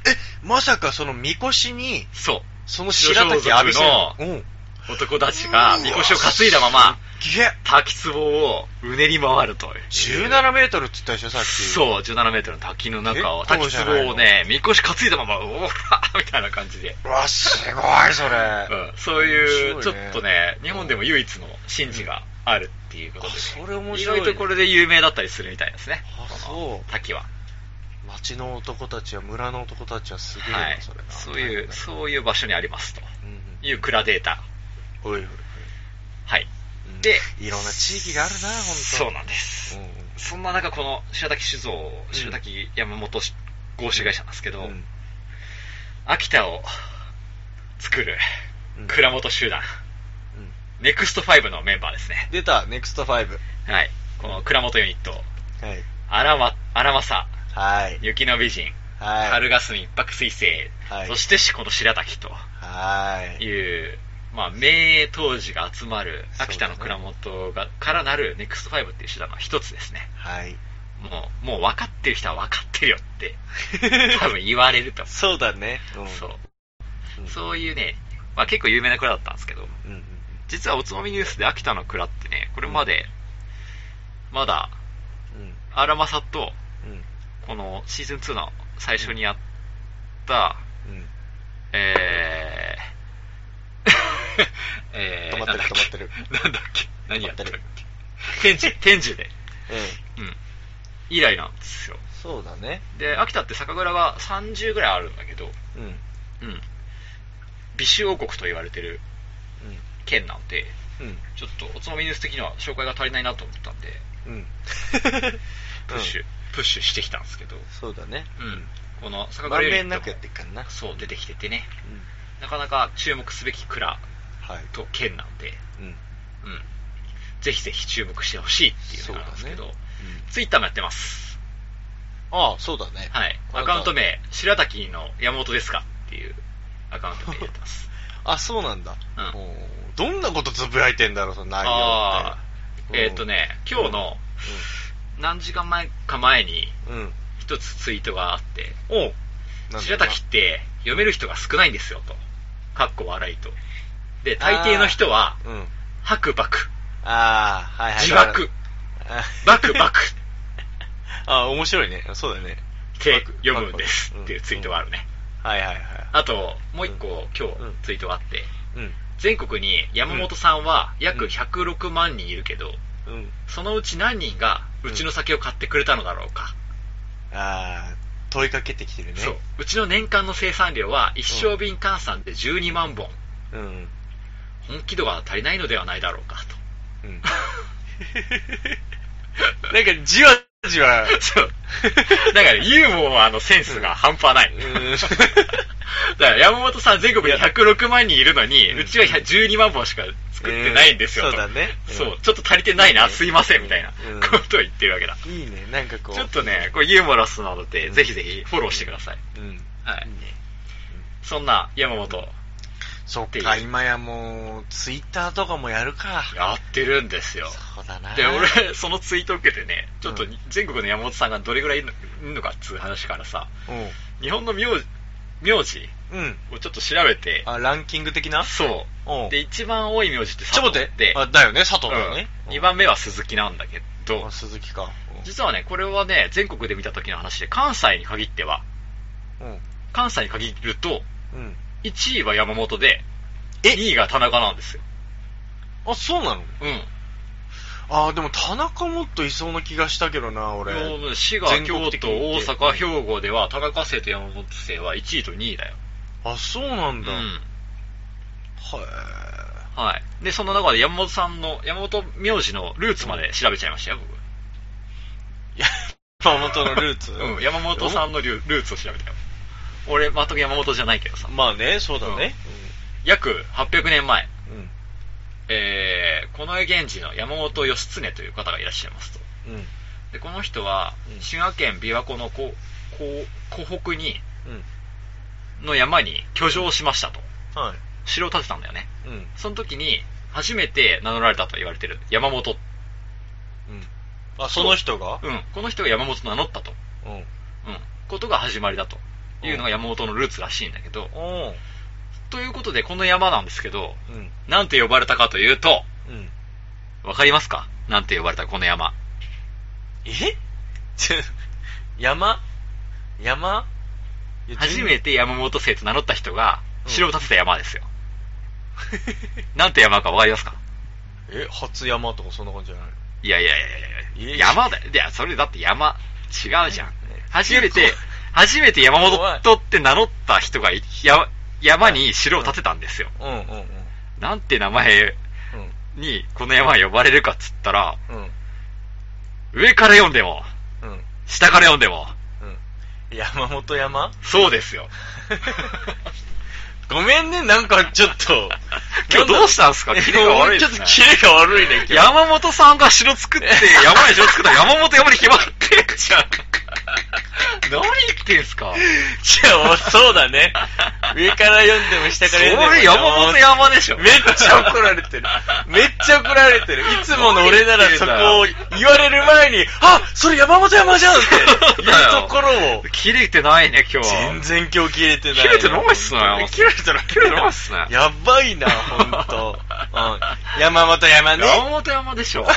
[SPEAKER 4] え、まさかそのみこしに、
[SPEAKER 2] そ
[SPEAKER 4] その白滝浴びせるうん。
[SPEAKER 2] う、男たちがみこしを担いだまま、
[SPEAKER 4] すげえ
[SPEAKER 2] 滝壺をうねり回るという。
[SPEAKER 4] 17メートルって言ったでしょ、さっき。う。
[SPEAKER 2] そう、17メートルの滝の中を、
[SPEAKER 4] 結
[SPEAKER 2] 滝
[SPEAKER 4] 構じゃない
[SPEAKER 2] 壺をね、みこし担いだまま、おらみたいな感じで。
[SPEAKER 4] わ、すごい、それ。
[SPEAKER 2] う
[SPEAKER 4] あ、
[SPEAKER 2] ん、そういう、
[SPEAKER 4] 面
[SPEAKER 2] ちょ
[SPEAKER 4] 白
[SPEAKER 2] っ
[SPEAKER 4] いね
[SPEAKER 2] とね、日本でも唯一の神事があるっていうことで、
[SPEAKER 4] それ面
[SPEAKER 2] い
[SPEAKER 4] 白
[SPEAKER 2] ろ
[SPEAKER 4] い。
[SPEAKER 2] いろとこれで有名だったりするみたいですね。
[SPEAKER 4] あ、
[SPEAKER 2] こ
[SPEAKER 4] そ
[SPEAKER 2] の滝は。
[SPEAKER 4] う。町の男たちや村の男たちはすげえな、
[SPEAKER 2] はい
[SPEAKER 4] それ。な。
[SPEAKER 2] そういう、
[SPEAKER 4] う
[SPEAKER 2] そういう場所にありますと
[SPEAKER 4] んうん。
[SPEAKER 2] いうクラデータ。
[SPEAKER 4] おいおいおい。
[SPEAKER 2] はい。
[SPEAKER 4] うん
[SPEAKER 2] で
[SPEAKER 4] いろんな地域があるな、ほんと。
[SPEAKER 2] そうなんです。そんな中、この白滝酒造、白滝山本合資会社なんですけど、
[SPEAKER 4] うん。うん。
[SPEAKER 2] 秋田を作る
[SPEAKER 4] うん
[SPEAKER 2] 倉本集団、
[SPEAKER 4] うん
[SPEAKER 2] ネクスト5のメンバーですね。
[SPEAKER 4] 出た、ネクスト5。
[SPEAKER 2] はい。この倉本ユニット、
[SPEAKER 4] はい。
[SPEAKER 2] 荒ま、荒政、
[SPEAKER 4] はい。
[SPEAKER 2] 雪の美人、
[SPEAKER 4] はい。
[SPEAKER 2] 春霞一泊水星、
[SPEAKER 4] はい
[SPEAKER 2] そしてしこの白滝と
[SPEAKER 4] はい。
[SPEAKER 2] いう、まあ、名当時が集まる秋田の
[SPEAKER 4] そうだ
[SPEAKER 2] 倉
[SPEAKER 4] ね
[SPEAKER 2] 本が、からなるネクスト5っていう手段の一つですね。
[SPEAKER 4] はい。
[SPEAKER 2] もう、もう分かってる人は分かってるよって、 多分言われると思
[SPEAKER 4] そうだね。うん
[SPEAKER 2] う。そう。
[SPEAKER 4] うん
[SPEAKER 2] そういうね、まあ結構有名な蔵だったんですけど、
[SPEAKER 4] うんうん
[SPEAKER 2] 実はおつまみニュースで秋田の蔵ってね、これまで、まだ、
[SPEAKER 4] うん。
[SPEAKER 2] 荒政と、
[SPEAKER 4] うん。
[SPEAKER 2] このシーズン2の最初にやった、
[SPEAKER 4] うん。
[SPEAKER 2] えー、 えー、
[SPEAKER 4] 止まってる
[SPEAKER 2] なんだけ
[SPEAKER 4] 止まってる。
[SPEAKER 2] なんだっけ何やったっ
[SPEAKER 4] 止ま
[SPEAKER 2] け天
[SPEAKER 4] っ
[SPEAKER 2] 寿、天寿で。
[SPEAKER 4] うん。
[SPEAKER 2] うん。以来なんですよ。
[SPEAKER 4] そうだね。
[SPEAKER 2] で、秋田って酒蔵が30ぐらいあるんだけど、
[SPEAKER 4] うん。うん。
[SPEAKER 2] うん。美酒王国と言われてる県なので、
[SPEAKER 4] うん。
[SPEAKER 2] ちょっとおつまみニュース的には紹介が足りないなと思ったんで、
[SPEAKER 4] うん。
[SPEAKER 2] プッシュ、プッシュしてきたんですけど、
[SPEAKER 4] そうだね。
[SPEAKER 2] うん。この酒
[SPEAKER 4] ま
[SPEAKER 2] 蔵
[SPEAKER 4] んべ
[SPEAKER 2] より
[SPEAKER 4] んなくやっていくからな。
[SPEAKER 2] そう、出てきててね、
[SPEAKER 4] うん。
[SPEAKER 2] なかなか注目すべき蔵
[SPEAKER 4] はい。
[SPEAKER 2] と県なんで、
[SPEAKER 4] うん。
[SPEAKER 2] うん。ぜひぜひ注目してほしいっていうのがあるんですけど、
[SPEAKER 4] そうだね
[SPEAKER 2] ツイッターもやってます。
[SPEAKER 4] ああ、そうだね。
[SPEAKER 2] はい。アカウント。名、白滝の山本ですかっていうアカウント名でやってます。
[SPEAKER 4] あ、そうなんだ。
[SPEAKER 2] うん
[SPEAKER 4] おーどんなことつぶやいてんだろう、その内容
[SPEAKER 2] あ
[SPEAKER 4] っ
[SPEAKER 2] あ、
[SPEAKER 4] て。
[SPEAKER 2] えっ、とね、今日の何時間前か前に
[SPEAKER 4] うん。うん。
[SPEAKER 2] 一つツイートがあって、
[SPEAKER 4] おうなんだろうな
[SPEAKER 2] 白滝って読める人が少ないんですよと。かっこ笑いと。で、大抵の人は、
[SPEAKER 4] うん。
[SPEAKER 2] 白爆、
[SPEAKER 4] ああ、はいはい。
[SPEAKER 2] 自 爆、
[SPEAKER 4] あ
[SPEAKER 2] 爆爆っ
[SPEAKER 4] あ、面白いね。そうだね。
[SPEAKER 2] て読むんです
[SPEAKER 4] うん
[SPEAKER 2] っていうツイートがあるね。
[SPEAKER 4] はいはいはい。
[SPEAKER 2] あと、もう一個、
[SPEAKER 4] うん
[SPEAKER 2] 今日
[SPEAKER 4] うん
[SPEAKER 2] ツイートがあって、
[SPEAKER 4] うん。
[SPEAKER 2] 全国に山本さんは約
[SPEAKER 4] うん
[SPEAKER 2] 106万人いるけど、
[SPEAKER 4] うん。
[SPEAKER 2] そのうち何人がうちの酒を買ってくれたのだろうか。
[SPEAKER 4] ああ、問いかけてきてるね。
[SPEAKER 2] そう。。うちの年間の生産量は一升瓶換算で12万本。
[SPEAKER 4] うん。
[SPEAKER 2] 本気度が足りないのではないだろうかと。
[SPEAKER 4] うん。なんか、じわじわ、
[SPEAKER 2] そう。だから、ユーモアのセンスが半端ない。
[SPEAKER 4] うん
[SPEAKER 2] だから、山本さん全国に106万人いるのに、
[SPEAKER 4] うん
[SPEAKER 2] うちは12万本しか作ってないんですよ、
[SPEAKER 4] うん
[SPEAKER 2] と
[SPEAKER 4] そうだねうん
[SPEAKER 2] そう、ちょっと足りてないな、すいません、みたいな
[SPEAKER 4] うん
[SPEAKER 2] ことを言ってるわけだ。
[SPEAKER 4] いいね。なんかこう。
[SPEAKER 2] ちょっとね、これユーモラスなので、
[SPEAKER 4] うん
[SPEAKER 2] ぜひぜひフォローしてください。
[SPEAKER 4] うん。いいね。
[SPEAKER 2] はい。そんな山本、
[SPEAKER 4] そっ
[SPEAKER 2] ってい
[SPEAKER 4] か、
[SPEAKER 2] う
[SPEAKER 4] 今やもう、ツイッターとかもやるか。
[SPEAKER 2] やってるんですよ。
[SPEAKER 4] そうだな。
[SPEAKER 2] で、俺、そのツイートを受けてね、ちょっと
[SPEAKER 4] うん
[SPEAKER 2] 全国の山本さんがどれぐらいいるのいるのかっていう話からさ、
[SPEAKER 4] うん。
[SPEAKER 2] 日本の名字、名字
[SPEAKER 4] うん。
[SPEAKER 2] をちょっと調べて、
[SPEAKER 4] あ、ランキング的なち
[SPEAKER 2] そ
[SPEAKER 4] お
[SPEAKER 2] う。
[SPEAKER 4] う
[SPEAKER 2] で、一番多い名字って
[SPEAKER 4] ょ
[SPEAKER 2] 佐
[SPEAKER 4] っと
[SPEAKER 2] 藤
[SPEAKER 4] 待っ
[SPEAKER 2] で
[SPEAKER 4] て。あ、だよね、佐藤だよね。
[SPEAKER 2] 2番目は鈴木なんだけど
[SPEAKER 4] あ、、鈴木か。
[SPEAKER 2] 実はね、これはね、全国で見た時の話で、関西に限っては、
[SPEAKER 4] うん。
[SPEAKER 2] 関西に限ると、
[SPEAKER 4] うん。
[SPEAKER 2] 1位は山本で、
[SPEAKER 4] え
[SPEAKER 2] 2位が田中なんですよ。
[SPEAKER 4] あ、そうなの
[SPEAKER 2] うん。
[SPEAKER 4] あーでも田中もっといそうな気がしたけどな、俺。
[SPEAKER 2] もう滋賀、
[SPEAKER 4] 全
[SPEAKER 2] 京
[SPEAKER 4] 国
[SPEAKER 2] 都、
[SPEAKER 4] 的
[SPEAKER 2] 大
[SPEAKER 4] に見て
[SPEAKER 2] 阪、兵庫では、田中生と山本生は1位と2位だよ。
[SPEAKER 4] あ、そうなん
[SPEAKER 2] う
[SPEAKER 4] だ。
[SPEAKER 2] ん。
[SPEAKER 4] は
[SPEAKER 2] はい。で、その中で山本さんの、山本名字のルーツまで調べちゃいましたよ、僕。
[SPEAKER 4] い。いや、山本のルーツ
[SPEAKER 2] うん、山本さんのルールーツを調べたよ。俺、全く山本じゃないけどさ。
[SPEAKER 4] まあね、そうだね。
[SPEAKER 2] 約800年前、
[SPEAKER 4] うん。
[SPEAKER 2] えー、近衛源氏の山本義経という方がいらっしゃいますと。
[SPEAKER 4] うん。うん。
[SPEAKER 2] で、この人は
[SPEAKER 4] う、ん
[SPEAKER 2] 滋賀県琵琶湖のここ湖北に、
[SPEAKER 4] うん。
[SPEAKER 2] の山に居城をしましたと。
[SPEAKER 4] はい。
[SPEAKER 2] 城を建てたんだよね。
[SPEAKER 4] うん。うん。
[SPEAKER 2] その時に、初めて名乗られたと言われてる山本
[SPEAKER 4] あ、その人が
[SPEAKER 2] うん、この人が山本を名乗ったと、
[SPEAKER 4] うん。うん。
[SPEAKER 2] うん、ことが始まりだというのが山本のルーツらしいんだけど、ということでこの山なんですけど、
[SPEAKER 4] うん。
[SPEAKER 2] なんて呼ばれたかというと、
[SPEAKER 4] うん。
[SPEAKER 2] わかりますかなんて呼ばれたこの山。
[SPEAKER 4] えちょ、山山いや
[SPEAKER 2] 初
[SPEAKER 4] 全
[SPEAKER 2] めて山本姓と名乗った人が、
[SPEAKER 4] うん
[SPEAKER 2] 城を建てた山です よ。なんて山かわかりますか
[SPEAKER 4] え、初山とかそんな感じじゃない
[SPEAKER 2] いやいやいやいやい
[SPEAKER 4] え
[SPEAKER 2] や山だよ。いや、それだって山、違うじゃん
[SPEAKER 4] え。
[SPEAKER 2] 初めて、初めて山
[SPEAKER 4] 怖い
[SPEAKER 2] 本って名乗った人が、や山に城を建てたんですよ。
[SPEAKER 4] うんうんうん。
[SPEAKER 2] なんて名前に、この山は呼ばれるかっつったら、
[SPEAKER 4] うん。
[SPEAKER 2] 上から読んでも、
[SPEAKER 4] うん。うん。
[SPEAKER 2] 下から読んでも、
[SPEAKER 4] うん。 山本山
[SPEAKER 2] そうですよ。
[SPEAKER 4] ごめんね、なんかちょっと。
[SPEAKER 2] 今日どうしたんすかキレが悪い
[SPEAKER 4] ち
[SPEAKER 2] で
[SPEAKER 4] ょっ
[SPEAKER 2] す
[SPEAKER 4] と
[SPEAKER 2] ね
[SPEAKER 4] キレが悪いね、今日。
[SPEAKER 2] 山本さんが城作って、山に城作ったら山本山に決まってるじゃん。何言ってんすか
[SPEAKER 4] いやもうそうだね。 上から読んでも下から読んでも。
[SPEAKER 2] それ山本山でしょ。
[SPEAKER 4] めっちゃ怒られてる。 めっちゃ怒られてる。いつもの俺ならそこを言われる 前に、あそれ山本山じゃんって 言うところを。
[SPEAKER 2] 切れてないね、今日は。
[SPEAKER 4] 全然今日切れてない。
[SPEAKER 2] 切れてないっすね山本
[SPEAKER 4] 切れてない。
[SPEAKER 2] 切れてないっすね
[SPEAKER 4] やばいな、ほんと。うん。山本山ね。
[SPEAKER 2] 山本山でしょ。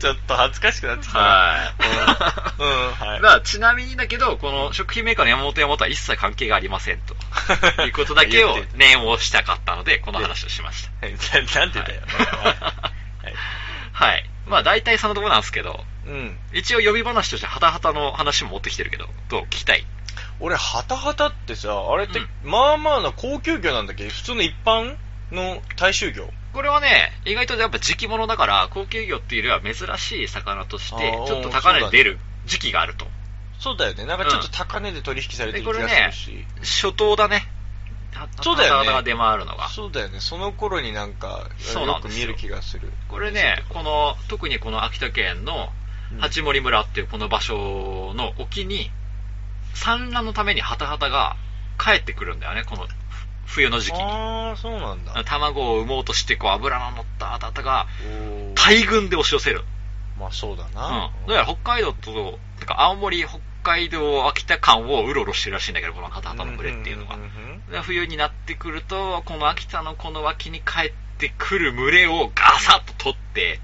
[SPEAKER 4] ちょっと恥ずかしくなってきたな。
[SPEAKER 2] はい。
[SPEAKER 4] うんうんはい
[SPEAKER 2] まあ、ちなみにだけど、この食品メーカーの山本山とは一切関係がありません と。いうことだけを
[SPEAKER 4] 言って
[SPEAKER 2] 念をしたかったので、この話をしました。
[SPEAKER 4] ななんでだよ。はい
[SPEAKER 2] はい。まあ、大体そのとこなんですけど、
[SPEAKER 4] うん。
[SPEAKER 2] 一応呼び話としてハタハタの話も持ってきてるけど、どう聞きたい
[SPEAKER 4] 俺、ハタハタってさ、あれって
[SPEAKER 2] うん、
[SPEAKER 4] まあまあな高級魚なんだっけ普通の一般の大衆魚
[SPEAKER 2] これはね、意外とやっぱ時期物だから、高級魚っていうよりは珍しい魚として、
[SPEAKER 4] あー
[SPEAKER 2] ちょっと高値で出る時期があると。
[SPEAKER 4] そうだよね。なんかちょっと高値で取引されてる気
[SPEAKER 2] でこ
[SPEAKER 4] が
[SPEAKER 2] れね
[SPEAKER 4] するし。
[SPEAKER 2] 初頭だね。は
[SPEAKER 4] そうだよね
[SPEAKER 2] ハタハタが出回るのが。
[SPEAKER 4] そうだよね。その頃になんか、
[SPEAKER 2] そうな
[SPEAKER 4] よ
[SPEAKER 2] んで
[SPEAKER 4] く
[SPEAKER 2] す
[SPEAKER 4] 見
[SPEAKER 2] よ
[SPEAKER 4] る気がする。
[SPEAKER 2] これね、この、特にこの秋田県の
[SPEAKER 4] うん
[SPEAKER 2] 八森村っていうこの場所の沖に、産卵のためにハタハタが帰ってくるんだよね、このふ冬の時期に。
[SPEAKER 4] ああ、そうなんだ。
[SPEAKER 2] 卵を産もうとして、こう油の乗ったハタハタが、
[SPEAKER 4] おー
[SPEAKER 2] 大群で押し寄せる。
[SPEAKER 4] まあそうだ
[SPEAKER 2] うん。
[SPEAKER 4] な。
[SPEAKER 2] どうやら北海道と、てか青森、北海道、秋田間をうろうろしてるらしいんだけど、このハタハタの群れっていうのが
[SPEAKER 4] ん。んうん
[SPEAKER 2] で冬になってくると、この秋田のこの脇に帰ってくる群れをガサッと取って、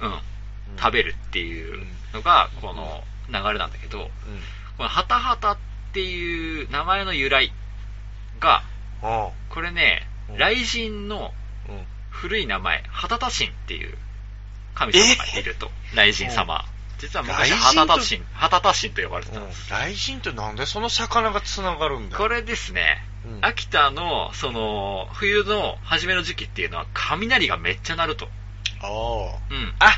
[SPEAKER 4] うんうん。
[SPEAKER 2] うん、食べるっていうのが、この流れなんだけど、
[SPEAKER 4] うん。
[SPEAKER 2] このハタハタっていう名前の由来が、
[SPEAKER 4] あ
[SPEAKER 2] これね、雷神の
[SPEAKER 4] あ。うん。
[SPEAKER 2] 古い名前、ハタタ神っていう神様がいると。雷神様。実は昔、ハタ
[SPEAKER 4] 雷
[SPEAKER 2] タ
[SPEAKER 4] 神と
[SPEAKER 2] 神、ハタタ神と呼ばれてた
[SPEAKER 4] うん
[SPEAKER 2] んです。
[SPEAKER 4] 雷神ってなんでその魚がつながるんだ
[SPEAKER 2] これですね、
[SPEAKER 4] うん
[SPEAKER 2] 秋田の、その、冬の初めの時期っていうのは、雷がめっちゃ鳴ると。
[SPEAKER 4] ああ。
[SPEAKER 2] うん。
[SPEAKER 4] あ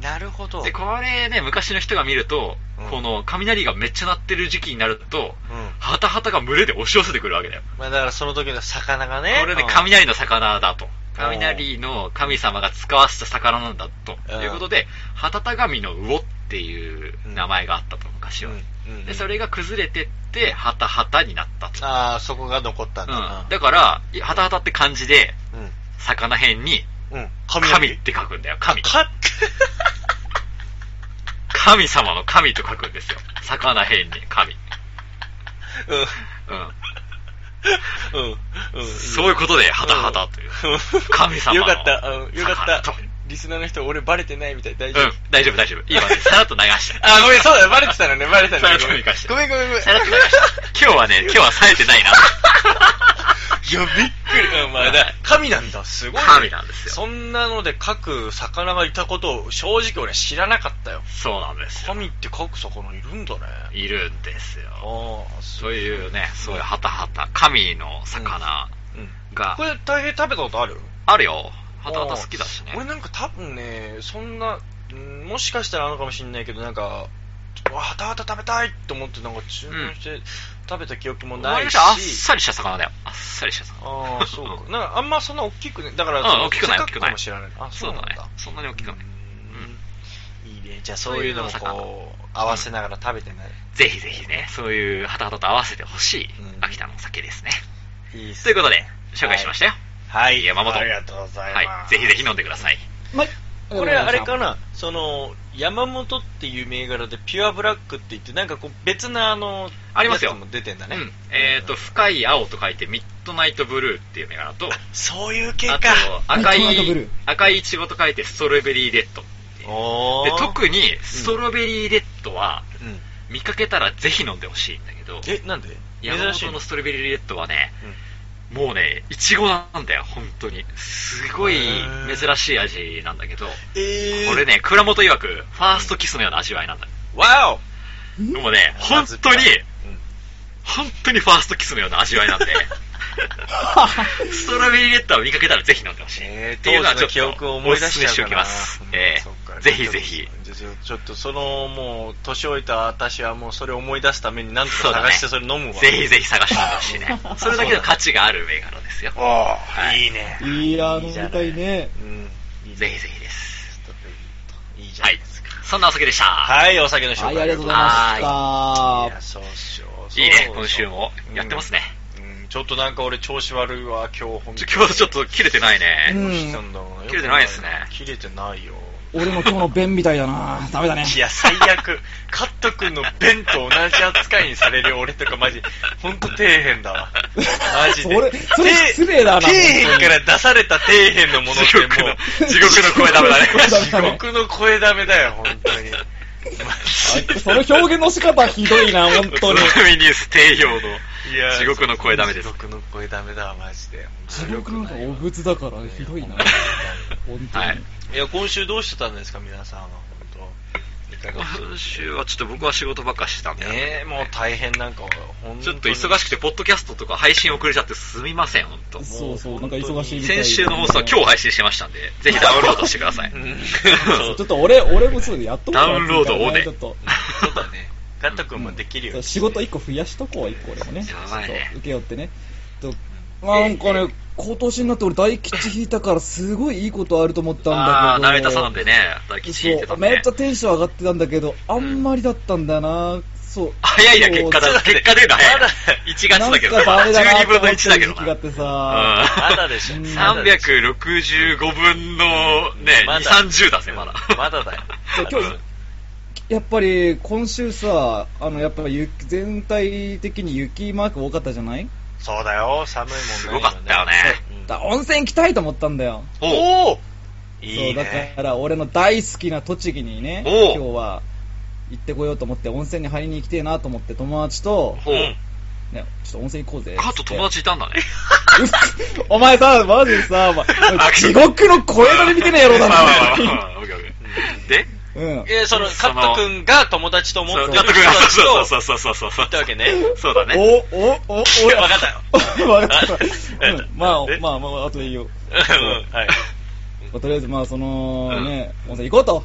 [SPEAKER 4] なるほど。
[SPEAKER 2] で、これね、昔の人が見ると、
[SPEAKER 4] うん
[SPEAKER 2] この雷がめっちゃ鳴ってる時期になると、
[SPEAKER 4] うん。
[SPEAKER 2] ハタハタが群れで押し寄せてくるわけだよ。
[SPEAKER 4] まあだからその時の魚がね。
[SPEAKER 2] これで
[SPEAKER 4] うん
[SPEAKER 2] 雷の魚だと。雷の神様が使わせた魚なんだと。
[SPEAKER 4] うん
[SPEAKER 2] いうことで、ハタタ神の魚っていう名前があったと、昔は。
[SPEAKER 4] うんうん
[SPEAKER 2] で、それが崩れてって、ハタハタになったと。
[SPEAKER 4] ああ、そこが残ったんだ
[SPEAKER 2] う。。
[SPEAKER 4] なん
[SPEAKER 2] だから、ハタハタって漢字で、
[SPEAKER 4] う
[SPEAKER 2] 魚編に、
[SPEAKER 4] ん。うん。
[SPEAKER 2] 神って書くんだよ。神。
[SPEAKER 4] か
[SPEAKER 2] 神様の神と書くんですよ。魚編に神。うん。
[SPEAKER 4] うん。うん。うん。
[SPEAKER 2] そういうことで、ハタハタという。神様の
[SPEAKER 4] よかった。うん。よかった
[SPEAKER 2] 魚と。
[SPEAKER 4] リスナーの人、俺バレてないみたい。大
[SPEAKER 2] うん
[SPEAKER 4] 丈夫。、
[SPEAKER 2] 大丈夫大丈夫。今 ね、さらっと流した。
[SPEAKER 4] あ、ごめん、そうだ、バレてたのね、バレてたのね。
[SPEAKER 2] さらっと生かして
[SPEAKER 4] ごめん、ごめん、ごめん。
[SPEAKER 2] さらっと流した。今日 はね、今日は冴えてないな。
[SPEAKER 4] いや、びっくり。うん、まあ、だ神なんだ、すごいね。
[SPEAKER 2] 神なんですよ
[SPEAKER 4] そんなので書く魚がいたことを、正直俺知らなかったよ。
[SPEAKER 2] そうなんですよ。
[SPEAKER 4] 神って書く魚いるんだね。
[SPEAKER 2] いるんですよ。
[SPEAKER 4] ああ、そ
[SPEAKER 2] そういうね、そういうハタハタ、神の魚
[SPEAKER 4] うん。
[SPEAKER 2] が
[SPEAKER 4] こ、れ、大変食べたことある
[SPEAKER 2] あるよ。ハタハタ好きだしね
[SPEAKER 4] あー。俺なんか多分ね、そんな、うんもしかしたらあるのかもしれないけど、なんか、わはたはた食べたいと思って、なんか注文して食べた記憶もな
[SPEAKER 2] 割
[SPEAKER 4] い
[SPEAKER 2] と
[SPEAKER 4] し。
[SPEAKER 2] あっさりした魚だよ。あっさりした魚。
[SPEAKER 4] ああ、そうか。なんかあんまそんな大きくね、だか
[SPEAKER 2] う
[SPEAKER 4] ら、
[SPEAKER 2] ん
[SPEAKER 4] その
[SPEAKER 2] 大きくない
[SPEAKER 4] せっ
[SPEAKER 2] 大き
[SPEAKER 4] か
[SPEAKER 2] くない
[SPEAKER 4] かもしれない。あ、
[SPEAKER 2] そ
[SPEAKER 4] そう
[SPEAKER 2] う
[SPEAKER 4] なん
[SPEAKER 2] だね
[SPEAKER 4] だ。。
[SPEAKER 2] そんなに大きくない。
[SPEAKER 4] うんいいね。じゃあそういうのもこう、合わせながら食べてない。
[SPEAKER 2] ぜひぜひね、そういうハタハタと合わせてほしい
[SPEAKER 4] うん
[SPEAKER 2] 秋田のお酒ですね。
[SPEAKER 4] いいっす
[SPEAKER 2] ということで、紹介しましたよ。
[SPEAKER 4] はい。
[SPEAKER 2] 山本
[SPEAKER 4] ありがとうございま
[SPEAKER 2] は
[SPEAKER 4] す。
[SPEAKER 2] い。ぜひぜひ飲んでください。
[SPEAKER 1] まい
[SPEAKER 7] こ
[SPEAKER 4] これあれかなその山本っていう銘柄でピュアブラックって言ってなんかこう別なあの
[SPEAKER 2] ありますよ
[SPEAKER 4] やつも出てんだね、
[SPEAKER 2] うん、えっ、と、深い青と書いて、ミッドナイトブルーっていう銘柄と、
[SPEAKER 4] そういう系
[SPEAKER 2] あ
[SPEAKER 4] か
[SPEAKER 2] と、赤い
[SPEAKER 7] ミッドナイトブルー、
[SPEAKER 2] 赤いイチゴと書いて、ストロベリーレッドっていう
[SPEAKER 4] おー
[SPEAKER 2] で特に、ストロベリーレッドは、
[SPEAKER 4] うん
[SPEAKER 2] 見かけたらぜひ飲んでほしいんだけど、
[SPEAKER 4] えなんで
[SPEAKER 2] 山
[SPEAKER 4] 珍しい
[SPEAKER 2] 本
[SPEAKER 4] の
[SPEAKER 2] のストロベリーレッドはね、もうね、イチゴなんだよ、本当に。すごい
[SPEAKER 4] へー
[SPEAKER 2] 珍しい味なんだけど、
[SPEAKER 4] えー、
[SPEAKER 2] これね、倉本曰く、ファーストキスのような味わいなんだ。
[SPEAKER 4] わ
[SPEAKER 2] もうね、
[SPEAKER 4] お
[SPEAKER 2] 本当に、
[SPEAKER 4] うん
[SPEAKER 2] 本当にファーストキスのような味わいなん で、ストロベリーレッドは見かけたらぜひ飲んでほしい。
[SPEAKER 4] えー
[SPEAKER 2] っていうのはちょっ
[SPEAKER 4] 当時の記憶を
[SPEAKER 2] と
[SPEAKER 4] 思
[SPEAKER 2] お
[SPEAKER 4] い出
[SPEAKER 2] すす
[SPEAKER 4] し
[SPEAKER 2] め
[SPEAKER 4] ち
[SPEAKER 2] して
[SPEAKER 4] ゃ
[SPEAKER 2] お
[SPEAKER 4] う
[SPEAKER 2] き
[SPEAKER 4] か
[SPEAKER 2] ま
[SPEAKER 4] な
[SPEAKER 2] す。え
[SPEAKER 4] そっか
[SPEAKER 2] ー、ぜひぜひ。
[SPEAKER 4] じゃあちょっとそのもう年老いた私はもうそれを思い出すためになんとか探してそれ飲むわ
[SPEAKER 2] ぜひぜひ探してみてほしい ね。それだけの価値がある銘柄ですよ。
[SPEAKER 4] お
[SPEAKER 2] は
[SPEAKER 4] ー
[SPEAKER 2] い
[SPEAKER 4] いいね
[SPEAKER 7] いやー、飲みたいね。
[SPEAKER 4] うん
[SPEAKER 2] ぜひぜひです。
[SPEAKER 4] いいじゃ
[SPEAKER 2] は
[SPEAKER 4] ない
[SPEAKER 2] い
[SPEAKER 4] ですか。
[SPEAKER 2] そんなお酒でした。
[SPEAKER 4] はい、お酒の紹
[SPEAKER 7] は
[SPEAKER 4] 介
[SPEAKER 7] い、ありがとうござい
[SPEAKER 4] い
[SPEAKER 7] ま
[SPEAKER 4] や
[SPEAKER 7] し
[SPEAKER 4] そうしよう
[SPEAKER 2] いいね
[SPEAKER 4] そ、う
[SPEAKER 2] 今週も。やってますね。
[SPEAKER 4] うんちょっとなんか俺調子悪いわ今日本
[SPEAKER 2] ちょ今日ちょっと切れてないね。
[SPEAKER 7] うん
[SPEAKER 4] したんだろうな
[SPEAKER 2] 切れてないっすね
[SPEAKER 4] 切れてないよ
[SPEAKER 7] た。俺も今日の便みたいだな。ダメだね。
[SPEAKER 4] いや最悪カット君の弁と同じ扱いにされる俺とかマジ本当底辺だわマジで
[SPEAKER 7] それそれ
[SPEAKER 4] 底
[SPEAKER 7] 失礼だな
[SPEAKER 4] 底辺から出された底辺のものっ
[SPEAKER 2] 地獄
[SPEAKER 4] ても
[SPEAKER 2] の
[SPEAKER 4] う、
[SPEAKER 2] 地獄の声ダメだね。
[SPEAKER 7] 地
[SPEAKER 4] 地獄の声ダメだよ本当 にマジ
[SPEAKER 7] その表現の仕方ひどいな、本 当に。
[SPEAKER 2] おつまみニュース定評の
[SPEAKER 4] いや
[SPEAKER 2] 地獄の声ダメです
[SPEAKER 4] 地。獄の声ダメだわマジで
[SPEAKER 7] 地獄なんかお仏だからひどいな。本当
[SPEAKER 2] はい
[SPEAKER 7] に。
[SPEAKER 4] いや、今週どうしてたんですか、皆さんは。本当。いかが
[SPEAKER 2] 今週はちょっと僕は仕事ばっかしてたんで。
[SPEAKER 4] ねえ、もう大変なんか、本当に
[SPEAKER 2] ちょっと忙しくて、ポッドキャストとか配信遅れちゃってすみません、本当。
[SPEAKER 7] そうそう、なんか忙しいみたい
[SPEAKER 2] 先週の放送は今日配信してましたんで、ぜひダウンロードしてください。
[SPEAKER 4] うん
[SPEAKER 7] ちょっと俺、俺もそうでやっとこうかな
[SPEAKER 2] ダウンロードをね
[SPEAKER 7] ちょっと、
[SPEAKER 4] そうだね。ガッタ君もできるよ、
[SPEAKER 7] そう仕事一個増やしとこう、一個俺もね。
[SPEAKER 2] やばいね
[SPEAKER 7] そう受け負ってね。となんかね、今年になって俺大吉引いたからすごいいいことあると思ったん
[SPEAKER 2] あ
[SPEAKER 7] だ
[SPEAKER 2] あ、
[SPEAKER 7] けど。
[SPEAKER 2] 成田さんでね、大吉引いて
[SPEAKER 7] そ
[SPEAKER 2] た
[SPEAKER 7] う、
[SPEAKER 2] んで
[SPEAKER 7] め
[SPEAKER 2] ね
[SPEAKER 7] っちゃ。テンション上がってたんだけど、あんまりだったんだよな。そう。
[SPEAKER 2] 早いな、結果
[SPEAKER 7] そう
[SPEAKER 2] だ。結果出るの早いな。1
[SPEAKER 7] な
[SPEAKER 2] 月
[SPEAKER 7] ん
[SPEAKER 2] だけど
[SPEAKER 7] かダメだな
[SPEAKER 2] 12
[SPEAKER 7] と思
[SPEAKER 2] 分
[SPEAKER 7] っ
[SPEAKER 2] の
[SPEAKER 7] て
[SPEAKER 2] 1だけど
[SPEAKER 7] 時期があって
[SPEAKER 2] な。
[SPEAKER 7] さ。
[SPEAKER 4] まだでしょ。
[SPEAKER 7] うん
[SPEAKER 4] まだでしょ
[SPEAKER 2] 365分のね、
[SPEAKER 4] ま
[SPEAKER 2] 2、
[SPEAKER 4] だ
[SPEAKER 2] 30だぜ、まだ。
[SPEAKER 4] まだだよ
[SPEAKER 7] そう今日やっぱり今週さ、あのやっぱ雪全体的に雪マーク多かったじゃない、
[SPEAKER 4] そうだよ、寒いもんね。
[SPEAKER 2] すごかったよね
[SPEAKER 4] うん
[SPEAKER 7] だ温泉行きたいと思ったんだよ。
[SPEAKER 2] おう
[SPEAKER 4] おおいい
[SPEAKER 7] そうだ
[SPEAKER 4] ね。
[SPEAKER 7] から俺の大好きな栃木にね、
[SPEAKER 2] おう
[SPEAKER 7] 今日は行ってこようと思って温泉に入りに行きてえなと思って友達と、
[SPEAKER 2] ほう。
[SPEAKER 7] ね、ちょっと温泉行こうぜっつって。
[SPEAKER 2] カート友達いたんだね。
[SPEAKER 7] うっすお前さ、マジでさ、お前お前地獄の声だれ見てない野郎だ
[SPEAKER 2] まあま
[SPEAKER 7] な
[SPEAKER 2] あ。まあまあオッケーオッケーで、
[SPEAKER 7] お前うん。
[SPEAKER 4] え、その、
[SPEAKER 2] そ
[SPEAKER 4] カ
[SPEAKER 2] の
[SPEAKER 4] ット君が友達と思って
[SPEAKER 2] そう
[SPEAKER 4] る
[SPEAKER 2] や
[SPEAKER 4] 人
[SPEAKER 2] ったとくれ
[SPEAKER 4] ち
[SPEAKER 2] そうそ
[SPEAKER 4] と
[SPEAKER 2] うそうそうそうそう。
[SPEAKER 4] 行ったわけね。
[SPEAKER 2] そうだね。
[SPEAKER 7] お、お、お、お、
[SPEAKER 4] いやわかったよ。
[SPEAKER 7] わかった。
[SPEAKER 4] え
[SPEAKER 7] うんまあ
[SPEAKER 4] え、
[SPEAKER 7] まあ、まあ、後でいいよ。
[SPEAKER 4] うんはい。
[SPEAKER 7] まあとりあえず、まあ、その、
[SPEAKER 2] うん
[SPEAKER 7] ね、温泉行こうと。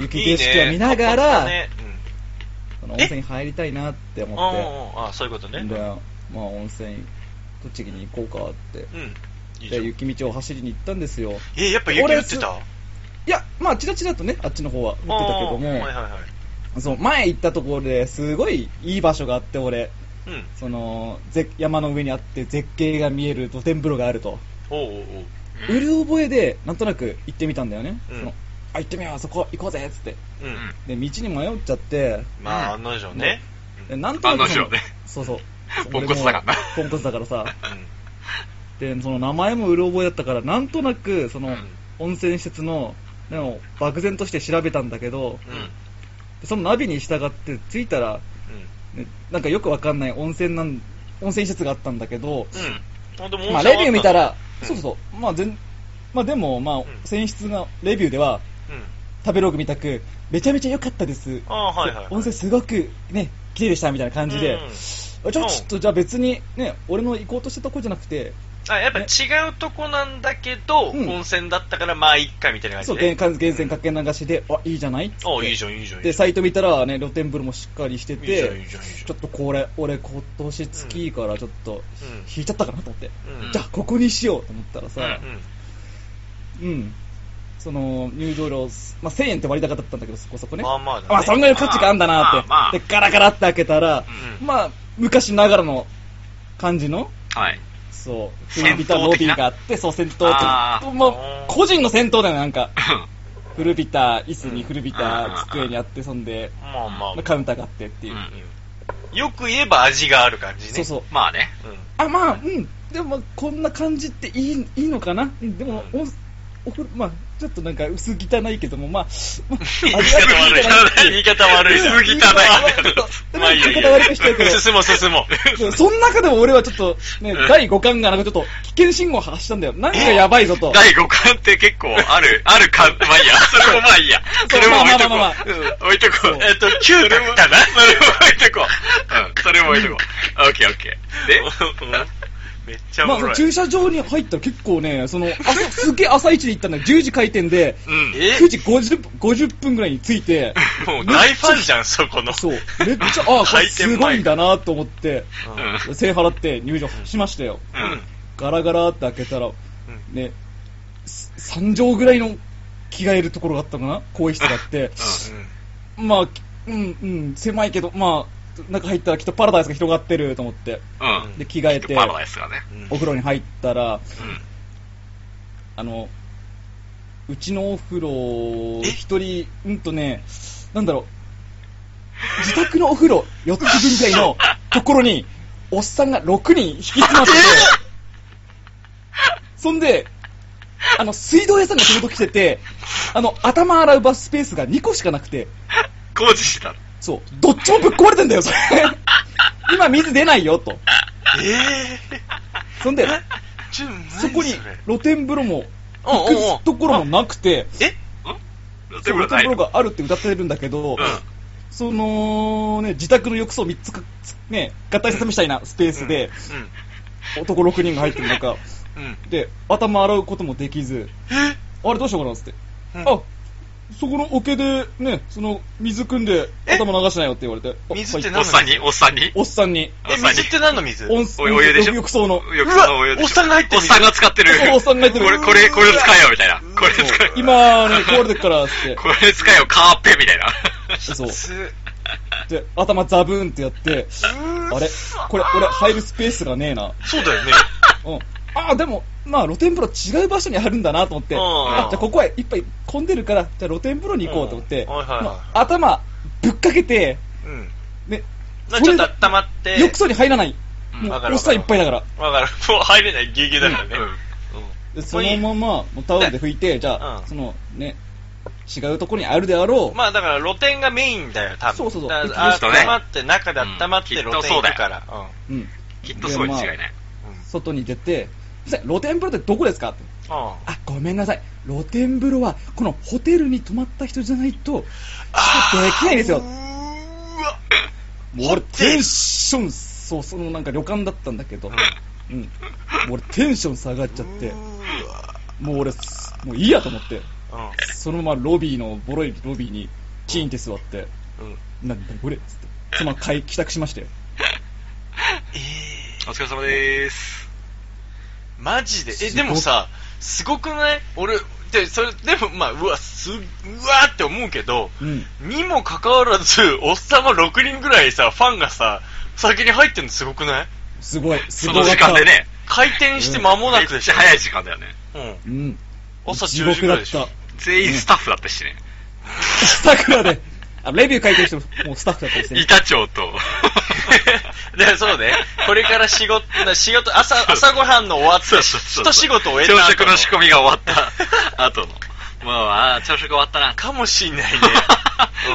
[SPEAKER 7] 雪景色を見なが
[SPEAKER 4] いい
[SPEAKER 7] ら、
[SPEAKER 4] ねねうん
[SPEAKER 7] その温泉に入りたいなって思っ
[SPEAKER 4] あーあー、そういうこと
[SPEAKER 7] て。
[SPEAKER 4] ね。
[SPEAKER 7] で、まあ、温泉、栃木に行こうかって。
[SPEAKER 4] うん。いいじゃ
[SPEAKER 7] で、
[SPEAKER 4] ん
[SPEAKER 7] 雪道を走りに行ったんですよ。
[SPEAKER 4] え、やっぱ雪降ってた
[SPEAKER 7] 俺いや、まあ、ちらちらとね、あっちの方は降ってたけども、
[SPEAKER 4] あーはいはいはい。
[SPEAKER 7] そう、前行ったところですごいいい場所があって、俺、
[SPEAKER 4] うん。
[SPEAKER 7] その、ぜ山の上にあって絶景が見える露天風呂があると。
[SPEAKER 4] おうおうおう。
[SPEAKER 7] うる覚えで、なんとなく行ってみたんだよね。
[SPEAKER 4] うん
[SPEAKER 7] そのあ、行ってみよう、そこ行こうぜっつって。
[SPEAKER 4] う。
[SPEAKER 2] うんん。
[SPEAKER 7] で、道に迷っちゃって、
[SPEAKER 4] まあ、案の定ね。
[SPEAKER 7] でなんとなくその、
[SPEAKER 2] 案の定ね
[SPEAKER 7] そう そう。
[SPEAKER 2] ポンコツだからな
[SPEAKER 7] 俺もポンコツだからさ。
[SPEAKER 4] うん。
[SPEAKER 7] で、その名前もうる覚えだったから、なんとなく、その、
[SPEAKER 4] うん
[SPEAKER 7] 温泉施設の、でも漠然として調べたんだけど、
[SPEAKER 4] うん。うん。
[SPEAKER 7] でそのナビに従って着いたら、ねなんかよくわかんない温泉なん、温泉施設があったんだけど、
[SPEAKER 4] あでも
[SPEAKER 7] まあ、
[SPEAKER 4] 温泉
[SPEAKER 7] レビュー見た
[SPEAKER 4] あっ
[SPEAKER 7] ら、
[SPEAKER 4] うん
[SPEAKER 7] そうそうそう、まあ、全、まあ、でも、まあ
[SPEAKER 4] ん、
[SPEAKER 7] 選出が、レビューでは、
[SPEAKER 4] の。うん。
[SPEAKER 7] 食べログ見たく、めちゃめちゃ良かったです。
[SPEAKER 4] あーはいはいはい
[SPEAKER 7] 温泉すごく、ね、綺麗でした、みたいな感じで。
[SPEAKER 4] うん
[SPEAKER 7] あじゃあ、ちょっと、じゃあ別に、ね、俺の行こうとしたとこじゃなくて、
[SPEAKER 4] あ、やっぱ違うとこなんだけど、
[SPEAKER 7] うん
[SPEAKER 4] 温泉だったから、まあ、いっか、みたいな感
[SPEAKER 7] そう、
[SPEAKER 4] じ
[SPEAKER 7] 源
[SPEAKER 4] で。
[SPEAKER 7] 源泉かけ流しで、あ、いいじゃないっつって
[SPEAKER 4] おういいじゃん、いいじゃん。い
[SPEAKER 7] で、
[SPEAKER 4] いじゃん
[SPEAKER 7] サイト見たら、ね、露天風呂もしっかりして
[SPEAKER 4] いいじ
[SPEAKER 7] て
[SPEAKER 4] ゃんいいじゃんいいじゃん、
[SPEAKER 7] ちょっとこれ、俺今年月いいから、ちょっと、引いちゃったかなと思って。
[SPEAKER 4] うん
[SPEAKER 7] じゃあ、ここにしようと思ったらさ、
[SPEAKER 4] うん。
[SPEAKER 7] うん。その、入場料、まあ、1000円って割高だったんだけど、そこそこね。
[SPEAKER 4] まあまあだね
[SPEAKER 7] まあ、そんぐらいの価値があんだなって。
[SPEAKER 2] まあまあまあ
[SPEAKER 7] で、ガラガラって開けたら、
[SPEAKER 4] うん
[SPEAKER 7] まあ、昔ながらの感じの、
[SPEAKER 2] はい。
[SPEAKER 7] そう、
[SPEAKER 2] 戦闘的な
[SPEAKER 7] 古びたロビーがあって、そう、戦闘的
[SPEAKER 2] あー
[SPEAKER 7] もう、個人の戦闘だよ、なんか。古びた椅子に古び
[SPEAKER 2] うん
[SPEAKER 7] た机にあって、そんで、
[SPEAKER 4] まあ
[SPEAKER 7] ま
[SPEAKER 4] ま
[SPEAKER 7] あ、カウンターがあってっていう。
[SPEAKER 4] あ。よく言えば味がある感じね。
[SPEAKER 7] そうそう。
[SPEAKER 2] まあね。
[SPEAKER 4] うん。
[SPEAKER 7] あ、まあ、うん。でも、まあこんな感じっていい、いいのかなうんでも、お、お風呂、まあ、ちょっとなんか薄汚いけども、まあ、まあ、
[SPEAKER 4] 言い
[SPEAKER 7] 味
[SPEAKER 4] 方
[SPEAKER 7] がいい
[SPEAKER 4] 悪い
[SPEAKER 7] かなって。
[SPEAKER 4] 言い方悪い。
[SPEAKER 7] うん
[SPEAKER 4] 薄汚い。
[SPEAKER 7] まあいいよいいよ言い方悪くして るけど
[SPEAKER 4] 進もう進も
[SPEAKER 7] でもその中でも俺はちょっと、ね
[SPEAKER 4] うん、
[SPEAKER 7] 第5巻がなんかちょっと危険信号を発したんだよ。なんかやばいぞと。
[SPEAKER 2] 第5巻って結構ある、 ある巻、まあいいや。それもまあい いや。それも置いとこ
[SPEAKER 7] まあまあ
[SPEAKER 2] ううん。置いとこう。えっと、9巻
[SPEAKER 4] だな
[SPEAKER 2] それも置いとこう。うん。それも置いとこ う。オッケーオッケー。で、
[SPEAKER 4] う。めっちゃお
[SPEAKER 7] まあ、
[SPEAKER 4] も
[SPEAKER 7] そ
[SPEAKER 4] ろ
[SPEAKER 7] の
[SPEAKER 4] い。
[SPEAKER 7] 駐車場に入ったら結構ね、 その、朝すげえ朝一で行ったんだよ。10時開店で、
[SPEAKER 2] うん。
[SPEAKER 4] え
[SPEAKER 7] 9時50分 ,50 分ぐらいに着いて、
[SPEAKER 4] もう大ファンじゃん、そこの。
[SPEAKER 7] そう、めっちゃ、ああ、これ
[SPEAKER 4] 開店前
[SPEAKER 7] すごいんだなと思って、
[SPEAKER 4] う
[SPEAKER 2] う
[SPEAKER 4] ん
[SPEAKER 2] ん
[SPEAKER 7] 制払って入場しましたよ。
[SPEAKER 2] うん。
[SPEAKER 7] ガラガラって開けたら、ね、す3畳ぐらいの着替えるところがあったのかな更衣室があって、まあ、うん、うん、狭いけど、まあ、中入ったらきっとパラダイスが広がってると思って、
[SPEAKER 2] うん。
[SPEAKER 7] で、着替え
[SPEAKER 2] きってと、パラダイスがね。
[SPEAKER 4] うん
[SPEAKER 7] お風呂に入ったら、
[SPEAKER 2] うん。
[SPEAKER 7] あの、うちのお風呂、一人、うんとね、なんだろう、自宅のお風呂4つ分ぐらいのところに、おっさんが6人引き詰まってて、そんで、あの、水道屋さんがその時来てて、あの、頭洗うバスペースが2個しかなくて、
[SPEAKER 2] 工事してたの。
[SPEAKER 7] そう、どっちもぶっ壊れてんだよ、そ れ。今水出ないよ、と。
[SPEAKER 4] ええ
[SPEAKER 7] そんで、
[SPEAKER 4] ー。ちょっと何
[SPEAKER 7] そこに
[SPEAKER 4] れ
[SPEAKER 7] 露天風呂も、
[SPEAKER 4] うん
[SPEAKER 7] 行
[SPEAKER 4] うんうん
[SPEAKER 7] くところもなくて、
[SPEAKER 2] 露
[SPEAKER 7] そ
[SPEAKER 2] 天風
[SPEAKER 7] う露
[SPEAKER 2] 呂
[SPEAKER 7] 天
[SPEAKER 2] ない
[SPEAKER 7] 風呂
[SPEAKER 2] の。
[SPEAKER 7] があるって歌ってるんだけど、そのね、自宅の浴槽3つか、つね、合体させましたいなスペースで、男6人が入ってる中、
[SPEAKER 4] うん。うん。
[SPEAKER 7] で、頭洗うこともできず、あれどうしようかなっつって、
[SPEAKER 4] うん
[SPEAKER 7] あ、そこの桶でね、その水汲んで頭流しなよって言われて、あ
[SPEAKER 4] 水って
[SPEAKER 7] はい
[SPEAKER 2] おっさんに、おっさんに。
[SPEAKER 7] おっさんに、
[SPEAKER 4] え、水って何の水
[SPEAKER 7] 温水
[SPEAKER 2] おお湯でしょ
[SPEAKER 7] 浴槽の、
[SPEAKER 2] よくそのお湯でしょ
[SPEAKER 4] うわおっさんが入ってる
[SPEAKER 2] おっさんが使ってる。
[SPEAKER 7] そうおっさんが入ってる
[SPEAKER 2] これ、これ、これ使えよ、みたいな。これ使えよ。
[SPEAKER 7] 今ね、壊れてるからっつっ て、
[SPEAKER 2] これ使えよ、カーペみたいな。
[SPEAKER 7] そう。
[SPEAKER 4] す
[SPEAKER 7] で、頭ザブーンってやって、あれこれ、俺入るスペースがねえな。
[SPEAKER 4] そ うだよね。
[SPEAKER 7] うん。ああ、でも、まあ、露天風呂違う場所にあるんだなと思って、
[SPEAKER 4] うん
[SPEAKER 7] あじゃあここは一杯混んでるから、じゃあ露天風呂に行こうと思って、
[SPEAKER 4] うんはいはいはい
[SPEAKER 7] まあ頭ぶっかけて、
[SPEAKER 4] うん。
[SPEAKER 7] ね、
[SPEAKER 4] まあ
[SPEAKER 7] そ
[SPEAKER 4] ちょ
[SPEAKER 7] れ
[SPEAKER 4] っと温まって。
[SPEAKER 7] 浴槽に入らない。
[SPEAKER 2] うん
[SPEAKER 7] も
[SPEAKER 4] わ
[SPEAKER 7] う
[SPEAKER 4] か、る
[SPEAKER 7] お
[SPEAKER 4] わ
[SPEAKER 7] っ
[SPEAKER 4] か
[SPEAKER 7] さん
[SPEAKER 4] る
[SPEAKER 7] いっぱいだから。
[SPEAKER 4] わかる。もう入れない、ギリギリだからね。
[SPEAKER 2] うん
[SPEAKER 7] でそのまま、もうタオルで拭いて、じゃあ、
[SPEAKER 4] うん
[SPEAKER 7] そのね、違うところにあるであろう。
[SPEAKER 4] まあだから露店がメインだよ、多分。
[SPEAKER 7] そうそうそう
[SPEAKER 4] だ
[SPEAKER 2] きっとね
[SPEAKER 4] 温まって、中で温まって
[SPEAKER 2] うんきっ
[SPEAKER 4] 露
[SPEAKER 2] と
[SPEAKER 4] 店
[SPEAKER 2] そ
[SPEAKER 4] 行
[SPEAKER 2] うだよ
[SPEAKER 4] くから。うん
[SPEAKER 7] うん。
[SPEAKER 2] きっとそうに違いない。
[SPEAKER 7] 外に出て、すいません露天風呂ってどこですかって
[SPEAKER 4] うん
[SPEAKER 7] あ、ごめんなさい。露天風呂は、このホテルに泊まった人じゃないと、できないんですよ。
[SPEAKER 4] うわ
[SPEAKER 7] もう俺テンション、そう、そのなんか旅館だったんだけど、うん。もう俺テンション下がっちゃって、もう俺す、もういいやと思って、 そのままロビーの、ボロいロビーに、チーンって座って、
[SPEAKER 4] うん。うん。
[SPEAKER 7] なんだこれっつって、そのまま帰帰宅しましたよ。
[SPEAKER 4] え
[SPEAKER 2] お疲れ様でーす。
[SPEAKER 4] ー、マジで。え、
[SPEAKER 7] すご
[SPEAKER 4] でもさ、すごくない俺、で、それ、でも、まあ、うわ、す、うわーって思うけど、
[SPEAKER 7] うん。
[SPEAKER 4] にもかかわらず、おっさんは6人ぐらいさ、ファンがさ、先に入ってんのすごくない
[SPEAKER 7] すごい、す
[SPEAKER 2] そ
[SPEAKER 7] ごか
[SPEAKER 2] の
[SPEAKER 7] った
[SPEAKER 2] 時間で。ね。
[SPEAKER 4] 回転して間も
[SPEAKER 2] め
[SPEAKER 4] な
[SPEAKER 2] っ
[SPEAKER 4] くで
[SPEAKER 2] ち
[SPEAKER 4] しょ
[SPEAKER 2] ゃ。早い時間だよね。
[SPEAKER 4] うん。
[SPEAKER 7] うん。
[SPEAKER 4] 朝
[SPEAKER 7] 地
[SPEAKER 4] 10
[SPEAKER 7] 獄
[SPEAKER 4] 時ぐ
[SPEAKER 7] だ
[SPEAKER 4] らい
[SPEAKER 7] っ
[SPEAKER 4] でしょ
[SPEAKER 7] た。。
[SPEAKER 2] 全員スタッフだったしね。
[SPEAKER 7] 桜で、あレビュー書いてる人も、もうスタッフだったりしてね。
[SPEAKER 2] 板長と。
[SPEAKER 4] でそうね。これから仕事、仕事、朝、朝ごはんの終わって、一仕事終えた後
[SPEAKER 2] 朝食の仕込みが終わ った後の。もう、ああ、朝食終わった な。。
[SPEAKER 4] かもしんないね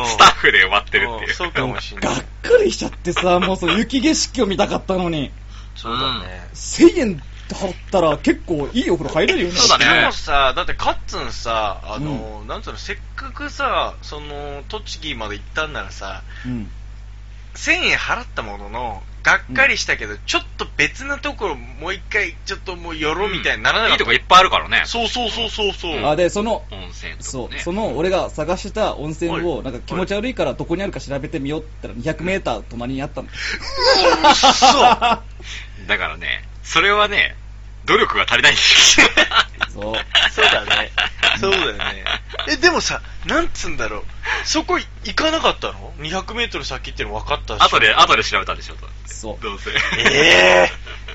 [SPEAKER 2] スタッフで終わってるっていう。
[SPEAKER 4] んそうかもしんな
[SPEAKER 7] が
[SPEAKER 4] い
[SPEAKER 7] っ。かりしちゃってさ、もうそう雪景色を見たかったのに、
[SPEAKER 4] そうだね。
[SPEAKER 7] 1000円払ったら結構いいお風呂入れるよね。
[SPEAKER 2] そうだね
[SPEAKER 4] でもさ、だってカッツンさ、あの、なんつうの、せっかくさ、その、栃木まで行ったんならさ、
[SPEAKER 7] うん。
[SPEAKER 4] 1000円払ったものの、がっかりしたけど、ちょっと別なところ、もう一回、ちょっともう寄ろうみたいにならなか
[SPEAKER 2] い
[SPEAKER 4] っ
[SPEAKER 2] い
[SPEAKER 4] た。
[SPEAKER 2] とこいっぱいあるからね。
[SPEAKER 4] そうそうそうそうそう。
[SPEAKER 7] あ、で、その、
[SPEAKER 2] 温泉と
[SPEAKER 7] そ
[SPEAKER 2] か
[SPEAKER 7] う、
[SPEAKER 2] ね。
[SPEAKER 7] その俺が探してた温泉を、なんか気持ち悪いからどこにあるか調べてみようって言ったら200メーター隣にあったの。
[SPEAKER 2] だからね、それはね、努力が足りないんですよ。
[SPEAKER 7] そう。
[SPEAKER 4] そうだね。そうだ よね。え、でもさ、なんつうんだろう。そこ行かなかったの ?200 メートル先っていうの分かったでしょ
[SPEAKER 2] 後で、後で調べたんでしょ、と
[SPEAKER 7] そう。
[SPEAKER 2] どうせ。
[SPEAKER 4] え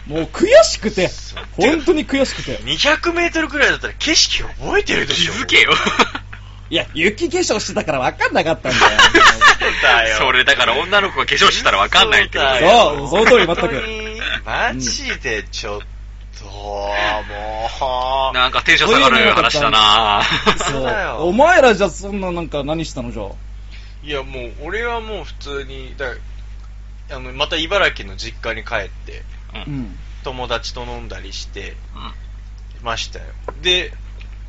[SPEAKER 7] もう悔しくて、本当に悔しくて
[SPEAKER 4] え。200メートルくらいだったら景色覚えてるで
[SPEAKER 2] 気
[SPEAKER 4] しょ
[SPEAKER 2] づけよ。
[SPEAKER 7] いいや、雪化粧してたから分かんなかったんだよ。
[SPEAKER 4] だよ。
[SPEAKER 2] それだから女の子が化粧してたらわかんないってこと
[SPEAKER 4] そうだ
[SPEAKER 2] だ
[SPEAKER 4] よ
[SPEAKER 2] よ。
[SPEAKER 7] そう、その通り全
[SPEAKER 4] 本当
[SPEAKER 7] く。
[SPEAKER 4] にマジでちょっと、もう。
[SPEAKER 2] なんかテンション下がる話だな
[SPEAKER 4] そうだよ
[SPEAKER 7] そう。お前らじゃそんななんか何したのじゃあ。
[SPEAKER 4] いや、もう、俺はもう普通に、だあの、また茨城の実家に帰って、
[SPEAKER 2] うん
[SPEAKER 7] うん。
[SPEAKER 4] 友達と飲んだりして
[SPEAKER 2] うん
[SPEAKER 4] ましたよ。で、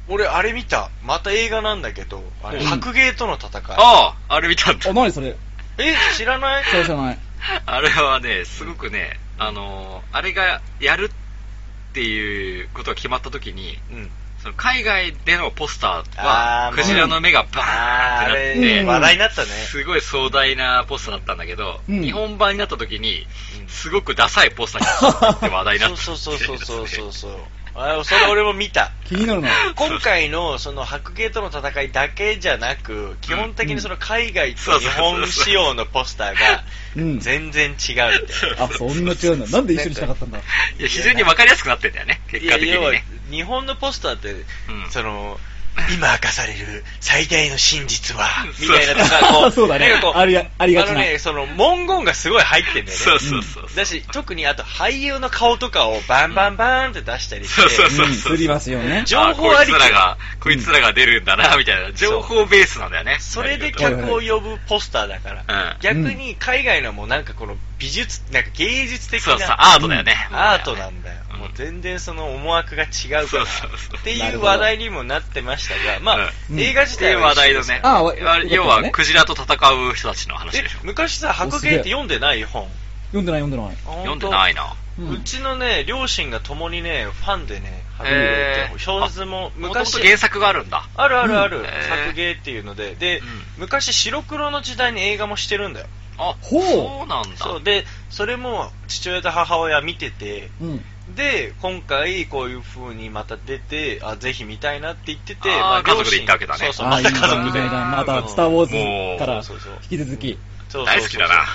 [SPEAKER 4] 俺、あれ見た。また映画なんだけど、あれ、
[SPEAKER 7] うん
[SPEAKER 4] 白芸との戦い。
[SPEAKER 2] ああ、あれ見たんだ
[SPEAKER 7] あ、。何それ
[SPEAKER 4] え、知らない
[SPEAKER 7] それじゃない。
[SPEAKER 2] あれはね、すごくね、あのーあれがやるっていうことが決まった時に、
[SPEAKER 4] うん。
[SPEAKER 2] その海外でのポスター
[SPEAKER 4] あ
[SPEAKER 2] は、
[SPEAKER 4] ー
[SPEAKER 2] クジラの目がバ
[SPEAKER 4] あ
[SPEAKER 2] ーンっ
[SPEAKER 4] ー、あ
[SPEAKER 2] てな
[SPEAKER 7] れ
[SPEAKER 4] れ、
[SPEAKER 2] って、
[SPEAKER 4] 話題になったね。
[SPEAKER 2] すごい壮大なポスターだったんだけど、
[SPEAKER 7] うん
[SPEAKER 2] 日本版になった時に
[SPEAKER 4] うん、
[SPEAKER 2] すごくダサいポスターになったって話題になっ
[SPEAKER 4] そう
[SPEAKER 2] た。
[SPEAKER 4] そうそうそうそうそうそう。あそれ俺も見た。
[SPEAKER 7] 気になるな。
[SPEAKER 4] 今回のその白芸との戦いだけじゃなく、基本的にその海外と日本仕様のポスターが
[SPEAKER 7] うん。
[SPEAKER 4] 全然違う みたい
[SPEAKER 7] あ、そんな違うんだ。なんで一緒にしたかったんだ。
[SPEAKER 2] いや非常に分かりやすくなってんだよね、
[SPEAKER 4] な。い
[SPEAKER 2] 結果
[SPEAKER 4] や、
[SPEAKER 2] 的に
[SPEAKER 4] 要は
[SPEAKER 2] ね。
[SPEAKER 4] 日本のポスターって、
[SPEAKER 2] うん
[SPEAKER 4] その、今明かされる最大の真 実は、みたいな
[SPEAKER 7] あ
[SPEAKER 4] とか、こ
[SPEAKER 7] そうだね
[SPEAKER 4] なんかこう
[SPEAKER 7] ありがありがちな
[SPEAKER 4] のね、その文言がすごい入ってんだよね。
[SPEAKER 2] そうそうそう。
[SPEAKER 4] だし、特にあと俳優の顔とかをバンバンバーンって出したりして、
[SPEAKER 2] そうそう
[SPEAKER 7] う、
[SPEAKER 2] そうんそう。
[SPEAKER 7] すりますよね。
[SPEAKER 4] 情報ありき
[SPEAKER 2] こいつらが、こいつらが出るんだな、みたいな。情報ベースなんだよね。
[SPEAKER 4] それで客を呼ぶポスターだから、
[SPEAKER 2] うん
[SPEAKER 4] 逆に海外のもなんかこの美術、なんか芸術的
[SPEAKER 2] そうそう、
[SPEAKER 4] な
[SPEAKER 2] アートだよね。
[SPEAKER 4] アートなんだよ。
[SPEAKER 2] うん
[SPEAKER 4] もう全然その思惑が違うか
[SPEAKER 2] そ
[SPEAKER 4] ら。
[SPEAKER 2] うそうそう
[SPEAKER 4] っていう話題にもなってましたが、まあ、
[SPEAKER 7] うん
[SPEAKER 4] 映画
[SPEAKER 2] っ
[SPEAKER 4] 自
[SPEAKER 2] てい
[SPEAKER 4] 体
[SPEAKER 2] う
[SPEAKER 4] は
[SPEAKER 2] 話
[SPEAKER 4] 一緒
[SPEAKER 2] 題
[SPEAKER 4] で
[SPEAKER 2] だ
[SPEAKER 4] す
[SPEAKER 2] ね。
[SPEAKER 7] あわ
[SPEAKER 2] 要は要
[SPEAKER 7] わかった
[SPEAKER 2] は、
[SPEAKER 7] ね
[SPEAKER 2] クジラと戦う人たちの話
[SPEAKER 4] え
[SPEAKER 2] でしょ。
[SPEAKER 4] 昔さ、白芸って読んでない本
[SPEAKER 7] 読んでない読んでない。
[SPEAKER 2] 読んでない
[SPEAKER 4] な。
[SPEAKER 2] な。
[SPEAKER 7] うん
[SPEAKER 4] うちのね、両親が共にね、ファンでね、白芸
[SPEAKER 2] え
[SPEAKER 4] って、
[SPEAKER 2] ー
[SPEAKER 4] 小説も
[SPEAKER 2] もともと
[SPEAKER 4] 昔、
[SPEAKER 2] 原作があるんだ。
[SPEAKER 4] あるあるある、
[SPEAKER 2] うん
[SPEAKER 4] 白芸っていうので、で、
[SPEAKER 2] うん
[SPEAKER 4] 昔白黒の時代に映画もしてるんだよ。
[SPEAKER 2] あ、
[SPEAKER 7] ほう
[SPEAKER 2] そうなんだ
[SPEAKER 4] そう。でそれも父親と母親見てて
[SPEAKER 7] うん。
[SPEAKER 4] で今回こういう風にまた出てあぜひ見たいなって言ってて
[SPEAKER 2] あー
[SPEAKER 4] ま
[SPEAKER 2] 家族で行ったわけだね
[SPEAKER 4] そうそう
[SPEAKER 7] あ
[SPEAKER 4] ま
[SPEAKER 7] ー、
[SPEAKER 4] た
[SPEAKER 7] いい
[SPEAKER 4] 家
[SPEAKER 7] じゃん、い
[SPEAKER 4] 族
[SPEAKER 7] い
[SPEAKER 4] で
[SPEAKER 7] じゃん。また、スター・ウォーズから
[SPEAKER 4] そうそうそう、
[SPEAKER 7] 引き続き。
[SPEAKER 4] そうそうそう
[SPEAKER 2] 大好きだな。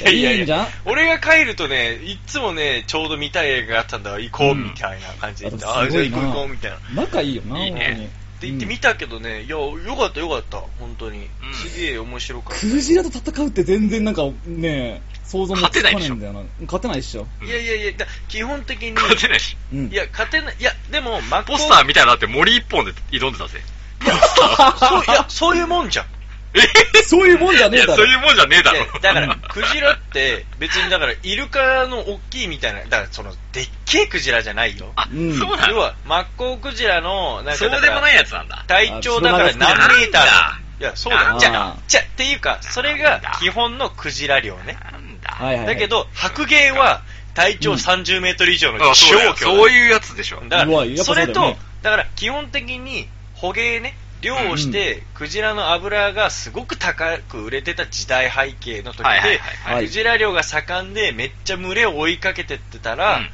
[SPEAKER 4] いやいやい
[SPEAKER 7] い
[SPEAKER 4] や
[SPEAKER 7] いんじゃん
[SPEAKER 4] 俺が帰るとねいっつもねちょうど見たい映画があったんだ行こうみたいな感じで、
[SPEAKER 7] うん
[SPEAKER 4] ああ
[SPEAKER 7] す
[SPEAKER 4] じゃ
[SPEAKER 7] ご
[SPEAKER 4] あ
[SPEAKER 7] い
[SPEAKER 4] 行
[SPEAKER 7] な
[SPEAKER 4] こう行こうみたいなっ
[SPEAKER 7] 仲いいよな、
[SPEAKER 2] いい
[SPEAKER 7] 本
[SPEAKER 2] ね
[SPEAKER 7] 当に。
[SPEAKER 4] て言って
[SPEAKER 7] うん
[SPEAKER 4] 見たけどね、いやよかったよかった本当に、
[SPEAKER 2] ん
[SPEAKER 4] すげえ面白かった
[SPEAKER 7] クジラと戦うって全然なんかね、想像もつかないんだよな。勝てないっしょ。
[SPEAKER 2] うん
[SPEAKER 4] いやいやいやだ基本 的に
[SPEAKER 2] 勝てないし。
[SPEAKER 7] うん。
[SPEAKER 4] いや勝てないいやでもマッコ
[SPEAKER 2] ポスター見たらだって森一本で挑んでたぜ。
[SPEAKER 4] そ ういやそういうもんじゃん
[SPEAKER 7] そういうもんじゃ
[SPEAKER 2] い
[SPEAKER 7] ねえ
[SPEAKER 2] や、
[SPEAKER 7] だ
[SPEAKER 2] そ
[SPEAKER 7] ろ
[SPEAKER 2] う。いうもんじゃねえだ
[SPEAKER 4] いや
[SPEAKER 2] ろ。
[SPEAKER 4] だから、クジラって、別にだから、イルカの大きいみたいな、だから、その、でっけえクジラじゃないよ。
[SPEAKER 2] あ、
[SPEAKER 7] うん
[SPEAKER 2] そうなん
[SPEAKER 4] 要
[SPEAKER 2] だ。
[SPEAKER 4] は、マッコウクジラの、なんか
[SPEAKER 2] そ
[SPEAKER 4] だ
[SPEAKER 2] う
[SPEAKER 4] から、
[SPEAKER 2] でもないやつなんだ。
[SPEAKER 4] 体長だから
[SPEAKER 7] あそれは
[SPEAKER 4] 何メータ
[SPEAKER 2] なん
[SPEAKER 4] ーだ
[SPEAKER 2] だ
[SPEAKER 4] いや、そうだ
[SPEAKER 7] な
[SPEAKER 4] よ。
[SPEAKER 7] んだ
[SPEAKER 4] じゃあ、じゃあ、っていうか、それが基本のクジラ量ね。
[SPEAKER 2] なんだ。
[SPEAKER 7] はいはいはい。
[SPEAKER 4] だけど、白鯨は、体長
[SPEAKER 7] うん
[SPEAKER 4] 30メートル以上の
[SPEAKER 2] あそうだよ
[SPEAKER 4] 超巨
[SPEAKER 2] そう
[SPEAKER 4] 大。
[SPEAKER 2] いうやつでしょ。
[SPEAKER 4] だ
[SPEAKER 7] うわやっぱそ
[SPEAKER 4] から、そう
[SPEAKER 7] だよね
[SPEAKER 4] れと、だから、基本的に、捕鯨ね、漁をして、クジラの油がすごく高く売れてた時代背景の時
[SPEAKER 2] はいはい
[SPEAKER 4] で、
[SPEAKER 2] はい
[SPEAKER 7] はい
[SPEAKER 4] クジラ漁が盛んでめっちゃ群れを追いかけてってたら、
[SPEAKER 2] うん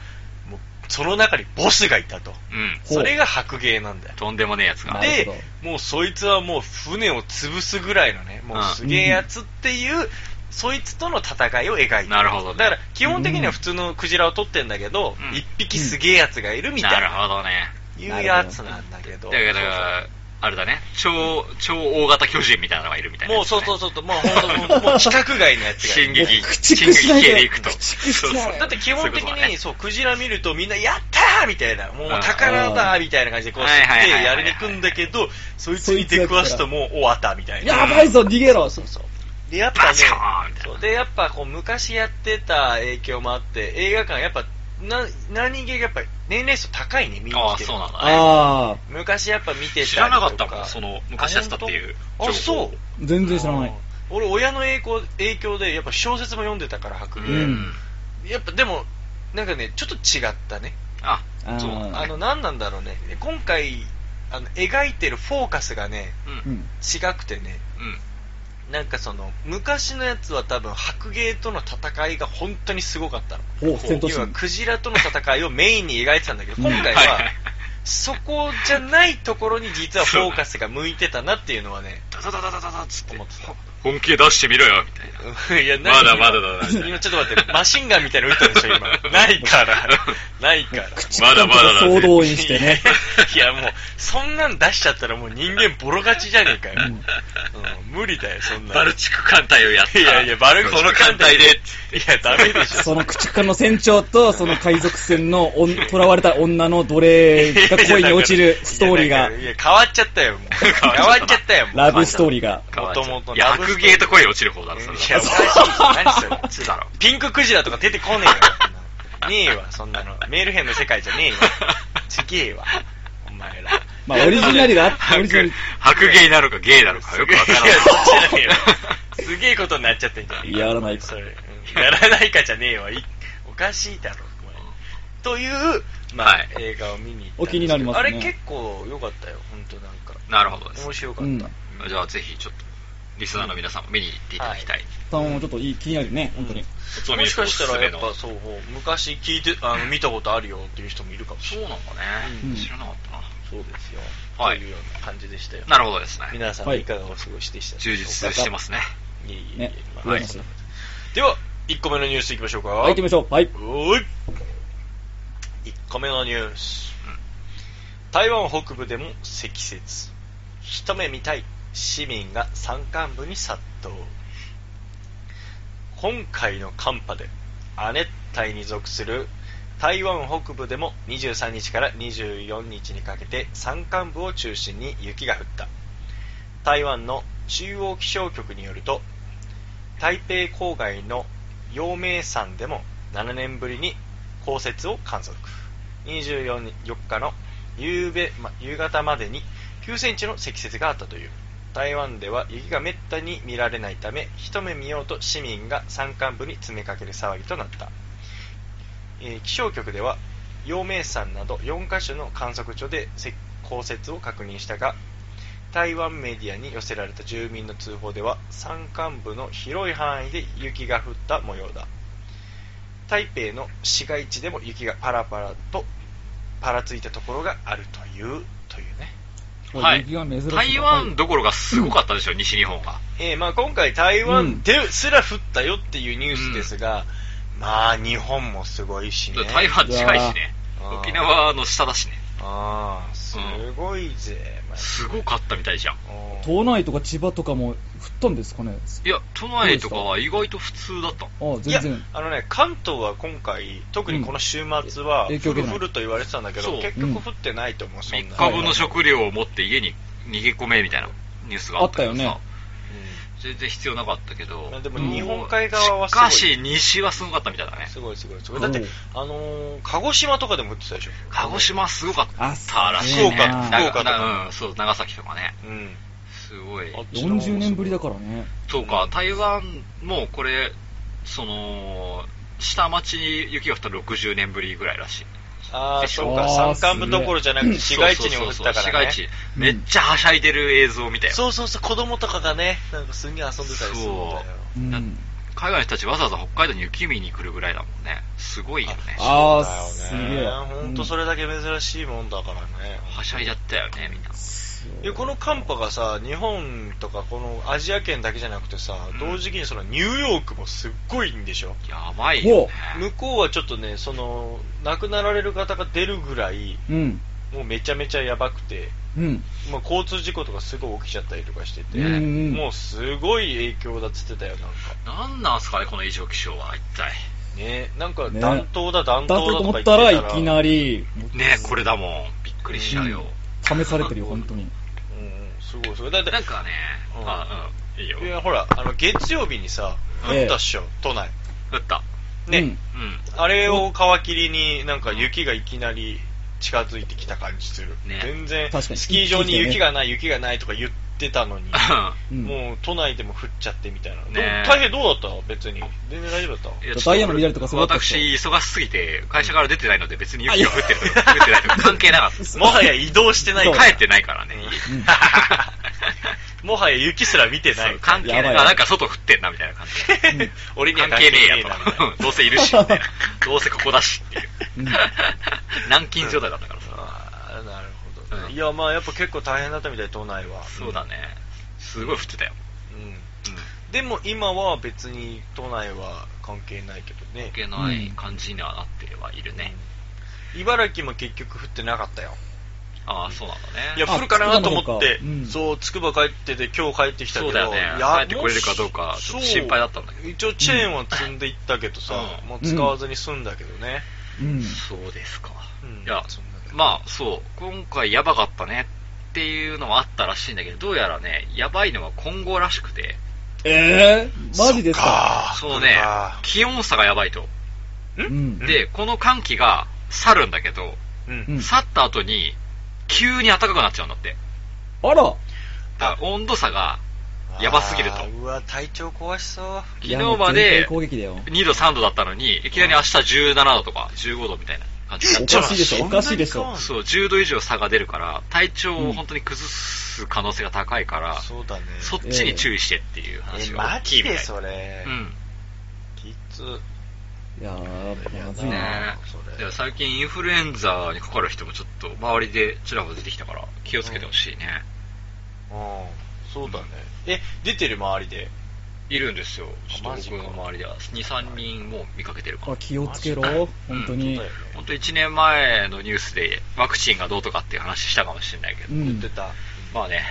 [SPEAKER 4] もうその中にボスがいたと
[SPEAKER 2] うん。
[SPEAKER 7] ほう
[SPEAKER 4] それが白芸なんだよ
[SPEAKER 2] とんでもねえやつが。
[SPEAKER 7] なる
[SPEAKER 4] で
[SPEAKER 7] ほ
[SPEAKER 4] もうそいつはもう船を潰すぐらいのねもうすげえやつっていう、そいつとの戦いを描いてる
[SPEAKER 2] なるほどね
[SPEAKER 4] だから基本的には普通のクジラを取ってんだけど
[SPEAKER 2] うん
[SPEAKER 4] 一、匹すげえやつがいるみたい
[SPEAKER 2] なるほ
[SPEAKER 4] な、
[SPEAKER 2] どね。
[SPEAKER 4] いうやつなんだけど
[SPEAKER 2] だから、あれだね、超、超大型巨人みたいなのがいるみたいな、
[SPEAKER 4] もうそうそうそうそうもう本当もう規格外のやつがいる
[SPEAKER 2] 進撃、
[SPEAKER 7] 駆
[SPEAKER 2] 進
[SPEAKER 7] 逐しな
[SPEAKER 2] 撃
[SPEAKER 7] いで
[SPEAKER 2] 系でいくと。
[SPEAKER 7] 駆逐しない
[SPEAKER 2] そうそう
[SPEAKER 4] だって基
[SPEAKER 2] そ
[SPEAKER 4] 本的
[SPEAKER 2] ういうことだね
[SPEAKER 4] にそうクジラ見るとみんなやったーみたいなもう
[SPEAKER 2] うん
[SPEAKER 4] 宝だーみたいな感じでこう
[SPEAKER 2] はいはいはい
[SPEAKER 4] 吸っ
[SPEAKER 2] はい
[SPEAKER 4] てやりに行くんだけどそいつに出くわすともう終わったみたいな
[SPEAKER 7] やばいぞ、逃げろ。そう
[SPEAKER 4] そうでやっぱ
[SPEAKER 2] バ
[SPEAKER 4] ね
[SPEAKER 2] シャーンみたいな
[SPEAKER 4] そうでやっぱこう昔やってた影響もあって映画館やっぱな何気がやっぱ年齢層高いね見に
[SPEAKER 2] ああ、
[SPEAKER 4] 来てる
[SPEAKER 2] そうなんだね。
[SPEAKER 7] あ
[SPEAKER 4] 昔やっぱ見てたりと
[SPEAKER 2] 知らなかったもん、その、昔やってたっていう情報。
[SPEAKER 4] あ本当あそう
[SPEAKER 7] ー、全然知らない。
[SPEAKER 4] 俺親の影響影響でやっぱ小説も読んでたから白
[SPEAKER 2] うん。
[SPEAKER 4] 龍、やっぱでもなんかねちょっと違ったね
[SPEAKER 2] あ、
[SPEAKER 7] あー
[SPEAKER 2] そうなんだ
[SPEAKER 4] あ
[SPEAKER 2] ね
[SPEAKER 4] の、何なんだろうね。今回、あの、描いてるフォーカスがね、
[SPEAKER 2] う。
[SPEAKER 7] うんん。
[SPEAKER 4] 違くてね、
[SPEAKER 2] うん。
[SPEAKER 4] なんかその、昔のやつは多分、白芸との戦いが本当にすごかった
[SPEAKER 7] ほ
[SPEAKER 4] の。
[SPEAKER 7] う、戦闘シ
[SPEAKER 4] 要
[SPEAKER 7] ー
[SPEAKER 4] は、
[SPEAKER 7] ン。
[SPEAKER 4] クジラとの戦いをメインに描いてたんだけど、今回
[SPEAKER 2] はいは、
[SPEAKER 4] はいそこじゃないところに実はフォーカスが向いてたなっていうのはね、
[SPEAKER 2] ダダダダダダっつって
[SPEAKER 4] 思ってた。
[SPEAKER 2] 本気で出してみろよ、みたいな。
[SPEAKER 4] いや、
[SPEAKER 2] まだ
[SPEAKER 4] 何
[SPEAKER 2] まだだな、みたいな
[SPEAKER 4] 今ちょっと待って、マシンガンみたいなの撃ったでしょ、今。ないから。ないから。
[SPEAKER 2] まだまだだ
[SPEAKER 7] 総動員してね。
[SPEAKER 4] いや、もう、そんなん出しちゃったらもう人間ボロ勝ちじゃねえかよ。
[SPEAKER 7] うん
[SPEAKER 4] うん無理だよ、そんな。
[SPEAKER 2] バルチック艦隊をやった。
[SPEAKER 4] いやいや、バル
[SPEAKER 2] この艦隊で。
[SPEAKER 4] いや、ダメでしょ。
[SPEAKER 7] その駆逐艦の船長と、その海賊船のおん囚われた女の奴隷が恋に落ちるストーリーが
[SPEAKER 4] いや、いや変わっちゃったよ、もう。変わっちゃったよ、もう。
[SPEAKER 7] ラブストーリーが。
[SPEAKER 4] もともと
[SPEAKER 2] いや、悪芸と声落ちる方だろ、それ
[SPEAKER 4] いや、お
[SPEAKER 2] は。
[SPEAKER 4] かしい。何それ。
[SPEAKER 2] そっちだろ。
[SPEAKER 4] ピンククジラとか出てこねえよ。 そんなのねえわ、そんなの。メール編の世界じゃねえわ。ちげえわ。お前ら。
[SPEAKER 7] まあ、オリジナリがあって、オリジナ
[SPEAKER 2] 白
[SPEAKER 7] リ。
[SPEAKER 2] 白芸なのか芸なのかよくわからない
[SPEAKER 4] いや、そっちだ
[SPEAKER 2] い
[SPEAKER 4] よ。 すげえことになっちゃってんじゃん。
[SPEAKER 7] やらないか
[SPEAKER 4] それ。うんやらないかじゃねえわ。いおかしいだろ、お前という、まあ、
[SPEAKER 2] はい
[SPEAKER 4] 映画を見に行ったんですけど。
[SPEAKER 7] お気になりますね
[SPEAKER 4] あれ結構良かったよ、本当なんか。
[SPEAKER 2] なるほどです
[SPEAKER 4] 面。白か
[SPEAKER 7] う
[SPEAKER 4] っ
[SPEAKER 7] ん。
[SPEAKER 4] た。
[SPEAKER 2] じゃあぜひちょっと、リスナーの皆さんも見に行っていただきたい。
[SPEAKER 7] たまもちょっといい気になるね、本当に。
[SPEAKER 2] おつまみニュ
[SPEAKER 4] も
[SPEAKER 2] ー
[SPEAKER 4] し
[SPEAKER 2] スお
[SPEAKER 4] かし
[SPEAKER 2] すす
[SPEAKER 4] たら
[SPEAKER 2] め
[SPEAKER 4] やっ
[SPEAKER 2] の。
[SPEAKER 4] ぱそう、昔聞いて、あの、見たことあるよっていう人もいるかもし
[SPEAKER 2] そう
[SPEAKER 4] れ
[SPEAKER 2] な
[SPEAKER 4] ない。
[SPEAKER 2] のかね
[SPEAKER 7] う。ん
[SPEAKER 2] 知らなかったな。
[SPEAKER 4] そうですよ。
[SPEAKER 2] は
[SPEAKER 4] はいい。というような感じでしたよ。
[SPEAKER 2] なるほどですね。
[SPEAKER 4] 皆さん
[SPEAKER 7] はい
[SPEAKER 4] いかがお過ごしでしたでしょ
[SPEAKER 2] 充
[SPEAKER 4] うか
[SPEAKER 2] 実してますね。
[SPEAKER 4] いえいえいえ
[SPEAKER 7] ね
[SPEAKER 4] ま。あ
[SPEAKER 7] は
[SPEAKER 4] はいい。では、1個目のニュースいきましょうか。
[SPEAKER 7] はい、行きましょう。はい。
[SPEAKER 4] おい1個目のニュース、台湾北部でも積雪一目見たい市民が山間部に殺到今回の寒波で亜熱帯に属する台湾北部でも23日から24日にかけて山間部を中心に雪が降った台湾の中央気象局によると台北郊外の陽明山でも7年ぶりに降雪を観測24日の夕べ、ま、夕方までに9センチの積雪があったという台湾では雪がめったに見られないため一目見ようと市民が山間部に詰めかける騒ぎとなった、えー気象局では陽明山など4カ所の観測所で積降雪を確認したが台湾メディアに寄せられた住民の通報では山間部の広い範囲で雪が降った模様だ台北の市街地でも雪がパラパラとパラついたところがあるというというね、
[SPEAKER 2] はい
[SPEAKER 7] 雪が珍しい。
[SPEAKER 2] 台湾どころがすごかったでしょ、西日本が。
[SPEAKER 4] えーまあ、今回台湾ですら降ったよっていうニュースですが、まあ日本もすごいしね
[SPEAKER 2] 台湾近いしね。
[SPEAKER 4] うわー
[SPEAKER 2] 沖縄の下だしね。
[SPEAKER 4] ああすごいぜ、まあ
[SPEAKER 2] すごかったみたいじゃん。
[SPEAKER 4] おー
[SPEAKER 7] 都内とか千葉とかも降ったんですかね。
[SPEAKER 2] いや、都内とかは意外と普通だった。
[SPEAKER 7] ああ、
[SPEAKER 4] い
[SPEAKER 7] 全
[SPEAKER 4] や
[SPEAKER 7] 然。
[SPEAKER 4] あのね関東は今回特にこの週末は
[SPEAKER 7] うん影響
[SPEAKER 4] 降
[SPEAKER 7] 出
[SPEAKER 4] る
[SPEAKER 7] ない
[SPEAKER 4] 降ると言われてたんだけど、
[SPEAKER 2] そう
[SPEAKER 4] 結局降ってないと思う、そん
[SPEAKER 2] 3
[SPEAKER 4] な
[SPEAKER 2] 日分の食料を持って家に逃げ込めみたいなニュースがあったけどさ
[SPEAKER 7] あったよね
[SPEAKER 2] 全然必要なかったけど
[SPEAKER 4] まあ、でも
[SPEAKER 2] うん
[SPEAKER 4] 日本海側は
[SPEAKER 2] し
[SPEAKER 4] すご
[SPEAKER 2] か
[SPEAKER 4] い
[SPEAKER 2] し西はすごかったみたいだね
[SPEAKER 4] すごいすごいすごい。
[SPEAKER 7] うん
[SPEAKER 4] だって、あのー鹿児島とかでも降ってたでしょ。
[SPEAKER 2] 鹿児島すごかったらしい、
[SPEAKER 4] あ
[SPEAKER 2] ね、
[SPEAKER 4] そうか福岡とか
[SPEAKER 2] なうんそう長崎とかね
[SPEAKER 4] うん。
[SPEAKER 2] すごい
[SPEAKER 4] あっちの方も
[SPEAKER 7] 40年ぶりだからね。
[SPEAKER 2] そうか台湾もこれその下町に雪が降ったら60年ぶりぐらいらしい
[SPEAKER 4] ああ、そう
[SPEAKER 7] あ
[SPEAKER 4] か。
[SPEAKER 7] ー
[SPEAKER 4] 山間部どころじゃなくて市街地にも降ったからね。
[SPEAKER 2] そうそうそうそう市街地めっちゃはしゃいでる映像見たよ、
[SPEAKER 4] そうそうそう、子供とかがね、なんかすんげえ遊んでたりするんだよ。
[SPEAKER 7] う
[SPEAKER 2] だ
[SPEAKER 7] ん。
[SPEAKER 2] 海外の人たちわざわざ北海道に雪見に来るぐらいだもんねすごいよね
[SPEAKER 7] ああ、
[SPEAKER 4] そ
[SPEAKER 7] す
[SPEAKER 4] うだよ
[SPEAKER 7] げえ。
[SPEAKER 4] ね。ほんとそれだけ珍しいもんだからね。
[SPEAKER 2] はしゃいじゃったよねみんな
[SPEAKER 4] でこの寒波がさ日本とかこのアジア圏だけじゃなくてさ、
[SPEAKER 2] うん
[SPEAKER 4] 同時期にそのニューヨークもすっごいんでしょ
[SPEAKER 2] やばいよ、ね
[SPEAKER 7] ほ、
[SPEAKER 4] 向こうはちょっとねその亡くなられる方が出るぐらい
[SPEAKER 7] うん。
[SPEAKER 4] もうめちゃめちゃやばくて、
[SPEAKER 7] うん。
[SPEAKER 4] まあ、交通事故とかすごい起きちゃったりとかしてて、
[SPEAKER 7] うんうん
[SPEAKER 4] もうすごい影響だっつってたよなんか
[SPEAKER 2] なんなんすかねこの異常気象は一体
[SPEAKER 4] ねなんか
[SPEAKER 7] ね
[SPEAKER 4] 暖冬だ暖冬
[SPEAKER 7] だ
[SPEAKER 4] だ
[SPEAKER 7] と思
[SPEAKER 4] とか言
[SPEAKER 7] っ
[SPEAKER 4] っ
[SPEAKER 7] た
[SPEAKER 4] てた
[SPEAKER 7] ら
[SPEAKER 4] ら
[SPEAKER 7] いきなり、
[SPEAKER 2] ねこれだもんびっくりしちゃうよ、
[SPEAKER 7] 試されてるよ、本当に。
[SPEAKER 4] うんうんすごいすごいだって
[SPEAKER 2] なんかね、
[SPEAKER 4] うん
[SPEAKER 2] あうんいいよ
[SPEAKER 4] いやほらあの月曜日にさ
[SPEAKER 7] ええ
[SPEAKER 4] 降ったっしょ、都内
[SPEAKER 2] 打った
[SPEAKER 4] ね、
[SPEAKER 7] うん
[SPEAKER 2] うん
[SPEAKER 4] あれを皮切りになんか雪がいきなり近づいてきた感じする。
[SPEAKER 2] ね
[SPEAKER 4] 全然、
[SPEAKER 7] 確かに
[SPEAKER 4] スキー場に雪がない、雪がないとか言ってたのに、
[SPEAKER 7] うん
[SPEAKER 4] もう都内でも降っちゃってみたいな。
[SPEAKER 2] ね
[SPEAKER 4] 大変どうだった別に。全然大丈夫だっ
[SPEAKER 2] いや
[SPEAKER 7] ダイヤの乱れとかすごかったっし
[SPEAKER 2] 私
[SPEAKER 7] ょ
[SPEAKER 2] 忙しすぎて会社から出てないので別に雪が降ってるとか降ってないとか関係な かったです
[SPEAKER 4] たもはや移動してない
[SPEAKER 7] そう
[SPEAKER 2] 帰ってないからね
[SPEAKER 4] う
[SPEAKER 2] 家に
[SPEAKER 4] もはや雪すら見てな
[SPEAKER 2] そう
[SPEAKER 4] い。
[SPEAKER 2] 関係ない
[SPEAKER 7] やばい
[SPEAKER 2] あなんか外降ってんなみたいな感じで
[SPEAKER 4] 俺には
[SPEAKER 2] 関係ねえや
[SPEAKER 4] 関係ねえなみ
[SPEAKER 2] とどうせいるしみた いなどうせここだしっていう
[SPEAKER 7] うん
[SPEAKER 2] 軟禁状態だったからさ
[SPEAKER 4] あーなるほどね
[SPEAKER 2] うん
[SPEAKER 4] いや、まあやっぱ結構大変だったみたい、都内は。
[SPEAKER 2] そうだね。すごい降ってたよ。
[SPEAKER 4] うでも今は別に都内は関係ないけどね
[SPEAKER 2] 受けない感じにはなってはいるね。
[SPEAKER 4] 茨城も結局降ってなかったよ
[SPEAKER 2] ああ、そうなのね。
[SPEAKER 4] いや
[SPEAKER 7] あ
[SPEAKER 4] 降るかなと思って、
[SPEAKER 7] 筑波の方かうん
[SPEAKER 4] そうつくば帰ってて今日帰ってきたけ
[SPEAKER 2] そう
[SPEAKER 4] ど
[SPEAKER 2] だよね
[SPEAKER 4] いや
[SPEAKER 2] 帰ってこれるかどうかちょっと
[SPEAKER 4] そう
[SPEAKER 2] 心配だったんだけど
[SPEAKER 4] 一応チェーンは積んでいったけどさ、
[SPEAKER 2] うん
[SPEAKER 4] もう使わずに済んだけどね、
[SPEAKER 7] うん。
[SPEAKER 2] そうですか。
[SPEAKER 4] うん
[SPEAKER 2] いや
[SPEAKER 4] そんな感、じ
[SPEAKER 2] まあそう、今回やばかったねっていうのはあったらしいんだけど、どうやらね、やばいのは今後らしくて、
[SPEAKER 7] えー、マジですか。
[SPEAKER 4] あ
[SPEAKER 2] そうね
[SPEAKER 4] あ、
[SPEAKER 2] 気温差がやばいと。
[SPEAKER 7] うん。
[SPEAKER 2] で、この寒気が去るんだけど、
[SPEAKER 4] うん
[SPEAKER 7] うん
[SPEAKER 2] 去った後に、急に暖かくなっちゃうんだって。
[SPEAKER 7] あら、
[SPEAKER 2] だから温度差がやばすぎると
[SPEAKER 4] あ。ーうわ体調壊しそう
[SPEAKER 2] 昨日まで
[SPEAKER 7] いやもう全体攻撃だよ。
[SPEAKER 2] 2度3度だったのに、いきなり明日17度とか15度みたいな感じになっ
[SPEAKER 7] お
[SPEAKER 2] ちゃ
[SPEAKER 7] かしいでし
[SPEAKER 4] じゃ
[SPEAKER 7] ょ、
[SPEAKER 4] あ
[SPEAKER 7] おかしいでし
[SPEAKER 4] そんなに
[SPEAKER 7] ょ
[SPEAKER 4] か。
[SPEAKER 2] そう、10度以上差が出るから、体調を本当に崩す可能性が高いから、
[SPEAKER 4] そうだね
[SPEAKER 2] そっちに注意してっていう
[SPEAKER 4] え
[SPEAKER 2] 話が
[SPEAKER 4] マ
[SPEAKER 2] 大き
[SPEAKER 4] ジ
[SPEAKER 2] いみたい
[SPEAKER 4] で
[SPEAKER 2] な。
[SPEAKER 4] それ、
[SPEAKER 2] うん。
[SPEAKER 4] きつ
[SPEAKER 7] いやー、まずい
[SPEAKER 4] うん
[SPEAKER 2] ね
[SPEAKER 7] な。
[SPEAKER 4] そ
[SPEAKER 2] え。
[SPEAKER 4] れ
[SPEAKER 2] いや最近インフルエンザにかかる人もちょっと周りでちらほら出てきたから気をつけてほしいね。
[SPEAKER 4] うんそうだねえ出てる周りで
[SPEAKER 2] いるんですよ。ちょっ
[SPEAKER 4] マ
[SPEAKER 2] と
[SPEAKER 4] ジ
[SPEAKER 2] 僕
[SPEAKER 4] か
[SPEAKER 2] の周りでは2、3人もう見かけてるか
[SPEAKER 7] あ
[SPEAKER 2] ら。
[SPEAKER 7] 気をつけろ
[SPEAKER 4] マジ、
[SPEAKER 7] 本当に
[SPEAKER 4] そうだ。よね
[SPEAKER 2] 本当1年前のニュースでワクチンがどうとかっていう話したかもしれないけど、
[SPEAKER 7] うん
[SPEAKER 4] 言ってた、
[SPEAKER 2] まあね、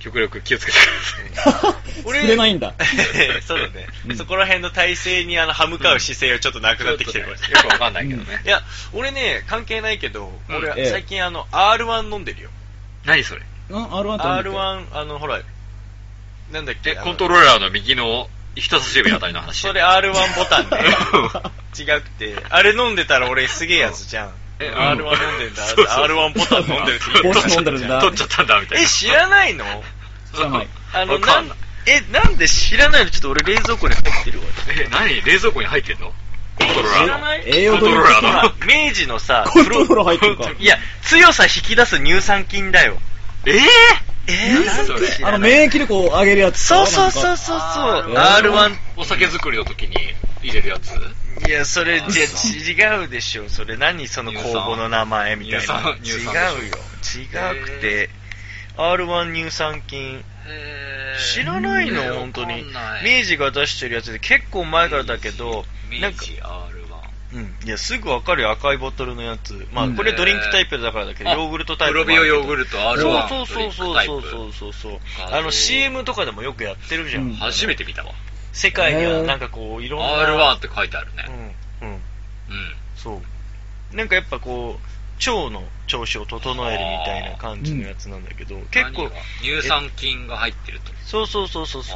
[SPEAKER 2] 極力気をつけてください。
[SPEAKER 4] 俺
[SPEAKER 7] 触れないんだ。
[SPEAKER 4] そうだね、そこら辺の体勢にあの歯向かう姿勢がちょっとなくなってきてるかもしれない
[SPEAKER 2] よくわかんないけどね。
[SPEAKER 4] いや、俺ね、関係ないけど、
[SPEAKER 2] うん
[SPEAKER 4] 俺、
[SPEAKER 7] ええ
[SPEAKER 4] 最近あの、R1 飲んでるよ。
[SPEAKER 2] 何それ
[SPEAKER 7] うん、R1 と
[SPEAKER 4] R1、あの、ほら、なんだっ
[SPEAKER 2] え、
[SPEAKER 4] けあの
[SPEAKER 2] コントローラーの右の人差し指あたりの話。
[SPEAKER 4] それ R1 ボタンで、違くて、あれ飲んでたら俺すげえやつじゃん。
[SPEAKER 2] えうん
[SPEAKER 4] R1 飲んでんだ、
[SPEAKER 2] そうそう
[SPEAKER 4] R1 ボタン飲んでるって言
[SPEAKER 7] 帽
[SPEAKER 4] う
[SPEAKER 7] 子飲んでるんだ
[SPEAKER 2] 取っちゃったんだ、みたいな。
[SPEAKER 4] え、知らないの
[SPEAKER 7] 知らない
[SPEAKER 4] あの、
[SPEAKER 2] わか
[SPEAKER 4] なん
[SPEAKER 2] んない。
[SPEAKER 4] え、なんで知らないのちょっと俺冷蔵庫に入ってるわ。
[SPEAKER 2] え、何冷蔵庫に入ってんのコントローラーの。
[SPEAKER 4] 知らない
[SPEAKER 7] 栄養ドリンク
[SPEAKER 2] コントロー
[SPEAKER 4] ほ
[SPEAKER 2] ラ
[SPEAKER 4] ら
[SPEAKER 2] ーの。
[SPEAKER 4] 明治のさ、
[SPEAKER 7] コントローラー入ってるか。
[SPEAKER 4] いや、強さ引き出す乳酸菌だよ。
[SPEAKER 2] えぇ
[SPEAKER 4] えー、なんで知
[SPEAKER 7] あの、
[SPEAKER 4] らない
[SPEAKER 7] 免疫力を上げるやつ。
[SPEAKER 4] そうそうそう
[SPEAKER 7] そ
[SPEAKER 4] そうそう。
[SPEAKER 7] あー
[SPEAKER 4] R1
[SPEAKER 2] お酒作りの時に入れるやつ
[SPEAKER 4] いや、それ、
[SPEAKER 2] あ
[SPEAKER 4] じ
[SPEAKER 2] そう
[SPEAKER 4] ゃ違うでしょ。それ、何その公募の名前みたいな。
[SPEAKER 2] 乳
[SPEAKER 4] 違
[SPEAKER 2] 酸
[SPEAKER 4] うよ。違く
[SPEAKER 2] へ
[SPEAKER 4] て、R1 乳酸菌。知らないの本当に。明治が出してるやつで結構前からだけど、な
[SPEAKER 2] 明
[SPEAKER 4] んか、
[SPEAKER 2] 治 R1。
[SPEAKER 4] うん。いや、すぐわかるよ赤いボトルのやつ。ま
[SPEAKER 7] う
[SPEAKER 4] あ、
[SPEAKER 7] ん
[SPEAKER 4] これドリンクタイプだからだけど、
[SPEAKER 2] あ
[SPEAKER 4] ヨーグルトタイプもある
[SPEAKER 2] プ
[SPEAKER 4] け
[SPEAKER 2] ロ
[SPEAKER 4] ど。
[SPEAKER 2] ビオヨーグルト R1
[SPEAKER 4] そうそうそうそうそうそうそう。あの、CM とかでもよくやってるじゃ
[SPEAKER 7] うん
[SPEAKER 4] ん。
[SPEAKER 2] 初めて見たわ。
[SPEAKER 4] 世界にはなんかこう、いろんな。
[SPEAKER 2] R1 って書いてあるね。
[SPEAKER 4] うん。うん。
[SPEAKER 2] うん。
[SPEAKER 4] そう。なんかやっぱこう、腸の調子を整えるみたいな感じのやつなんだけど、結構
[SPEAKER 2] 何が、乳酸菌が入ってると。
[SPEAKER 4] そうそうそうそうそ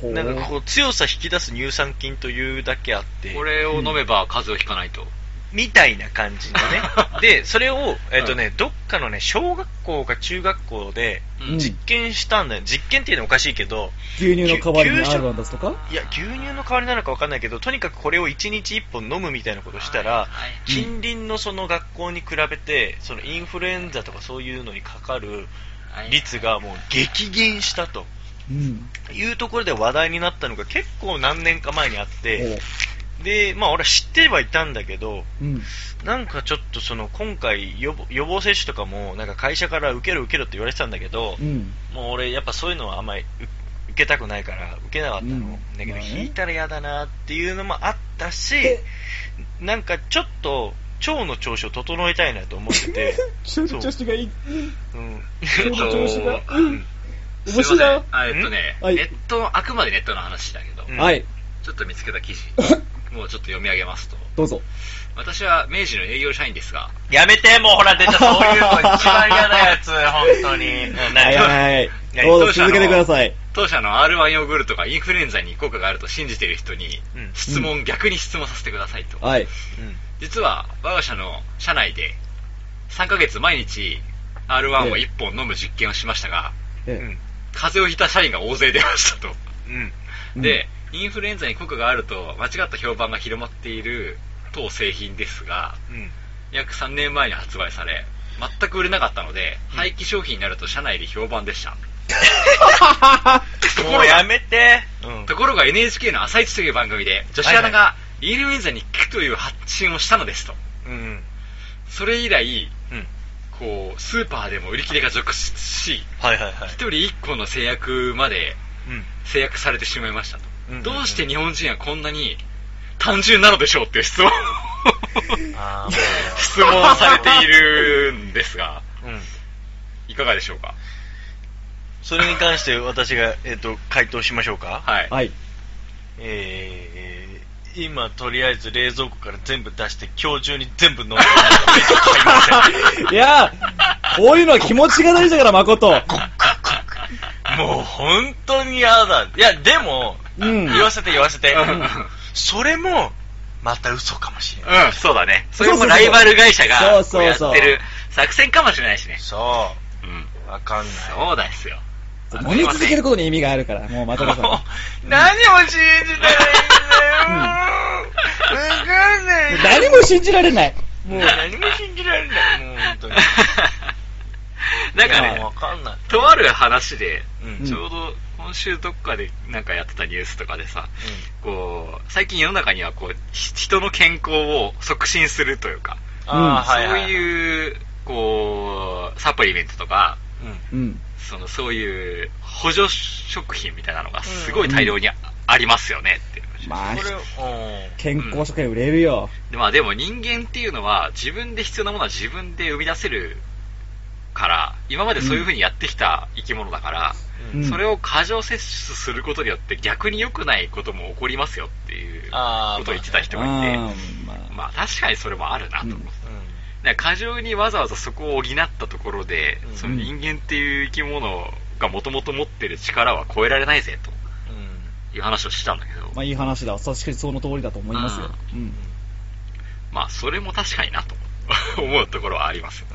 [SPEAKER 7] ほ
[SPEAKER 4] う。
[SPEAKER 7] う。
[SPEAKER 4] なんかこう、強さ引き出す乳酸菌というだけあって、
[SPEAKER 2] これを飲めば風邪をひかないと。
[SPEAKER 4] みたいな感じのね。 で、それを、えっ、とね、どっかのね、小学校か中学校で
[SPEAKER 7] うん
[SPEAKER 4] 実験したんだよ。実験っていうのはおかしいけど、
[SPEAKER 7] 牛乳の代わりに
[SPEAKER 4] 牛乳
[SPEAKER 7] R1 出すとか
[SPEAKER 4] いや、牛乳の代わりなのかわかんないけど、とにかくこれを1日1本飲むみたいなことをしたら、
[SPEAKER 2] はい
[SPEAKER 4] 近隣のその学校に比べて、そのインフルエンザとかそういうのにかかる
[SPEAKER 2] はい
[SPEAKER 4] 率がもう激減したと
[SPEAKER 7] うん。
[SPEAKER 4] いうところで話題になったのが結構何年か前にあっ
[SPEAKER 7] ほう
[SPEAKER 4] て、で、まあ俺は知ってはいたんだけど、
[SPEAKER 7] うん。
[SPEAKER 4] なんかちょっとその今回予防予防接種とかもなんか会社から受ける受けるって言われてたんだけど
[SPEAKER 7] う、ん。
[SPEAKER 4] もう俺やっぱそういうのはあんまり受受けたくないから受けなかったの。
[SPEAKER 7] うん
[SPEAKER 4] だけど
[SPEAKER 7] まあね
[SPEAKER 4] 引いたら嫌だなっていうのもあったし、
[SPEAKER 7] え
[SPEAKER 4] なんかちょっと腸の調子を整えたいなと思って て、
[SPEAKER 7] 中の調子がいい。
[SPEAKER 4] うん、
[SPEAKER 2] えっと
[SPEAKER 7] 調子が
[SPEAKER 2] うんすいま
[SPEAKER 7] 面
[SPEAKER 2] せん
[SPEAKER 7] 白い。
[SPEAKER 2] あえっとね、
[SPEAKER 7] はい
[SPEAKER 2] ネット、あくまでネットの話だけど、
[SPEAKER 4] うん
[SPEAKER 7] はい。
[SPEAKER 2] ちょっと見つけた記事、もうちょっと読み上げますと、
[SPEAKER 7] どうぞ。
[SPEAKER 2] 私は明治の営業社員ですが、
[SPEAKER 4] やめて、もうほら出た、そういうの一番嫌なや つ、本当に。
[SPEAKER 7] はいはいはい。どうぞ続けてください。
[SPEAKER 2] 当社の R1 ヨーグルトがインフルエンザに効果があると信じている人に
[SPEAKER 4] うん、
[SPEAKER 2] 質問、逆に質問させてくださいと。
[SPEAKER 7] はい。
[SPEAKER 4] うん
[SPEAKER 2] 実は、我が社の社内で、3ヶ月毎日 R1 を1本飲む実験をしましたが、
[SPEAKER 7] え
[SPEAKER 2] 風邪をひいた社員が大勢出ましたと。
[SPEAKER 4] うん。
[SPEAKER 7] え
[SPEAKER 2] で、インフルエンザに効果があると間違った評判が広まっている当製品ですが、
[SPEAKER 4] うん。
[SPEAKER 2] 約3年前に発売され、全く売れなかったので、
[SPEAKER 4] うん
[SPEAKER 2] 廃棄商品になると社内で評判でした。
[SPEAKER 4] もうやめて。うん
[SPEAKER 2] ところが NHK の朝一という番組で、女子アナがインフルエンザに効くという発信をしたのですと。
[SPEAKER 4] うん。
[SPEAKER 2] それ以来、
[SPEAKER 4] うん。
[SPEAKER 2] こう、スーパーでも売り切れが続出し、
[SPEAKER 4] はいはいはい
[SPEAKER 2] 一。人一個の制約まで
[SPEAKER 4] うん
[SPEAKER 2] 制約されてしまいましたと、
[SPEAKER 4] うんうんうん
[SPEAKER 2] どうして日本人はこんなに単純なのでしょうっていう質問 を
[SPEAKER 4] あ
[SPEAKER 2] 質問をされているんですが
[SPEAKER 4] ーうん
[SPEAKER 2] いかがでしょうか
[SPEAKER 4] それに関して私が、えっと回答しましょうか、
[SPEAKER 2] はい、
[SPEAKER 7] はい。
[SPEAKER 4] えー、今とりあえず冷蔵庫から全部出して今日中に全部飲んで
[SPEAKER 7] いやー、こういうのは気持ちが大事だから、誠。
[SPEAKER 4] もう本当に嫌だいやでも、
[SPEAKER 7] うん
[SPEAKER 4] 言わせて言わ せて、
[SPEAKER 2] うん
[SPEAKER 4] それもまた嘘かもしれない、
[SPEAKER 2] うん、そうだね。それ
[SPEAKER 7] そ
[SPEAKER 2] も
[SPEAKER 7] うそう
[SPEAKER 2] ラ
[SPEAKER 7] そう
[SPEAKER 2] イバル会社が
[SPEAKER 7] そう
[SPEAKER 2] こう
[SPEAKER 7] そう
[SPEAKER 2] やっ
[SPEAKER 7] そう
[SPEAKER 2] てる作戦かもしれないしね。
[SPEAKER 4] そ
[SPEAKER 2] うん。
[SPEAKER 4] うわかんない
[SPEAKER 2] そうですよ。
[SPEAKER 7] 飲み続けることに意味があるから、もう誠さん。
[SPEAKER 4] 何を信じたらいいんだよわかんない
[SPEAKER 7] 誰も信じられない。
[SPEAKER 4] もう何も信じられないもう本当に
[SPEAKER 2] なんか
[SPEAKER 4] いや
[SPEAKER 2] ね
[SPEAKER 4] わ、かんない
[SPEAKER 2] とある話で、
[SPEAKER 4] うん
[SPEAKER 2] ちょうど今週どっかでなんかやってたニュースとかでさ、こう、最近世の中にはこう、ひ人の健康を促進するというか、
[SPEAKER 4] あー
[SPEAKER 2] そう
[SPEAKER 4] はいはい
[SPEAKER 2] いう、こう、サプリメントとか、
[SPEAKER 4] うん
[SPEAKER 7] うん。
[SPEAKER 2] そのそういう補助食品みたいなのがすごい大量にあありますよねっていう話
[SPEAKER 7] まあ、
[SPEAKER 4] これうん
[SPEAKER 7] 健康食品売れるよ。
[SPEAKER 2] でまあでも人間っていうのは自分で必要なものは自分で生み出せるから今までそういうふうにやってきた生き物だから、
[SPEAKER 7] うん
[SPEAKER 2] それを過剰摂取することによって逆に良くないことも起こりますよっていう
[SPEAKER 4] あー
[SPEAKER 2] ことを言ってた人
[SPEAKER 7] あ
[SPEAKER 2] がいて
[SPEAKER 7] ーまあ
[SPEAKER 2] まあ確かにそれもあるなと思って、
[SPEAKER 7] うん
[SPEAKER 4] う
[SPEAKER 2] だから過剰にわざわざそこを補ったところで、
[SPEAKER 4] うん
[SPEAKER 2] その人間っていう生き物がもともと持ってる力は超えられないぜと
[SPEAKER 4] んうん
[SPEAKER 2] いう話をしたんだけど、
[SPEAKER 7] まあいい話だ。確かにその通りだと思いますよ。うん。
[SPEAKER 2] まあそれも確かになと 思うところはありますよ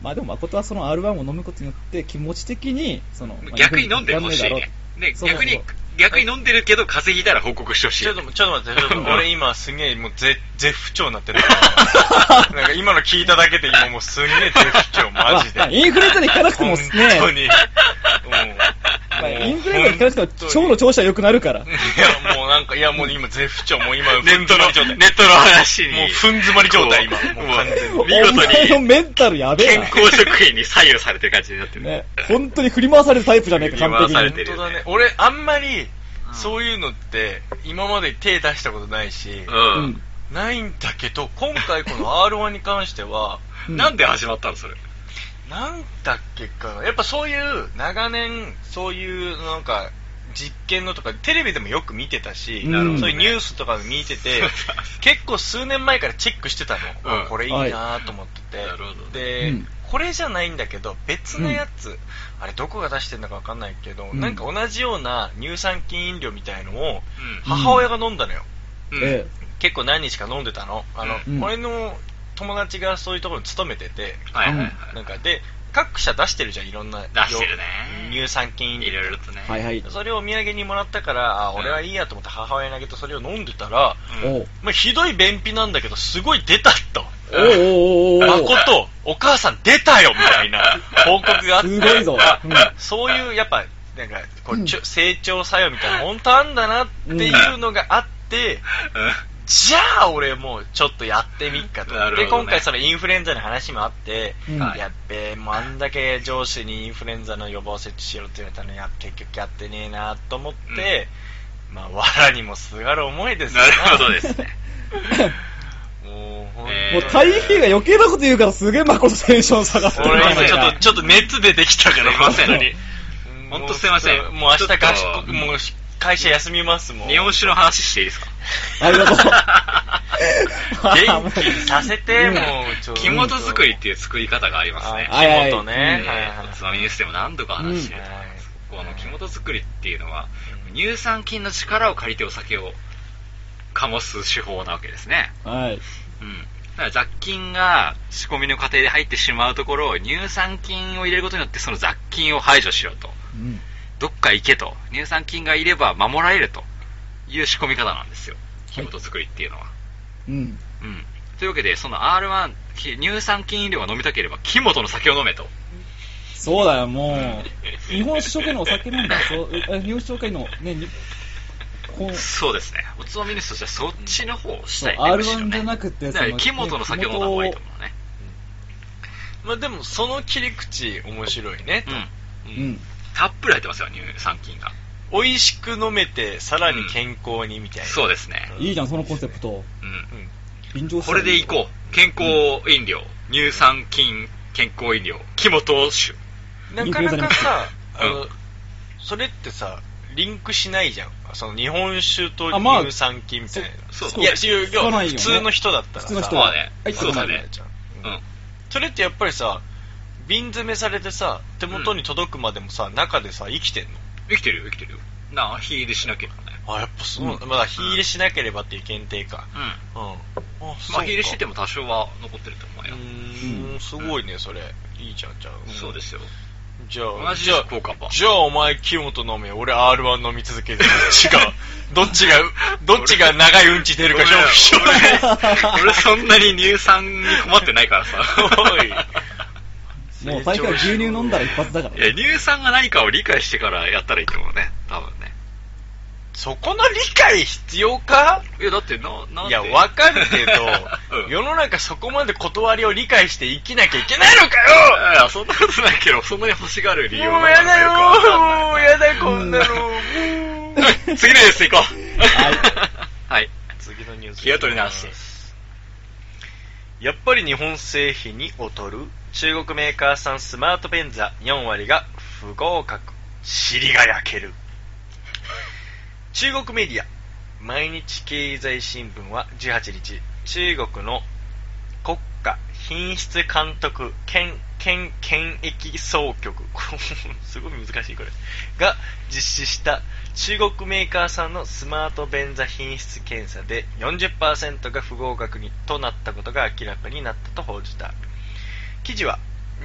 [SPEAKER 7] まあでも誠はその R1 を飲むことによって気持ち的に、その、まあ
[SPEAKER 2] 逆に飲んでほしい
[SPEAKER 7] ダメだ
[SPEAKER 2] ね
[SPEAKER 7] ろ
[SPEAKER 2] ね
[SPEAKER 7] そうそう
[SPEAKER 2] 逆
[SPEAKER 7] そう
[SPEAKER 2] に逆に飲んでるけど風邪ひいたら報告してほしい
[SPEAKER 4] ちょっと、ちょっと待って、ちょっと
[SPEAKER 2] うん
[SPEAKER 4] 俺今すんげえもう絶、絶不調になってる から。なんか今の聞いただけで今もうすんげえ絶不調、マジ
[SPEAKER 7] まあ
[SPEAKER 4] で。
[SPEAKER 7] インフルエンザに効かなくてもね
[SPEAKER 4] 本当に。
[SPEAKER 7] まあ
[SPEAKER 4] もう
[SPEAKER 7] インフルエンザに関しては腸の調子は良くなるから。
[SPEAKER 4] いや、もうなんか、いや、もう今絶不調、もう今、
[SPEAKER 2] ネットの
[SPEAKER 4] ふんづまり状態
[SPEAKER 2] ネットの話に
[SPEAKER 4] もうふん詰まり状態、今。
[SPEAKER 2] こう
[SPEAKER 4] もう完全
[SPEAKER 2] も
[SPEAKER 4] に。
[SPEAKER 2] う見事
[SPEAKER 7] お前の
[SPEAKER 2] に
[SPEAKER 7] メンタルやべえ
[SPEAKER 2] 健
[SPEAKER 7] な。
[SPEAKER 2] 康食品に左右されてる感じになってる
[SPEAKER 7] ね、本当に振り回されるタイプじゃねえか、完
[SPEAKER 2] 振り回されて
[SPEAKER 7] 璧に。
[SPEAKER 2] るよ
[SPEAKER 4] 本当だね
[SPEAKER 2] ね。
[SPEAKER 4] 俺、あんまり、
[SPEAKER 2] ん
[SPEAKER 4] そういうのって、今まで手出したことな いし、
[SPEAKER 2] うん、
[SPEAKER 7] うん
[SPEAKER 4] ないんだけど、今回この R1 に関しては、
[SPEAKER 7] うん
[SPEAKER 2] なんで始まったのそれ
[SPEAKER 4] なんだっけかな、やっぱそういう、長年、そういう、なんか、実験のとか、テレビでもよく見てたし、
[SPEAKER 7] なるほどね
[SPEAKER 4] そういうニュースとか見てて
[SPEAKER 2] そう、
[SPEAKER 4] 結構数年前からチェックしてたの。
[SPEAKER 2] うん
[SPEAKER 4] これいいなと思ってて。
[SPEAKER 2] はいなるほど
[SPEAKER 4] で、
[SPEAKER 7] うん
[SPEAKER 4] これじゃないんだけど、別のやつ、あれどこが出してるのかわかんないけど、
[SPEAKER 7] うん
[SPEAKER 4] なんか同じような乳酸菌飲料みたいのを、
[SPEAKER 7] うん
[SPEAKER 4] 母親が飲んだのよ。
[SPEAKER 2] うん
[SPEAKER 7] え
[SPEAKER 4] 結構何日か飲んでたの。あの、
[SPEAKER 7] うん
[SPEAKER 4] 俺の友達がそういうところに勤めてて、
[SPEAKER 2] はいはいはい、
[SPEAKER 4] なんかで、各社出してるじゃん、いろんな。
[SPEAKER 2] 出してるね
[SPEAKER 4] 乳酸菌
[SPEAKER 2] いろいろとね、
[SPEAKER 7] えはいはい。
[SPEAKER 4] それをお土産にもらったから、あ、俺はいいやと思って母親にあげてそれを飲んでたら、
[SPEAKER 2] うん
[SPEAKER 7] おう
[SPEAKER 4] まあ、ひどい便秘なんだけど、すごい出たと。
[SPEAKER 7] おうおうおうおう
[SPEAKER 4] 誠、お母さん出たよみたいな報告があって。
[SPEAKER 7] すごいぞ。うん
[SPEAKER 4] そういう、やっぱ、なんか、こ
[SPEAKER 7] う
[SPEAKER 4] うんちょ成長作用みたいな、本当あんだなっていうのがあって、じゃあ俺もうちょっとやってみっかと。
[SPEAKER 2] なる
[SPEAKER 4] で、
[SPEAKER 2] ほどね
[SPEAKER 4] 今回そのインフルエンザの話もあって、
[SPEAKER 7] うん
[SPEAKER 4] やっべえ、もうあんだけ上司にインフルエンザの予防接種しろって言われたのに、やっぱ結局やってねえなと思って、まあ、わらにもすがる思いですよ
[SPEAKER 2] なるほどです ね
[SPEAKER 4] もう、ほんと
[SPEAKER 2] えー
[SPEAKER 7] もう太平が余計なこと言うからすげえ誠テンション下がってる。
[SPEAKER 4] 俺今ちょ
[SPEAKER 7] な
[SPEAKER 4] っと、ちょっと熱出てきたから、
[SPEAKER 2] すいません
[SPEAKER 4] 本当に
[SPEAKER 2] ほんとすいません
[SPEAKER 4] もうもう明日合
[SPEAKER 2] ちょっ
[SPEAKER 4] 宿、
[SPEAKER 2] と
[SPEAKER 4] もう会社休みます、もう。
[SPEAKER 2] 日本酒の話していいです か
[SPEAKER 7] ありがとう。
[SPEAKER 4] 元気にさせて、
[SPEAKER 7] うん
[SPEAKER 4] もう、 ちょっと
[SPEAKER 2] 着物作りっていう作り方がありますね
[SPEAKER 4] あ着
[SPEAKER 7] は
[SPEAKER 4] 物
[SPEAKER 7] い
[SPEAKER 4] ね。
[SPEAKER 2] え
[SPEAKER 4] はいはい
[SPEAKER 2] ーおつまみニュースでも何度か話してると思います、
[SPEAKER 4] うん
[SPEAKER 2] この木本作りっていうのは
[SPEAKER 4] うん
[SPEAKER 2] 乳酸菌の力を借りてお酒を醸す手法なわけですね、
[SPEAKER 7] はい。
[SPEAKER 2] うん、だから雑菌が仕込みの過程で入ってしまうところを乳酸菌を入れることによってその雑菌を排除しようと
[SPEAKER 7] うん
[SPEAKER 2] どっか行けと乳酸菌がいれば守られるという仕込み方なんですよ木本作りっていうのは、
[SPEAKER 7] うん。
[SPEAKER 2] うんというわけでその R1 乳酸菌飲料が飲みたければ木本の酒を飲めと
[SPEAKER 7] そうだよ、もう。日本酒紹介のお酒なんだ。そうえ日本酒紹介の、ね、にこう、
[SPEAKER 2] そうですね。おつまみニュースとしてはそっちの方をしたい、ね。むしろ
[SPEAKER 7] R1
[SPEAKER 2] ね
[SPEAKER 7] じゃなくて、
[SPEAKER 2] だから、木本の酒飲んだ方がいいと思うね。
[SPEAKER 4] まあでも、その切り口、面白いね
[SPEAKER 2] う。ん。
[SPEAKER 7] うん。
[SPEAKER 2] たっぷり入ってますよ、乳酸菌が。
[SPEAKER 4] 美味しく飲めてさらに健康にみたいな、
[SPEAKER 2] そうですね。
[SPEAKER 7] いいじゃん、そのコンセプト。
[SPEAKER 2] うん。
[SPEAKER 7] 便乗
[SPEAKER 2] これでいこう。健康飲料。乳酸菌健康飲料。木本酒。
[SPEAKER 4] なかなかさ
[SPEAKER 2] う
[SPEAKER 4] あ
[SPEAKER 2] ん
[SPEAKER 4] の、それってさリンクしないじゃんその日本酒と
[SPEAKER 7] あまあ
[SPEAKER 4] 乳酸菌みたいな、
[SPEAKER 2] そう
[SPEAKER 7] そう
[SPEAKER 4] いや違う
[SPEAKER 7] つかないよね
[SPEAKER 4] 普通の人だったら
[SPEAKER 7] 普通
[SPEAKER 4] さ
[SPEAKER 7] の人
[SPEAKER 2] そうだね
[SPEAKER 7] はい。
[SPEAKER 2] そうだ
[SPEAKER 4] わかん
[SPEAKER 2] ね
[SPEAKER 4] ない。じゃん
[SPEAKER 2] う
[SPEAKER 4] うん
[SPEAKER 2] ん。
[SPEAKER 4] それってやっぱりさ瓶詰めされてさ手元に届くまでもさ、中でさ生きてんの
[SPEAKER 2] 生きてるよ、生きてるよ。なあ、火入れしなきゃね。
[SPEAKER 4] あやっぱそうなんだ、まだ火入れしなければっていう限定か
[SPEAKER 2] うん。
[SPEAKER 4] うんあそう
[SPEAKER 2] まあ、
[SPEAKER 4] か
[SPEAKER 2] 火入れしてても多少は残ってると思う
[SPEAKER 4] う
[SPEAKER 2] よ。
[SPEAKER 4] ーんすごいねそれいいじゃんじゃあ、ん
[SPEAKER 2] そうですよ。
[SPEAKER 4] じゃあ
[SPEAKER 2] 同じ
[SPEAKER 4] じゃあ
[SPEAKER 2] 効果は。
[SPEAKER 4] じゃあお前、キモと飲め、俺 R1 飲み続けてる。違う。どっちが、どっちが長いうんち出るか勝負しよ
[SPEAKER 2] 俺、俺そんなに乳酸に困ってないからさ。
[SPEAKER 4] おい
[SPEAKER 7] もう大会は牛乳飲んだら一発だから
[SPEAKER 2] い。や、乳酸が何かを理解してからやったらいいと思うね。多分ね。
[SPEAKER 4] う。そこの理解必要か
[SPEAKER 2] いや、だってな、なんで
[SPEAKER 4] いや、わかるけ
[SPEAKER 2] う
[SPEAKER 4] ど、
[SPEAKER 2] ん
[SPEAKER 4] 世の中そこまで断りを理解して生きなきゃいけないのか
[SPEAKER 2] いや、そんなことないけど、そんなに欲しがる理由
[SPEAKER 4] よも
[SPEAKER 2] は
[SPEAKER 4] うやだよ
[SPEAKER 2] なんかわ
[SPEAKER 4] もうやだこんなの。もう
[SPEAKER 2] かんない次のニュース行こう。 はい。はい。
[SPEAKER 4] 次のニュース。
[SPEAKER 2] 気を取り直して。
[SPEAKER 4] やっぱり日本製品に劣る中国メーカー産スマートペンザ4割が不合格尻が焼ける中国メディア毎日経済新聞は18日中国の国家品質監督県県検疫総局 すごい難しいこれが実施した中国メーカー産のスマート便座品質検査で40%が不合格にとなったことが明らかになったと報じた記事は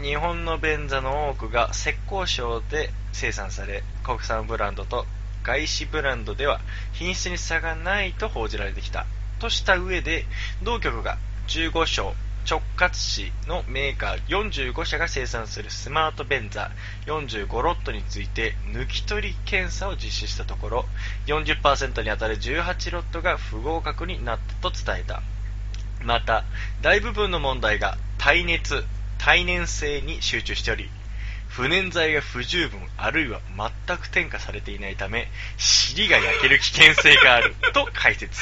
[SPEAKER 4] 日本の便座の多くが浙江省で生産され国産ブランドと外資ブランドでは品質に差がないと報じられてきたとした上で同局が15省直轄市のメーカー45社が生産するスマート便座45ロットについて抜き取り検査を実施したところ40%に当たる18ロットが不合格になったと伝えたまた大部分の問題が耐熱耐燃性に集中しており不燃材が不十分あるいは全く添加されていないため尻が焼ける危険性があると解説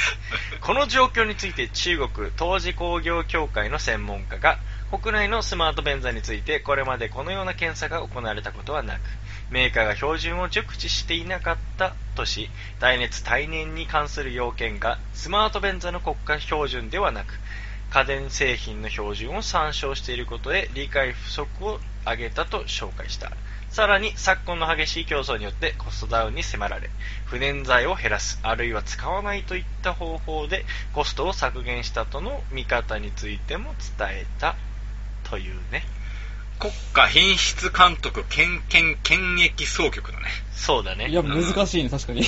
[SPEAKER 4] この状況について中国当時工業協会の専門家が国内のスマート便座についてこれまでこのような検査が行われたことはなくメーカーが標準を熟知していなかったとし耐熱耐燃に関する要件がスマート便座の国家標準ではなく家電製品の標準を参照していることへ理解不足を挙げたと紹介したさらに昨今の激しい競争によってコストダウンに迫られ不燃材を減らすあるいは使わないといった方法でコストを削減したとの見方についても伝えたというね
[SPEAKER 2] 国家品質監督県県検疫総局だね。
[SPEAKER 4] そうだね
[SPEAKER 7] いや、難しいね、確 かに。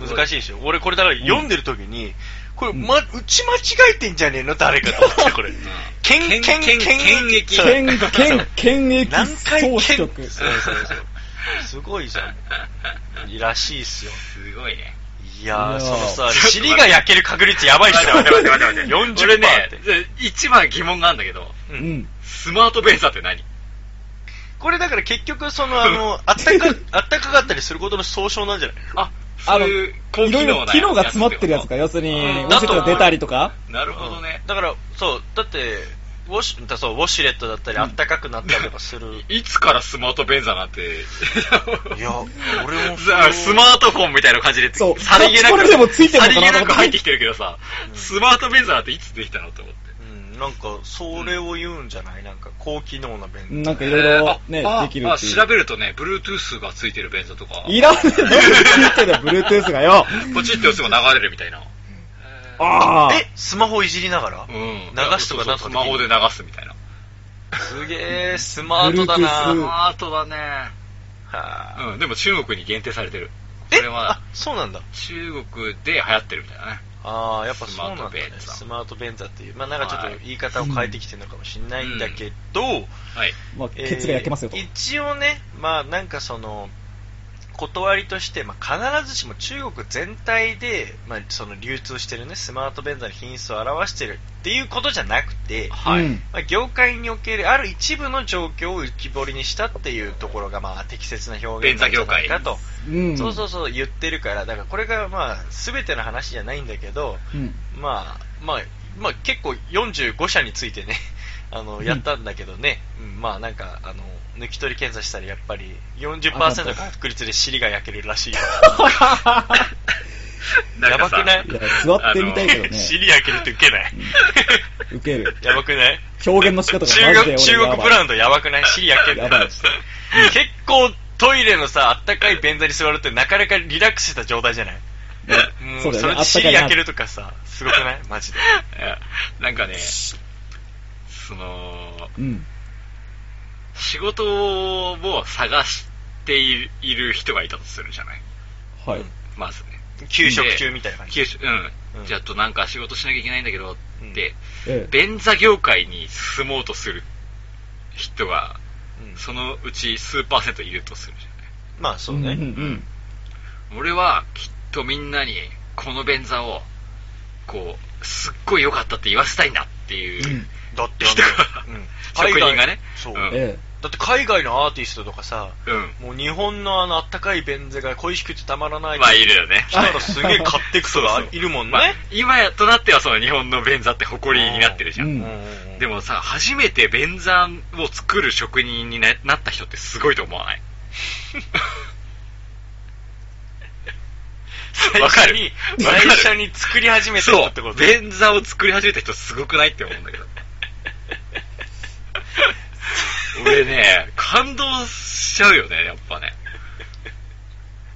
[SPEAKER 4] 難しい
[SPEAKER 2] い。
[SPEAKER 4] でしょ俺これだから読んでる時に、これ、ま、打ち間違えてんじゃねえの誰かと思ってこれ。けんけんけん
[SPEAKER 2] けんけん
[SPEAKER 4] け
[SPEAKER 2] けん
[SPEAKER 7] 県、県、県疫
[SPEAKER 4] 何回
[SPEAKER 7] 総支
[SPEAKER 4] そう
[SPEAKER 7] 局。
[SPEAKER 4] そうそう。すごいじゃん。いいらしいっすよ。
[SPEAKER 2] すごいね。
[SPEAKER 4] いやー、
[SPEAKER 7] いやー
[SPEAKER 4] そ のさ、尻が焼ける確率やばいっしょ。
[SPEAKER 2] 待って待って待って待って。 俺
[SPEAKER 4] 40%
[SPEAKER 2] ね
[SPEAKER 4] って。、
[SPEAKER 2] 一番疑問があるんだけど、
[SPEAKER 4] う
[SPEAKER 7] うんん。
[SPEAKER 2] スマートベーサーって何
[SPEAKER 4] これだから結局、その、あの、あったか、あったかかったりすることの総称なんじゃない
[SPEAKER 2] あ、そ
[SPEAKER 7] あ
[SPEAKER 2] う
[SPEAKER 7] の、
[SPEAKER 2] い
[SPEAKER 7] いうろ
[SPEAKER 2] 高
[SPEAKER 7] い
[SPEAKER 2] 機能な
[SPEAKER 7] ろ機能が詰まってるやつか。
[SPEAKER 2] よ。
[SPEAKER 7] 要するに
[SPEAKER 4] うん、
[SPEAKER 7] おしっこが出たりとか。
[SPEAKER 2] なるほどね。
[SPEAKER 4] だから、そう、だって、ウォシュ、だそう、ウォシュレットだったり、あったかくなったりとかする。
[SPEAKER 2] いつからスマートベンザーなんて。
[SPEAKER 4] いや、俺 も
[SPEAKER 2] さスマートフォンみたいな感じで、
[SPEAKER 7] そう
[SPEAKER 2] さりげな
[SPEAKER 7] こ
[SPEAKER 2] く、
[SPEAKER 7] れでもついてるの
[SPEAKER 2] さ
[SPEAKER 7] かな
[SPEAKER 2] りげな
[SPEAKER 7] と
[SPEAKER 2] く
[SPEAKER 7] 思って
[SPEAKER 2] 入ってきてるけどさ、スマートベンザーっていつできたのと思って。
[SPEAKER 4] うん、なんか、それを言うんじゃないなんか、高機能な便
[SPEAKER 7] なんかいろいろね、
[SPEAKER 2] えーあ
[SPEAKER 7] できる
[SPEAKER 2] あ、
[SPEAKER 7] っていう
[SPEAKER 2] 調べるとね、Bluetooth がついてる便座とか、
[SPEAKER 7] いらねえ、どうついてる Bluetooth が よ。
[SPEAKER 2] ポチって押せば流れるみたいな。
[SPEAKER 7] ああ。
[SPEAKER 4] え、スマホいじりながら、
[SPEAKER 2] うん。
[SPEAKER 4] 流すとかなんと
[SPEAKER 2] そうそうス
[SPEAKER 4] か
[SPEAKER 2] マホで流すみたいな。
[SPEAKER 4] すげえ、スマートだな
[SPEAKER 7] Bluetooth うん
[SPEAKER 2] あとだね。
[SPEAKER 4] はあ
[SPEAKER 2] うん、でも中国に限定されてる。
[SPEAKER 4] え
[SPEAKER 2] これは
[SPEAKER 4] あ、そうなんだ。
[SPEAKER 2] 中国で流行ってるみたいなね。
[SPEAKER 4] ああ、やっぱそうなん
[SPEAKER 2] スマート
[SPEAKER 4] だ、ね
[SPEAKER 2] ベン。ザ
[SPEAKER 4] スマートベンザっていう。まあなんかちょっと言い方を変えてきてるのかもしれないんだけど、
[SPEAKER 2] はい。
[SPEAKER 7] まあ、
[SPEAKER 4] えー
[SPEAKER 7] ケツが焼けますよと。
[SPEAKER 4] 一応ね、まあなんかその、断りとして、まあ、必ずしも中国全体で、まあ、その流通してるねスマート便座の品質を表してるっていうことじゃなくて、
[SPEAKER 8] はい。
[SPEAKER 7] うん
[SPEAKER 4] まあ、業界におけるある一部の状況を浮き彫りにしたっていうところが、まあ、適切な表現なんじゃないかと、
[SPEAKER 7] うん。
[SPEAKER 4] そうそうそう言ってるからだからこれが、まあ、全ての話じゃないんだけど、
[SPEAKER 7] うん。
[SPEAKER 4] まあ、まあ、まあ、結構45社についてね、 あの、やったんだけどね、うんまあなんか、あの、抜き取り検査したらやっぱり40%確率で尻が焼けるらしいよ。
[SPEAKER 2] なんかさ
[SPEAKER 4] やばく
[SPEAKER 7] いや、座ってみたいけど
[SPEAKER 2] あの
[SPEAKER 7] ね。
[SPEAKER 2] 尻開けるってウケない。
[SPEAKER 7] 受ける。
[SPEAKER 4] やばくない
[SPEAKER 7] 表現の仕方がマジで
[SPEAKER 4] 中
[SPEAKER 7] 俺
[SPEAKER 4] 国、中国ブランドやばくない尻焼ける
[SPEAKER 7] やばい
[SPEAKER 4] 結構トイレのさ、あったかい便座に座るってなかなかリラックスした状態じゃないもう
[SPEAKER 7] そうだよね
[SPEAKER 4] れ
[SPEAKER 7] あったか
[SPEAKER 4] 尻
[SPEAKER 7] いな
[SPEAKER 4] 焼けるとかさ、すごくないマジで。
[SPEAKER 2] いやなんかね、その、
[SPEAKER 7] うん。
[SPEAKER 2] 仕事を探しているいる人がいたとするじゃない
[SPEAKER 7] はい。
[SPEAKER 2] まずね。
[SPEAKER 4] 給食中みたいな感じ。
[SPEAKER 2] 給食、う
[SPEAKER 4] うん
[SPEAKER 2] ん。じゃあとなんか仕事しなきゃいけないんだけど
[SPEAKER 4] うん
[SPEAKER 2] って、
[SPEAKER 7] ええ。
[SPEAKER 2] 便座業界に進もうとする人が、
[SPEAKER 4] うん
[SPEAKER 2] そのうち数パーセントいるとするじゃない
[SPEAKER 4] まあそうね。
[SPEAKER 7] んん
[SPEAKER 2] 俺はきっとみんなにこの便座をこうすっごい良かったって言わせたいんだっていう、
[SPEAKER 7] うん
[SPEAKER 4] だ って
[SPEAKER 2] 人が
[SPEAKER 4] あの、うん
[SPEAKER 2] 職人がね
[SPEAKER 4] そう、
[SPEAKER 2] うん
[SPEAKER 4] だ
[SPEAKER 7] え
[SPEAKER 4] って海外のアーティストとかさ、
[SPEAKER 2] うん
[SPEAKER 4] もう日本のあのあったかいベンゼが恋しくてたまらない
[SPEAKER 2] まあいるよね
[SPEAKER 4] 来たらすげえ買ってく人が
[SPEAKER 2] そうそう
[SPEAKER 4] いるもんね、
[SPEAKER 2] まあ今やとなってはその日本の便座って誇りになってるじゃん、
[SPEAKER 7] うん
[SPEAKER 4] うん
[SPEAKER 2] でもさ初めて便座を作る職人にななった人ってすごいと思わない
[SPEAKER 4] 最
[SPEAKER 2] わか
[SPEAKER 4] 初
[SPEAKER 2] る
[SPEAKER 4] に
[SPEAKER 2] わかる
[SPEAKER 4] 最初に作り始めた人
[SPEAKER 2] そ
[SPEAKER 4] ってこ
[SPEAKER 2] う
[SPEAKER 4] とね
[SPEAKER 2] 便座を作り始めた人すごくないって思うんだけど俺ね感動しちゃうよねやっぱね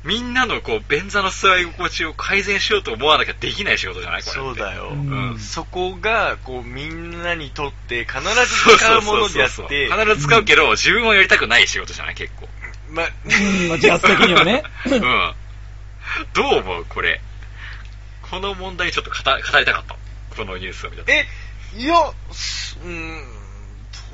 [SPEAKER 2] みんなのこう便座の座り心地を改善しようと思わなきゃできない仕事じゃないこれって
[SPEAKER 4] そうだよ、
[SPEAKER 7] うん
[SPEAKER 4] そこがこうみんなにとって必ず使うものであ
[SPEAKER 2] そうそ
[SPEAKER 4] っ
[SPEAKER 2] う
[SPEAKER 4] て
[SPEAKER 2] そう必ず使うけど、自分をやりたくない仕事じゃない結構
[SPEAKER 4] まあ
[SPEAKER 7] え。うん。まあ、自発的にはね。
[SPEAKER 2] うんどう思うこれこの問題ちょっと語語りたかったこのニュースを見た時
[SPEAKER 4] えいやすうん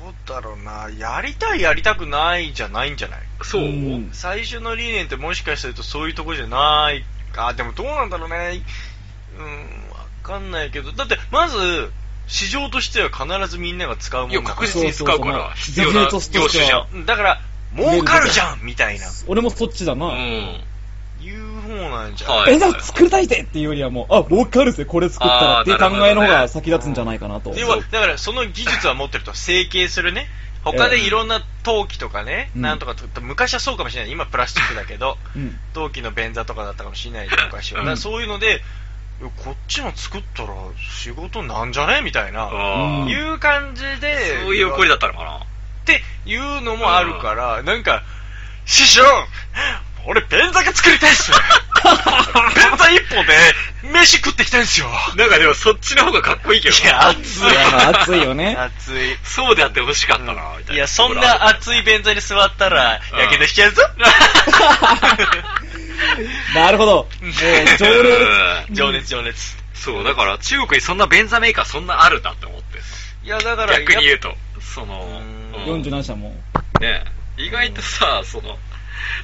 [SPEAKER 4] どうだろうなやりたいやりたくないじゃないんじゃない
[SPEAKER 2] そう、
[SPEAKER 7] うん
[SPEAKER 4] 最初の理念ってもしかするとそういうとこじゃないあでもどうなんだろうねうんわかんないけどだってまず市場としては必ずみんなが使うも
[SPEAKER 2] い
[SPEAKER 4] の
[SPEAKER 2] や
[SPEAKER 4] だか
[SPEAKER 2] 確
[SPEAKER 4] ら
[SPEAKER 2] 実に使うから必要な業種じゃん
[SPEAKER 4] うんだから儲かるじゃんみたいな
[SPEAKER 7] 俺もそっちだ
[SPEAKER 2] う
[SPEAKER 7] な。
[SPEAKER 2] ん
[SPEAKER 4] いう方なんじゃん、
[SPEAKER 2] はい
[SPEAKER 7] え、じゃあ作りたいぜっていうよりはもう、あ、儲かるぜ、これ作ったらっていう考えの方が先立つんじゃないかなと。
[SPEAKER 4] で
[SPEAKER 2] そ
[SPEAKER 4] は
[SPEAKER 2] う
[SPEAKER 4] だからその技術は持ってると成形するね他でいろんな陶器とかね、
[SPEAKER 7] うん
[SPEAKER 4] なんとかと昔はそうかもしれない今プラスチックだけど
[SPEAKER 7] うん。
[SPEAKER 4] 陶器の便座とかだったかもしれないけど昔は、
[SPEAKER 2] うん
[SPEAKER 4] だからそういうのでこっちの作ったら仕事なんじゃねみたいな、
[SPEAKER 2] あー
[SPEAKER 7] うん
[SPEAKER 4] いう感じで
[SPEAKER 2] そういう声だ
[SPEAKER 4] っ
[SPEAKER 2] ったのかな
[SPEAKER 4] ていうのもあるから、なんか師匠俺便座が作りたいっす 便座一本で飯食ってきたいんすよ
[SPEAKER 2] なんかでもそっちの方がかっこいいけど
[SPEAKER 4] いや熱い
[SPEAKER 7] いや、まあ熱いよね。
[SPEAKER 4] 熱い
[SPEAKER 2] そうであってほしかったな、みたいな。
[SPEAKER 4] いやそんな熱い便座に座ったら
[SPEAKER 2] うん
[SPEAKER 4] やけどしち ゃうぞ
[SPEAKER 7] なるほど。もう、常
[SPEAKER 2] うん
[SPEAKER 7] 連
[SPEAKER 4] 情熱情熱
[SPEAKER 2] そう、だから中国にそんな便座メーカーそんなあるんだって思って。
[SPEAKER 4] いやだから
[SPEAKER 2] 逆に言うと、その、
[SPEAKER 4] うん
[SPEAKER 2] うん
[SPEAKER 7] 40何社も。
[SPEAKER 2] ね意外とさ、その、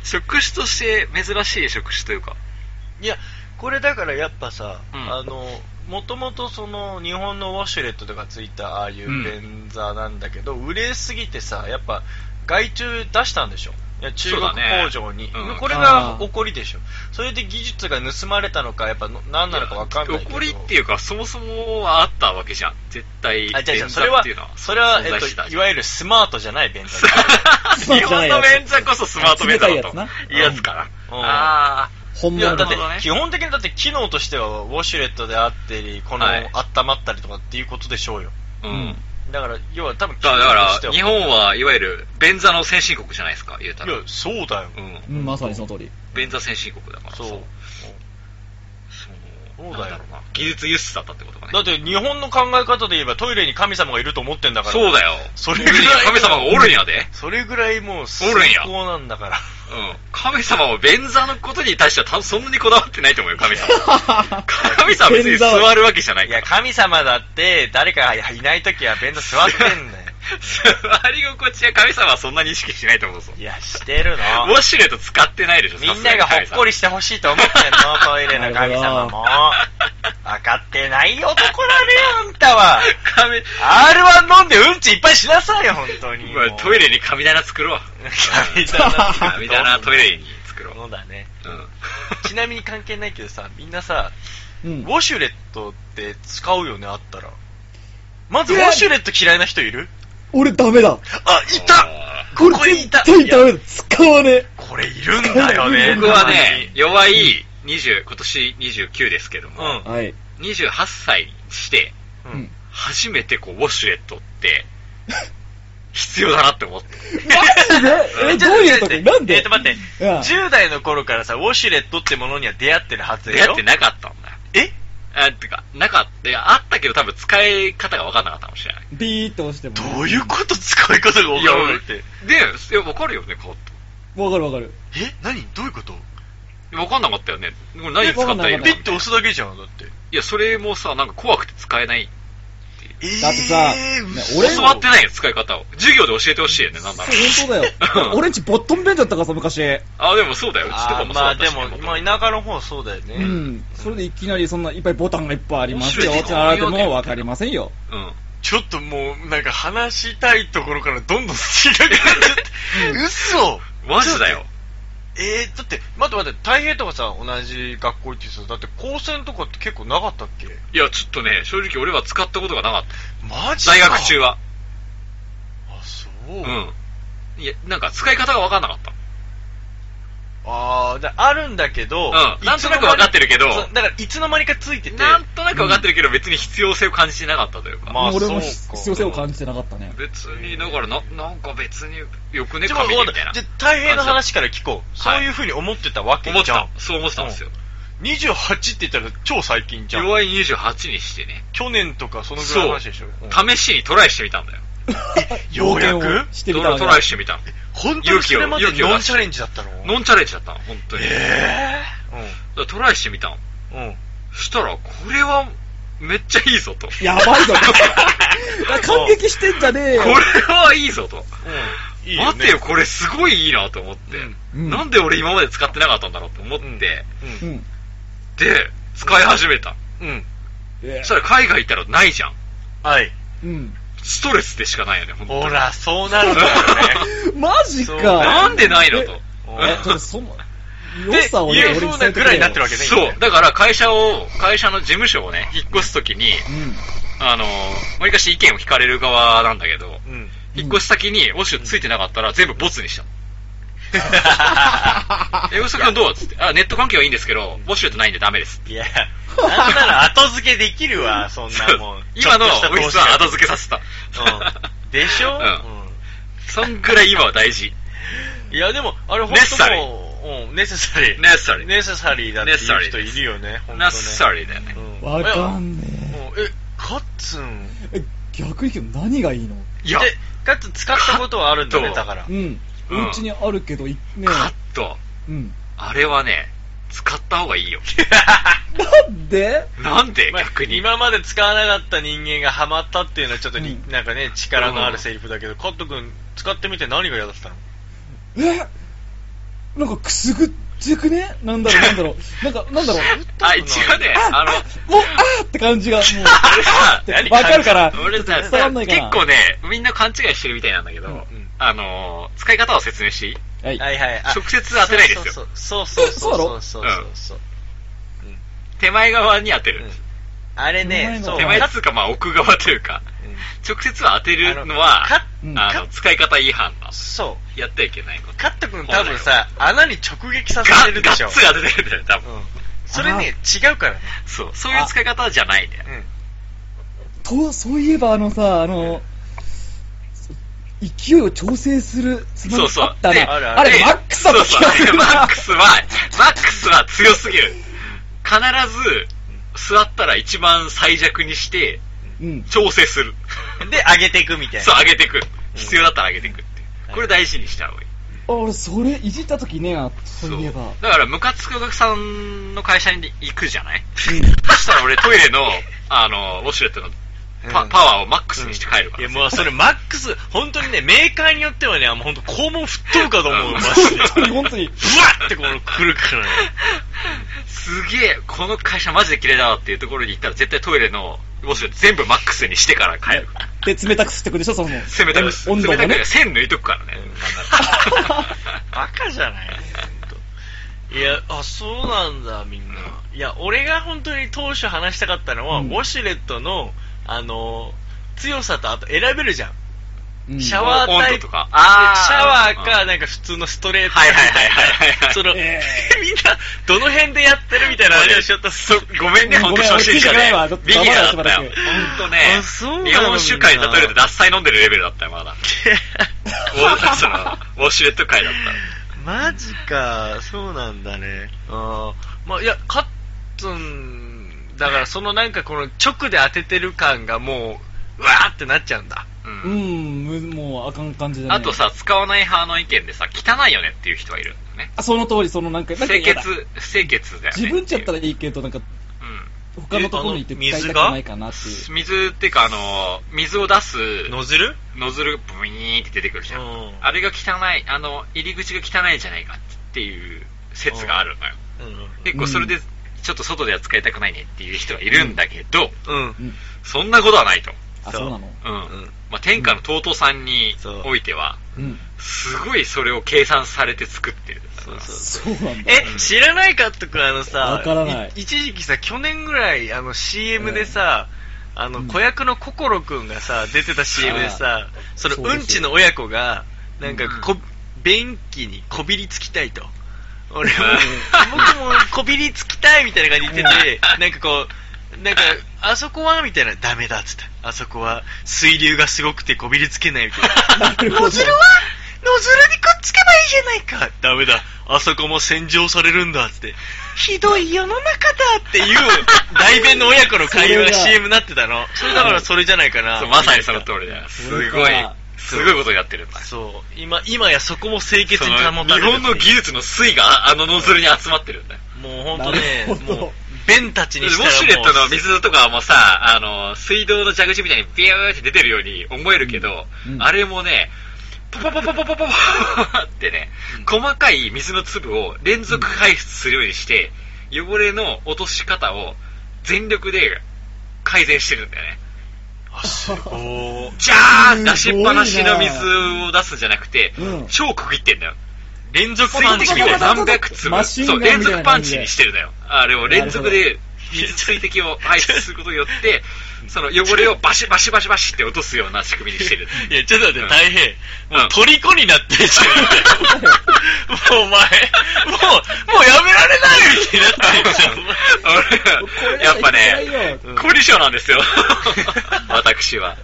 [SPEAKER 2] 職種として珍しい職種というか、
[SPEAKER 4] いや、これだからやっぱさ、
[SPEAKER 2] うん
[SPEAKER 4] あの、もともとその日本のウォシュレットとかついたああいう
[SPEAKER 2] うん
[SPEAKER 4] 便座なんだけど、売れすぎてさ、やっぱ外注出したんでしょ。いや中国
[SPEAKER 2] そうだね
[SPEAKER 4] 工場に、
[SPEAKER 2] うん
[SPEAKER 4] これが怒りでしょ。それで技術が盗まれたのか、やっぱの何なのかわかんないけど。
[SPEAKER 2] 怒りっていうか、そもそもはあったわけじゃん。絶対、
[SPEAKER 4] あ、違う違
[SPEAKER 2] 便
[SPEAKER 4] う、それ
[SPEAKER 2] 座っ
[SPEAKER 4] は
[SPEAKER 2] ていうのは、、
[SPEAKER 4] それは、
[SPEAKER 2] 存
[SPEAKER 4] えっ
[SPEAKER 2] 在
[SPEAKER 4] と
[SPEAKER 2] してた、
[SPEAKER 4] い
[SPEAKER 2] じゃん
[SPEAKER 4] わゆるスマートじゃない便座。
[SPEAKER 7] マート
[SPEAKER 2] 日
[SPEAKER 7] じゃな
[SPEAKER 2] 本
[SPEAKER 7] いや
[SPEAKER 2] の
[SPEAKER 7] つ
[SPEAKER 2] 便座こ そスマート便座だと。い
[SPEAKER 7] 冷たいやつない
[SPEAKER 2] やつかな。
[SPEAKER 4] うん
[SPEAKER 2] あ
[SPEAKER 7] 本
[SPEAKER 4] い
[SPEAKER 7] 物
[SPEAKER 4] や
[SPEAKER 7] だ
[SPEAKER 4] だっ
[SPEAKER 2] な
[SPEAKER 4] て
[SPEAKER 2] るほどね
[SPEAKER 4] 基本的にだって機能としてはウォシュレットであったりこの、
[SPEAKER 2] はい
[SPEAKER 4] 温まったりとかっていうことでしょうよ
[SPEAKER 2] あ、う
[SPEAKER 7] うんん。
[SPEAKER 4] だから要は多分
[SPEAKER 2] だから、だ
[SPEAKER 4] 機
[SPEAKER 2] か
[SPEAKER 4] 能
[SPEAKER 2] ら
[SPEAKER 4] として
[SPEAKER 2] 日本はいわゆる便座の先進国じゃないですか、言うた
[SPEAKER 4] い
[SPEAKER 2] ら。
[SPEAKER 4] やそうだよ、
[SPEAKER 2] うん。
[SPEAKER 7] うん、まさにその通り。
[SPEAKER 2] 便座先進国だからさ
[SPEAKER 4] そう
[SPEAKER 2] そ
[SPEAKER 4] そう
[SPEAKER 2] の
[SPEAKER 4] だよ
[SPEAKER 2] なんな技術輸出だったってことかね
[SPEAKER 4] だって日本の考え方で言えばトイレに神様がいると思ってんだから
[SPEAKER 2] そうだよ
[SPEAKER 4] それぐらい
[SPEAKER 2] 神様がおるんやで、
[SPEAKER 4] それぐらいもう最
[SPEAKER 2] おるんや
[SPEAKER 4] 高なんだから
[SPEAKER 2] うん、神様も便座のことに対しては多分そんなにこだわってないと思うよ 神様神 様は別に座るわけじゃない
[SPEAKER 4] い
[SPEAKER 2] か
[SPEAKER 4] や
[SPEAKER 2] ら
[SPEAKER 4] 神様だって誰かいない時は便座座ってんだよ
[SPEAKER 2] 座り心地や神様はそんなに意識 しないと思うぞ。
[SPEAKER 4] いや、してる
[SPEAKER 2] ウ
[SPEAKER 4] の。
[SPEAKER 2] ォシュレット使ってないでしょ、
[SPEAKER 4] みんながほっこり
[SPEAKER 2] し
[SPEAKER 4] してほしいと思ってんの、トイレの神様 も。分かってない男だね、あんたは。
[SPEAKER 2] 神
[SPEAKER 4] R1 飲んでうんちいっぱいしなさいよ、本当に。
[SPEAKER 2] まあトイレに神棚作ろう。
[SPEAKER 4] 神棚
[SPEAKER 2] 神棚トイレに作ろう。
[SPEAKER 4] のだね。
[SPEAKER 2] うん。
[SPEAKER 4] ちなみに関係ないけどさ、みんなさ、
[SPEAKER 7] うん
[SPEAKER 4] ウォシュレットって使うよね、あったら。まず、ウォシュレット嫌いな人いる
[SPEAKER 7] 俺ダメだ。
[SPEAKER 4] あ、いたここにいた
[SPEAKER 7] 絶対ダメだ。使わねえ。
[SPEAKER 4] これいるんだよね、
[SPEAKER 2] 僕はね、弱い20、今年29ですけども、
[SPEAKER 4] うん
[SPEAKER 7] はい。
[SPEAKER 2] 28歳にして、
[SPEAKER 4] たま
[SPEAKER 7] う
[SPEAKER 4] に。
[SPEAKER 7] ん
[SPEAKER 2] 初めてこう、ウォシュレットって、必要だなって思って。
[SPEAKER 7] マジでえ、どういうとこなんで
[SPEAKER 4] えっと待って、
[SPEAKER 7] うん
[SPEAKER 4] 10代の頃からさ、ウォシュレットってものには出会ってるはずで
[SPEAKER 2] 出
[SPEAKER 4] し
[SPEAKER 2] 会
[SPEAKER 4] ょ
[SPEAKER 2] ってなかったんだよ。
[SPEAKER 4] え
[SPEAKER 2] あ、てか、なかったいや。あったけど多分使い方が分かんなかったかもしれない。
[SPEAKER 7] ビーっと押しても、
[SPEAKER 4] どういうこと使い方が分からないって。
[SPEAKER 2] で、いや、分かるよね、カッ
[SPEAKER 7] わかるわかる。
[SPEAKER 4] え何どういうこと
[SPEAKER 2] ト。分かんなかったよね。これ何使ったらいいの
[SPEAKER 7] え
[SPEAKER 2] か
[SPEAKER 4] ピ
[SPEAKER 2] な
[SPEAKER 4] ッて押すだけじゃん、だって。
[SPEAKER 2] いや、それもさ、なんか怖くて使えない。
[SPEAKER 4] え
[SPEAKER 7] だってさ
[SPEAKER 4] ー
[SPEAKER 7] ね
[SPEAKER 4] 嘘
[SPEAKER 7] 俺
[SPEAKER 2] 教わってないよ、使い方を。授業で教えてほしいよね、なんだろ
[SPEAKER 7] そう本当 だよ。俺んちボットン弁だったからさ、昔。
[SPEAKER 2] あ、でもそうだよ。うちとか もそ
[SPEAKER 4] あー
[SPEAKER 2] う
[SPEAKER 4] ま
[SPEAKER 2] だ
[SPEAKER 4] あ
[SPEAKER 2] った
[SPEAKER 4] で
[SPEAKER 2] し
[SPEAKER 4] も、
[SPEAKER 2] 元
[SPEAKER 4] ま
[SPEAKER 2] 々
[SPEAKER 4] あ田舎の方はそうだよね。
[SPEAKER 7] うん。それでいきなりそんないっぱいボタンがいっぱいありますよ
[SPEAKER 2] 面白い
[SPEAKER 7] ってなられてもわかりませんよ。
[SPEAKER 2] うん。
[SPEAKER 4] ちょっともう、なんか話したいところからどんどん違くなっちゃって。 嘘
[SPEAKER 2] マジだよ。
[SPEAKER 4] えー、だって、待って待って、太平とかさ、同じ学校行ってさ、だって高専とかって結構なかったっけ
[SPEAKER 2] いや、ちょっとね、正直俺は使ったことがなかった。
[SPEAKER 4] マジか
[SPEAKER 2] 大学中。は。
[SPEAKER 4] あ、そ
[SPEAKER 2] う
[SPEAKER 4] う。
[SPEAKER 2] ん。いや、なんか使い方が分かんなかった。
[SPEAKER 4] あーであるんだけど、
[SPEAKER 2] うんなんとなく分かってるけど
[SPEAKER 4] そうだからいつの間にかついてて、
[SPEAKER 2] なんとなく分かってるけど、別に必要性を感じてなかったというか。
[SPEAKER 4] まあ
[SPEAKER 7] 俺も
[SPEAKER 4] そうか
[SPEAKER 7] 必要性を感じてなかったね。
[SPEAKER 2] 別に、だからな、なんか別によくね、
[SPEAKER 4] ちょっと
[SPEAKER 2] 紙に
[SPEAKER 4] 待
[SPEAKER 2] み
[SPEAKER 4] って
[SPEAKER 2] たいな
[SPEAKER 4] じゃ。あ大変な話から聞こう。
[SPEAKER 2] はい
[SPEAKER 4] そういうふうに思ってたわけじ
[SPEAKER 2] 思っ
[SPEAKER 4] ゃん
[SPEAKER 2] た。。そう思ってたんですよ。
[SPEAKER 4] 28って言ったら超最近じゃん。
[SPEAKER 2] 弱い28にしてね、
[SPEAKER 4] 去年とかそのぐらいの話でしょ。うん
[SPEAKER 2] 試しにトライしてみたんだよ。
[SPEAKER 4] ようや
[SPEAKER 7] 冒険
[SPEAKER 4] く
[SPEAKER 7] をして
[SPEAKER 2] ト
[SPEAKER 7] みたわ
[SPEAKER 2] ラ
[SPEAKER 7] けだ
[SPEAKER 2] トライしてみたの。
[SPEAKER 4] 本当にそれまで
[SPEAKER 2] 勇気を
[SPEAKER 4] ノンチャレンジだったの
[SPEAKER 2] ノンチャレンジだったの、本当に。
[SPEAKER 4] え
[SPEAKER 2] だからトライしてみたの。
[SPEAKER 4] えうん。うん。
[SPEAKER 2] そしたら、これは、めっちゃいいぞと。これ
[SPEAKER 7] やばいぞ。 感激してんじゃねえよ。
[SPEAKER 2] はいいぞと。
[SPEAKER 4] うん。いいよ、ね。
[SPEAKER 2] 待てよ、これすごいいいなと思って。
[SPEAKER 7] うん
[SPEAKER 2] なんで俺今まで使ってなかったんだろうと思って、
[SPEAKER 4] うん
[SPEAKER 2] で、
[SPEAKER 7] う
[SPEAKER 4] う。
[SPEAKER 7] んん。
[SPEAKER 2] 使い始めた。
[SPEAKER 4] うん。
[SPEAKER 7] え
[SPEAKER 2] そしたら海外行ったらないじゃん。
[SPEAKER 4] はい。
[SPEAKER 7] うん。
[SPEAKER 2] ストレスでしかないよね、本当に
[SPEAKER 4] ほら、そうなるんだよね。
[SPEAKER 7] マジ
[SPEAKER 4] そう
[SPEAKER 7] か。
[SPEAKER 2] なんでないのと。
[SPEAKER 7] え、えちょっとその、良
[SPEAKER 4] で、
[SPEAKER 7] さをね、
[SPEAKER 4] 言え
[SPEAKER 7] 俺
[SPEAKER 4] そ
[SPEAKER 7] に
[SPEAKER 4] う
[SPEAKER 7] 伝
[SPEAKER 4] な
[SPEAKER 7] えて
[SPEAKER 4] ぐ
[SPEAKER 7] く
[SPEAKER 4] ら
[SPEAKER 7] れ
[SPEAKER 4] い
[SPEAKER 7] よ
[SPEAKER 4] になってるわけね。
[SPEAKER 2] そう。だから会社を、会社の事務所をね、引っ越すときに、
[SPEAKER 7] うん。
[SPEAKER 2] あの、わりかし意見を聞かれる側なんだけど、
[SPEAKER 4] うん。
[SPEAKER 2] 引っ越し先にウォシュついてなかったら全部ボツにしたの。え、ウォシュ君どうつって。あ、ネット環境はいいんですけど、ウォシュレットないんでダメです。
[SPEAKER 4] いや、なんなら後付けでき るわ、そんなもん。
[SPEAKER 2] 今のウ
[SPEAKER 4] ちょっと
[SPEAKER 2] ィ
[SPEAKER 4] し
[SPEAKER 2] ス
[SPEAKER 4] た
[SPEAKER 2] は
[SPEAKER 4] 投
[SPEAKER 2] 後付けさせた。
[SPEAKER 4] 資家うん。でしょ
[SPEAKER 2] うん
[SPEAKER 4] う
[SPEAKER 2] そんぐらい今は大事。
[SPEAKER 4] ん。いや、でも、あれ、ほんともう、うん、ネセサリー。
[SPEAKER 2] necessary
[SPEAKER 4] ネセサリーだっていう人いるよね、ほんとね。
[SPEAKER 2] ナッサリーだよね。
[SPEAKER 4] うん。
[SPEAKER 7] わか
[SPEAKER 4] い
[SPEAKER 7] んね
[SPEAKER 4] やうんえ、カッツン。
[SPEAKER 7] え。え、逆に言うけど何がいいの
[SPEAKER 2] いや、
[SPEAKER 4] で、カッツン使ったことはあるんだ
[SPEAKER 2] カ
[SPEAKER 4] ね、
[SPEAKER 2] ット
[SPEAKER 4] だから
[SPEAKER 7] う。ん。
[SPEAKER 2] うん
[SPEAKER 7] お家にあるけど、いね
[SPEAKER 2] カット。
[SPEAKER 7] うん。
[SPEAKER 2] あれはね、使った方がいいよ。
[SPEAKER 7] なんで
[SPEAKER 2] なんで
[SPEAKER 4] まあ
[SPEAKER 2] 逆に。
[SPEAKER 4] 今まで使わなかった人間がハマったっていうのはちょっとり、
[SPEAKER 7] うん
[SPEAKER 4] なんかね力のあるセリフだけど、カット君使ってみて何が嫌だったの
[SPEAKER 7] えなんかくすぐってくねなん だろう、なんだろう。なんか、なんだろう。
[SPEAKER 2] あ、違うね。あの、
[SPEAKER 7] もう、あーって感じが、も
[SPEAKER 2] 俺さ、
[SPEAKER 7] う、わかるから、
[SPEAKER 2] 俺
[SPEAKER 7] ちょ
[SPEAKER 2] さ、
[SPEAKER 7] っと
[SPEAKER 2] 結
[SPEAKER 7] 伝わんないかな。
[SPEAKER 2] 構ね、みんな勘違いしてるみたいなんだけど、
[SPEAKER 4] うんうん
[SPEAKER 2] あのー、使い方を説明していい
[SPEAKER 7] はい。
[SPEAKER 4] はいはい あ
[SPEAKER 2] 直接当てないですよ
[SPEAKER 4] そうそうそうそうそうそうそう
[SPEAKER 2] え
[SPEAKER 4] そうそう
[SPEAKER 2] 手前側に当てる。
[SPEAKER 4] うんあれね
[SPEAKER 7] 手前の
[SPEAKER 4] そう
[SPEAKER 2] 手前っ
[SPEAKER 4] カッ
[SPEAKER 2] つうか、まあ奥側というか、
[SPEAKER 4] うん
[SPEAKER 2] 直接は当てるのは、
[SPEAKER 4] あ
[SPEAKER 2] う
[SPEAKER 7] の
[SPEAKER 2] ん
[SPEAKER 7] カッ
[SPEAKER 2] あの、使い方違反だ。
[SPEAKER 4] そ
[SPEAKER 2] やってはいけないこと
[SPEAKER 4] う。カット君多分さ穴に直撃さ
[SPEAKER 2] ガ
[SPEAKER 4] せて
[SPEAKER 2] ッ、
[SPEAKER 4] る
[SPEAKER 2] ガ
[SPEAKER 4] でしょ
[SPEAKER 2] ッツが出てるんだよ、多分。
[SPEAKER 4] うんそれね違うからね
[SPEAKER 2] そう。そういう使い方じゃないんだよ。
[SPEAKER 7] と、そういえばあのさ、あの、勢いを調整するつま
[SPEAKER 2] そ
[SPEAKER 7] り
[SPEAKER 2] うそう
[SPEAKER 7] あった
[SPEAKER 2] で
[SPEAKER 7] ね。あれ、
[SPEAKER 2] で
[SPEAKER 7] マックスだ
[SPEAKER 2] そ
[SPEAKER 7] っ
[SPEAKER 2] うそう
[SPEAKER 7] た気がす るな
[SPEAKER 2] マックスは、マックスは強すぎる。必ず、座ったら一番最弱にして、
[SPEAKER 7] うん。
[SPEAKER 2] 調整する。
[SPEAKER 4] うんで上げていくみたいな
[SPEAKER 2] そう、上げてく。必要だったら上げてくっていう。これ大事にした方がいい。
[SPEAKER 7] あ俺、それ、いじった時ね、そういえば。
[SPEAKER 2] だから、ムカつくお客さんの会社に行くじゃないそしたら俺トイレの、あの、ウォシュレットのパパワーをマックスにして帰るか
[SPEAKER 4] い
[SPEAKER 2] ら
[SPEAKER 4] や、
[SPEAKER 2] ね。
[SPEAKER 4] もうそれマックス、本当にね、メーカーによってはね、もう本当肛門吹っ飛ぶかと思う、
[SPEAKER 2] うん
[SPEAKER 4] マジ
[SPEAKER 7] 本
[SPEAKER 4] で。
[SPEAKER 7] 当に本当に。
[SPEAKER 4] ふわってこの来るからね。
[SPEAKER 2] すげえ、この会社マジで嫌いだわっていうところに行ったら絶対トイレのウォシュレット全部マックスにしてから帰るから。
[SPEAKER 7] で、冷たくしてくるでしょ、その。
[SPEAKER 2] 攻めたく、
[SPEAKER 7] 温
[SPEAKER 2] 攻
[SPEAKER 7] 度
[SPEAKER 2] め
[SPEAKER 7] が
[SPEAKER 2] た
[SPEAKER 7] ね
[SPEAKER 2] く、。線抜いとくからね。なんなら
[SPEAKER 4] バカじゃないいや、あ、そうなんだ、みんな。いや、俺が本当に当初話したかったのは、
[SPEAKER 7] うん
[SPEAKER 4] ウォシュレットの、あの、強さと、あと選べるじゃん。
[SPEAKER 7] うん
[SPEAKER 4] シャワータ
[SPEAKER 2] 温
[SPEAKER 4] イ
[SPEAKER 2] 度
[SPEAKER 4] プ。
[SPEAKER 2] とかあー
[SPEAKER 4] シャワーか、
[SPEAKER 2] うん
[SPEAKER 4] なんか普通のストレート。
[SPEAKER 2] はいはいはいはいはい
[SPEAKER 4] その、
[SPEAKER 7] え
[SPEAKER 4] みんな、どの辺でやってるみたいな話をしよった
[SPEAKER 2] そ ごめんね、本当初心者
[SPEAKER 7] ごめん俺ついてない
[SPEAKER 2] ね
[SPEAKER 7] わちょっ。と
[SPEAKER 2] ビギナーだったよ。本
[SPEAKER 7] 黙れしばらく
[SPEAKER 2] 当ね
[SPEAKER 4] あそうな、の
[SPEAKER 2] 日本酒会に例えると脱菜飲んでるレベルだったよ、 まだ。おそのウォシュレット会だっ
[SPEAKER 4] マジか、そうなんだね。あーまあ、いや、カットン、だからそのなんかこの直で当ててる感がもう、うわーってなっちゃうんだ。
[SPEAKER 2] た。う。
[SPEAKER 7] うんん、むもうあかん感じだね。
[SPEAKER 2] あと。さ、使わない派の意見でさ、汚いよねっていう人がいるんだよね。
[SPEAKER 7] あ、その通り、そのなんか、なんか
[SPEAKER 2] 清
[SPEAKER 7] 嫌だ
[SPEAKER 2] 潔、不清潔だよね。
[SPEAKER 7] 自分ちやった
[SPEAKER 2] ら。
[SPEAKER 7] らいいけど、なんか、
[SPEAKER 2] う
[SPEAKER 7] 他のところに行って
[SPEAKER 4] えあ
[SPEAKER 7] 使
[SPEAKER 4] の
[SPEAKER 7] い
[SPEAKER 4] 水
[SPEAKER 7] たく
[SPEAKER 4] が
[SPEAKER 7] ないかなっていう。
[SPEAKER 2] ん。水っていうか、あの、水を出す
[SPEAKER 4] ノズル
[SPEAKER 2] ノズルがブイーンって出てくるじゃん。
[SPEAKER 4] うん
[SPEAKER 2] あれが汚い、あの、入り口が汚いんじゃないかっていう説があるのよ。結構それで、ちょっと外では使いたくないねっていう人がいるんだけど、
[SPEAKER 4] うん。うん。
[SPEAKER 7] うん。
[SPEAKER 2] そんなことはないと。
[SPEAKER 7] あ、
[SPEAKER 4] そう
[SPEAKER 7] そうなの
[SPEAKER 2] うん。
[SPEAKER 4] ん
[SPEAKER 2] まあ、天下の尊さんに
[SPEAKER 4] そう
[SPEAKER 2] おいては、
[SPEAKER 7] うん。
[SPEAKER 2] すごいそれを計算されて作ってる。
[SPEAKER 4] そうそう
[SPEAKER 7] そうなんだ。
[SPEAKER 4] え、知らないかっとくんあのさ、
[SPEAKER 7] わからない
[SPEAKER 4] 一時期さ、去年ぐらい、あの CM でさ、あの、子役の心くんがさ、出てた CM でさ、その
[SPEAKER 7] そう
[SPEAKER 4] う
[SPEAKER 7] です
[SPEAKER 4] んちの親子が、なんかこ、
[SPEAKER 2] う
[SPEAKER 4] 便器にこびりつきたいと。俺も、僕もこびりつきたいみたいな感じで言ってて、なんかこう、なんか、あそこはみたいな、ダメだっつって。あそこは水流がすごくてこびりつけないみたいな。
[SPEAKER 7] なるほ
[SPEAKER 4] ノ
[SPEAKER 7] ど。
[SPEAKER 4] ズルはノズルにくっつけばいいじゃないかダメだあそこも洗浄されるんだってひどい世の中だっていう 代弁の親子の会話が
[SPEAKER 7] それだ
[SPEAKER 4] CM になってたのそれだからそれじゃないかな
[SPEAKER 2] そうまさにその通りだよ。す
[SPEAKER 7] そ
[SPEAKER 2] ごい
[SPEAKER 7] れか、
[SPEAKER 2] すごいことになってるんだ。
[SPEAKER 4] そう今今やそこも清潔
[SPEAKER 2] そ
[SPEAKER 4] に
[SPEAKER 2] の
[SPEAKER 4] 保たれ
[SPEAKER 2] 日
[SPEAKER 4] る
[SPEAKER 2] 本の技術の粋があのノズルに集まってるんだよ。
[SPEAKER 4] もう本
[SPEAKER 7] な
[SPEAKER 4] 当
[SPEAKER 7] るほど
[SPEAKER 4] ねもう弁たち
[SPEAKER 2] ウォ
[SPEAKER 4] にしたらもう
[SPEAKER 2] シュレットの水とかもさ、あの、水道の蛇口みたいにビューって出てるように思えるけど、
[SPEAKER 7] うんうん
[SPEAKER 2] あれもね、パパパパパパパパってね、細かい水の粒を連続排出するようにして、汚れの落とし方を全力で改善してるんだよね。
[SPEAKER 4] あす ごい
[SPEAKER 2] ジャーン出し
[SPEAKER 7] す
[SPEAKER 2] っ
[SPEAKER 7] ごい
[SPEAKER 2] ぱ
[SPEAKER 7] な
[SPEAKER 2] なしの水を出すんじゃなくて、
[SPEAKER 7] うん
[SPEAKER 2] 超区切ってんだよ。
[SPEAKER 4] 連続
[SPEAKER 2] 水
[SPEAKER 4] パンチ
[SPEAKER 2] 滴
[SPEAKER 4] みたい
[SPEAKER 2] を
[SPEAKER 4] な
[SPEAKER 2] 何百粒、
[SPEAKER 7] マシンガ
[SPEAKER 2] そ
[SPEAKER 7] ン
[SPEAKER 2] う、
[SPEAKER 7] みたい
[SPEAKER 2] 連
[SPEAKER 7] な
[SPEAKER 2] 続パンチにしてるのよ。あれを連続で水水滴を排出することによって、その汚れをバシバシバシバシって落とすような仕組みにしてる。
[SPEAKER 4] いや、ちょっと待っ
[SPEAKER 2] う
[SPEAKER 4] て、
[SPEAKER 2] ん
[SPEAKER 4] 大変。もう、
[SPEAKER 2] うん
[SPEAKER 4] 虜になってん じゃん。もう、お前、もう、もうやめられないみたいになってん じゃんお前。
[SPEAKER 2] 俺やっぱね、凝り性なんですよ。私は。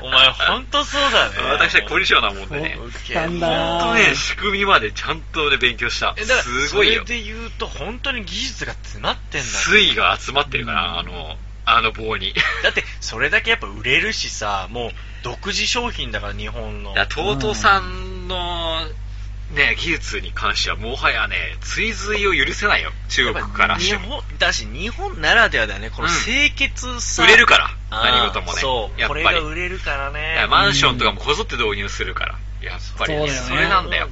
[SPEAKER 4] お前、ほんとそうだね。
[SPEAKER 2] 私は凝り性なもんでね。
[SPEAKER 4] オ
[SPEAKER 2] 本
[SPEAKER 4] ッケー
[SPEAKER 7] 簡単だ
[SPEAKER 2] 当ね、仕組みまでちゃんとね、勉強した。
[SPEAKER 4] えだから
[SPEAKER 2] すごいよ
[SPEAKER 4] そ。れで言うと、本当に技術が詰まってんだね
[SPEAKER 2] 水が集まってるから、あの、あの棒に。
[SPEAKER 4] だって、それだけやっぱ売れるしさ、もう、独自商品だから、日本の。
[SPEAKER 2] いや、TOTO さんの、ね、技術に関しては、もはやね、追随を許せないよ、中国からし
[SPEAKER 4] 日
[SPEAKER 2] ても。
[SPEAKER 4] 本だし日本ならではだよねこの
[SPEAKER 2] うん
[SPEAKER 4] 清潔さ、
[SPEAKER 2] 売れるから、
[SPEAKER 4] あー
[SPEAKER 2] 何事もね。
[SPEAKER 4] そう
[SPEAKER 2] や
[SPEAKER 4] こ
[SPEAKER 2] っ
[SPEAKER 4] れ
[SPEAKER 2] ぱ
[SPEAKER 4] が
[SPEAKER 2] り。
[SPEAKER 4] 売れるからね
[SPEAKER 2] いやマンションとかもこぞって導入するから、やっぱりね、
[SPEAKER 7] そうだよね
[SPEAKER 2] それなんだよ。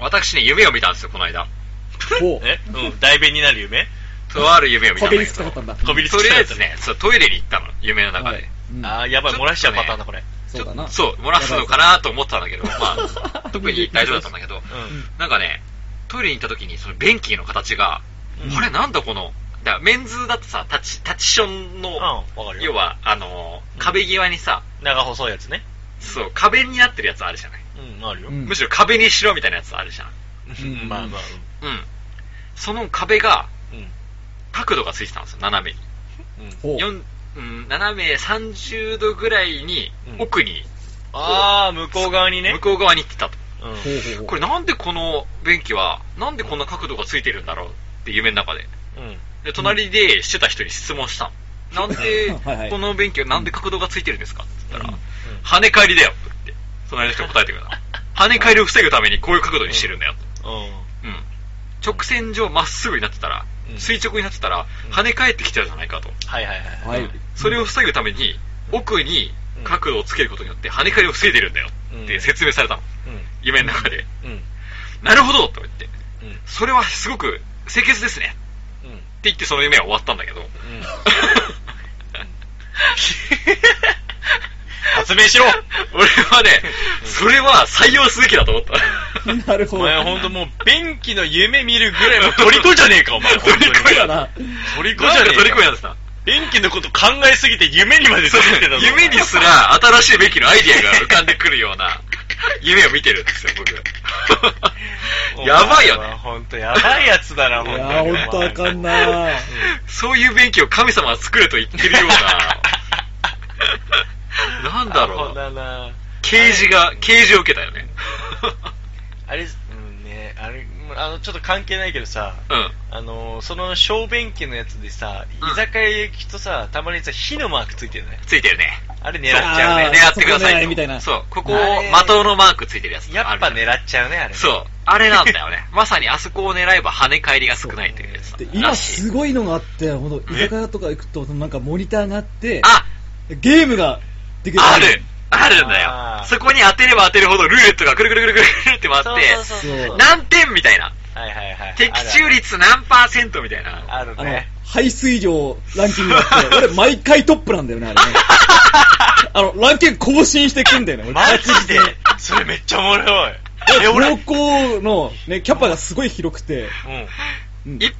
[SPEAKER 2] 私ね、夢を見たんですよ、この間。
[SPEAKER 7] ほう。
[SPEAKER 4] えうん、代弁になる夢
[SPEAKER 2] とある夢を見たん
[SPEAKER 7] こ
[SPEAKER 2] だ
[SPEAKER 7] び
[SPEAKER 2] け
[SPEAKER 7] りつきたかった
[SPEAKER 2] ど
[SPEAKER 7] ん。だ。
[SPEAKER 4] こびりつ
[SPEAKER 2] と
[SPEAKER 4] き
[SPEAKER 2] り
[SPEAKER 4] た
[SPEAKER 2] あ
[SPEAKER 4] か
[SPEAKER 2] え
[SPEAKER 4] った
[SPEAKER 2] ずね、そうトイレに行ったの、夢の中で。
[SPEAKER 7] うん
[SPEAKER 4] ああ、やばい、
[SPEAKER 2] ちょっと
[SPEAKER 4] 漏
[SPEAKER 2] ね
[SPEAKER 4] らしちゃうパターンだ、これ。
[SPEAKER 7] そうだな。
[SPEAKER 2] そう、漏らすのかなと思ったんだけど、まあ、特に大丈夫だったんだけど、
[SPEAKER 4] う
[SPEAKER 2] なんかね、トイレに行った時に、その便器の形が、
[SPEAKER 4] うん
[SPEAKER 2] あれなんだこの、だからメンズだとさ、タッチ、タッチションの、
[SPEAKER 4] ん。うん、わかるよ。
[SPEAKER 2] 要、は、あの
[SPEAKER 4] う
[SPEAKER 2] ー
[SPEAKER 4] ん
[SPEAKER 2] 壁際にさ、
[SPEAKER 4] 長細いやつね。
[SPEAKER 2] そう、壁になってるやつあるじゃない。
[SPEAKER 4] うん、あるよ。
[SPEAKER 7] うん
[SPEAKER 2] むしろ壁にしろみたいなやつあるじゃん。
[SPEAKER 7] ん
[SPEAKER 4] まあまあ、
[SPEAKER 2] うん。その壁が、
[SPEAKER 4] うん。うん。
[SPEAKER 2] 角度がついてたんですよ、斜めに。
[SPEAKER 4] うん
[SPEAKER 7] ほう。
[SPEAKER 2] よんうん、斜め30度ぐらいに
[SPEAKER 4] う、ん
[SPEAKER 2] 奥に、
[SPEAKER 4] ああ、向こう側にね。
[SPEAKER 2] 向こう側に行ってたと。
[SPEAKER 4] うん。
[SPEAKER 7] ほうほうほ
[SPEAKER 2] これなんでこの便器は、なんでこんな角度がついてるんだろうって夢の中で。
[SPEAKER 4] うん。
[SPEAKER 2] で、隣でしてた人に質問したの。なんで
[SPEAKER 7] はいはい、
[SPEAKER 2] この勉強、なんで角度がついてるんですかって言ったら、
[SPEAKER 4] うん
[SPEAKER 2] 跳ね返りだよって。隣の人が答えてくれた。跳ね返りを防ぐためにこういう角度にしてるんだよ。うん。直線上まっすぐになってたら
[SPEAKER 4] う、ん
[SPEAKER 2] 垂直になってたら
[SPEAKER 4] う、ん
[SPEAKER 2] 跳ね返ってきちゃうじゃないかと。
[SPEAKER 4] はいはいは
[SPEAKER 7] う。
[SPEAKER 4] い。
[SPEAKER 7] はい。
[SPEAKER 2] それを防ぐために、奥に角度をつけることによって跳ね返りを防いでるんだよって説明されたの。夢の中で。
[SPEAKER 4] うんうん
[SPEAKER 2] なるほどと言って。
[SPEAKER 4] うん
[SPEAKER 2] それはすごく清潔ですね。って言ってその夢は終わったんだ けど。
[SPEAKER 4] うん発明しろ
[SPEAKER 2] 俺はね、それは採用すべきだと思った。
[SPEAKER 7] なるほ
[SPEAKER 4] お
[SPEAKER 7] ど。
[SPEAKER 4] 前ほんともう便器の夢見るぐらいもう虜じゃねえかお前本当 に
[SPEAKER 2] 虜や
[SPEAKER 7] だな。
[SPEAKER 4] 虜じ
[SPEAKER 2] な
[SPEAKER 4] ゃ
[SPEAKER 2] ん
[SPEAKER 4] ね
[SPEAKER 2] か
[SPEAKER 4] え
[SPEAKER 2] 取り込み
[SPEAKER 4] か
[SPEAKER 2] なんですな。
[SPEAKER 4] 便器のこと考えすぎて夢にまで出てきてたぞ
[SPEAKER 2] 夢にすら新しいべきのアイディアが浮かんでくるよう な夢を見てるんですよ、僕。 やばいよね。
[SPEAKER 4] 本当やばいやつだな、
[SPEAKER 7] い
[SPEAKER 4] 本
[SPEAKER 7] や
[SPEAKER 4] 当に。
[SPEAKER 7] ー、ほんとあかんなー
[SPEAKER 2] そういう便器を神様は作れと言ってるよう な。なんだ
[SPEAKER 4] アホ
[SPEAKER 2] ろう。
[SPEAKER 4] だな。
[SPEAKER 2] 啓示が、啓示を受けた よね。
[SPEAKER 4] あれ、うんね、あれ、あの、ちょっと関係ないけどさ、
[SPEAKER 2] うん。
[SPEAKER 4] あの、その小便器のやつでさ、
[SPEAKER 2] うん
[SPEAKER 4] 居酒屋行くとさ、たまにさ、火のマークついてるね。
[SPEAKER 2] ついてるね。
[SPEAKER 4] あれ狙っ
[SPEAKER 2] 狙
[SPEAKER 4] ち
[SPEAKER 2] っ
[SPEAKER 4] ゃう
[SPEAKER 2] ちゃう
[SPEAKER 4] ね
[SPEAKER 2] ね。。狙ってくだ
[SPEAKER 7] そ
[SPEAKER 2] さ
[SPEAKER 7] こ狙
[SPEAKER 2] い
[SPEAKER 7] い
[SPEAKER 2] と。
[SPEAKER 7] みたいな
[SPEAKER 2] そう、ここ、
[SPEAKER 4] あれ
[SPEAKER 2] 的のマークついてるやつ。
[SPEAKER 4] やっぱ狙
[SPEAKER 2] っ
[SPEAKER 4] っちゃうね、あれ。
[SPEAKER 2] そう。あれなんだよね。 まさにあそこを狙えば跳ね返りが少ないというやつだ
[SPEAKER 7] で
[SPEAKER 2] ら
[SPEAKER 7] 今
[SPEAKER 2] しい
[SPEAKER 7] すごいのがあって、ほんと、居酒屋とか行くと、なんかモニターがあって、
[SPEAKER 2] あ、
[SPEAKER 7] ゲームができる。
[SPEAKER 2] あるあるんだ
[SPEAKER 4] あ
[SPEAKER 2] よ
[SPEAKER 4] ー。
[SPEAKER 2] そこに当てれば当てるほどルーレットがくるくるくるくるくるって回
[SPEAKER 4] そう
[SPEAKER 2] っ
[SPEAKER 4] そう
[SPEAKER 2] て、
[SPEAKER 4] そうそう。
[SPEAKER 2] 何点みたいな。
[SPEAKER 4] はいはいはい。
[SPEAKER 2] 的中率何パーセントみたいな。
[SPEAKER 4] ある
[SPEAKER 7] あの
[SPEAKER 4] ね。、
[SPEAKER 7] 排水量ランキングがあって、俺毎回トップなんだよね、あれね。あの、ランキング更新してくんだよね、俺。
[SPEAKER 4] マジで それめっちゃおもろい。え、俺、う
[SPEAKER 7] 高
[SPEAKER 4] ん。
[SPEAKER 7] 校の、ね、キャパがすごい広くて、
[SPEAKER 2] いっ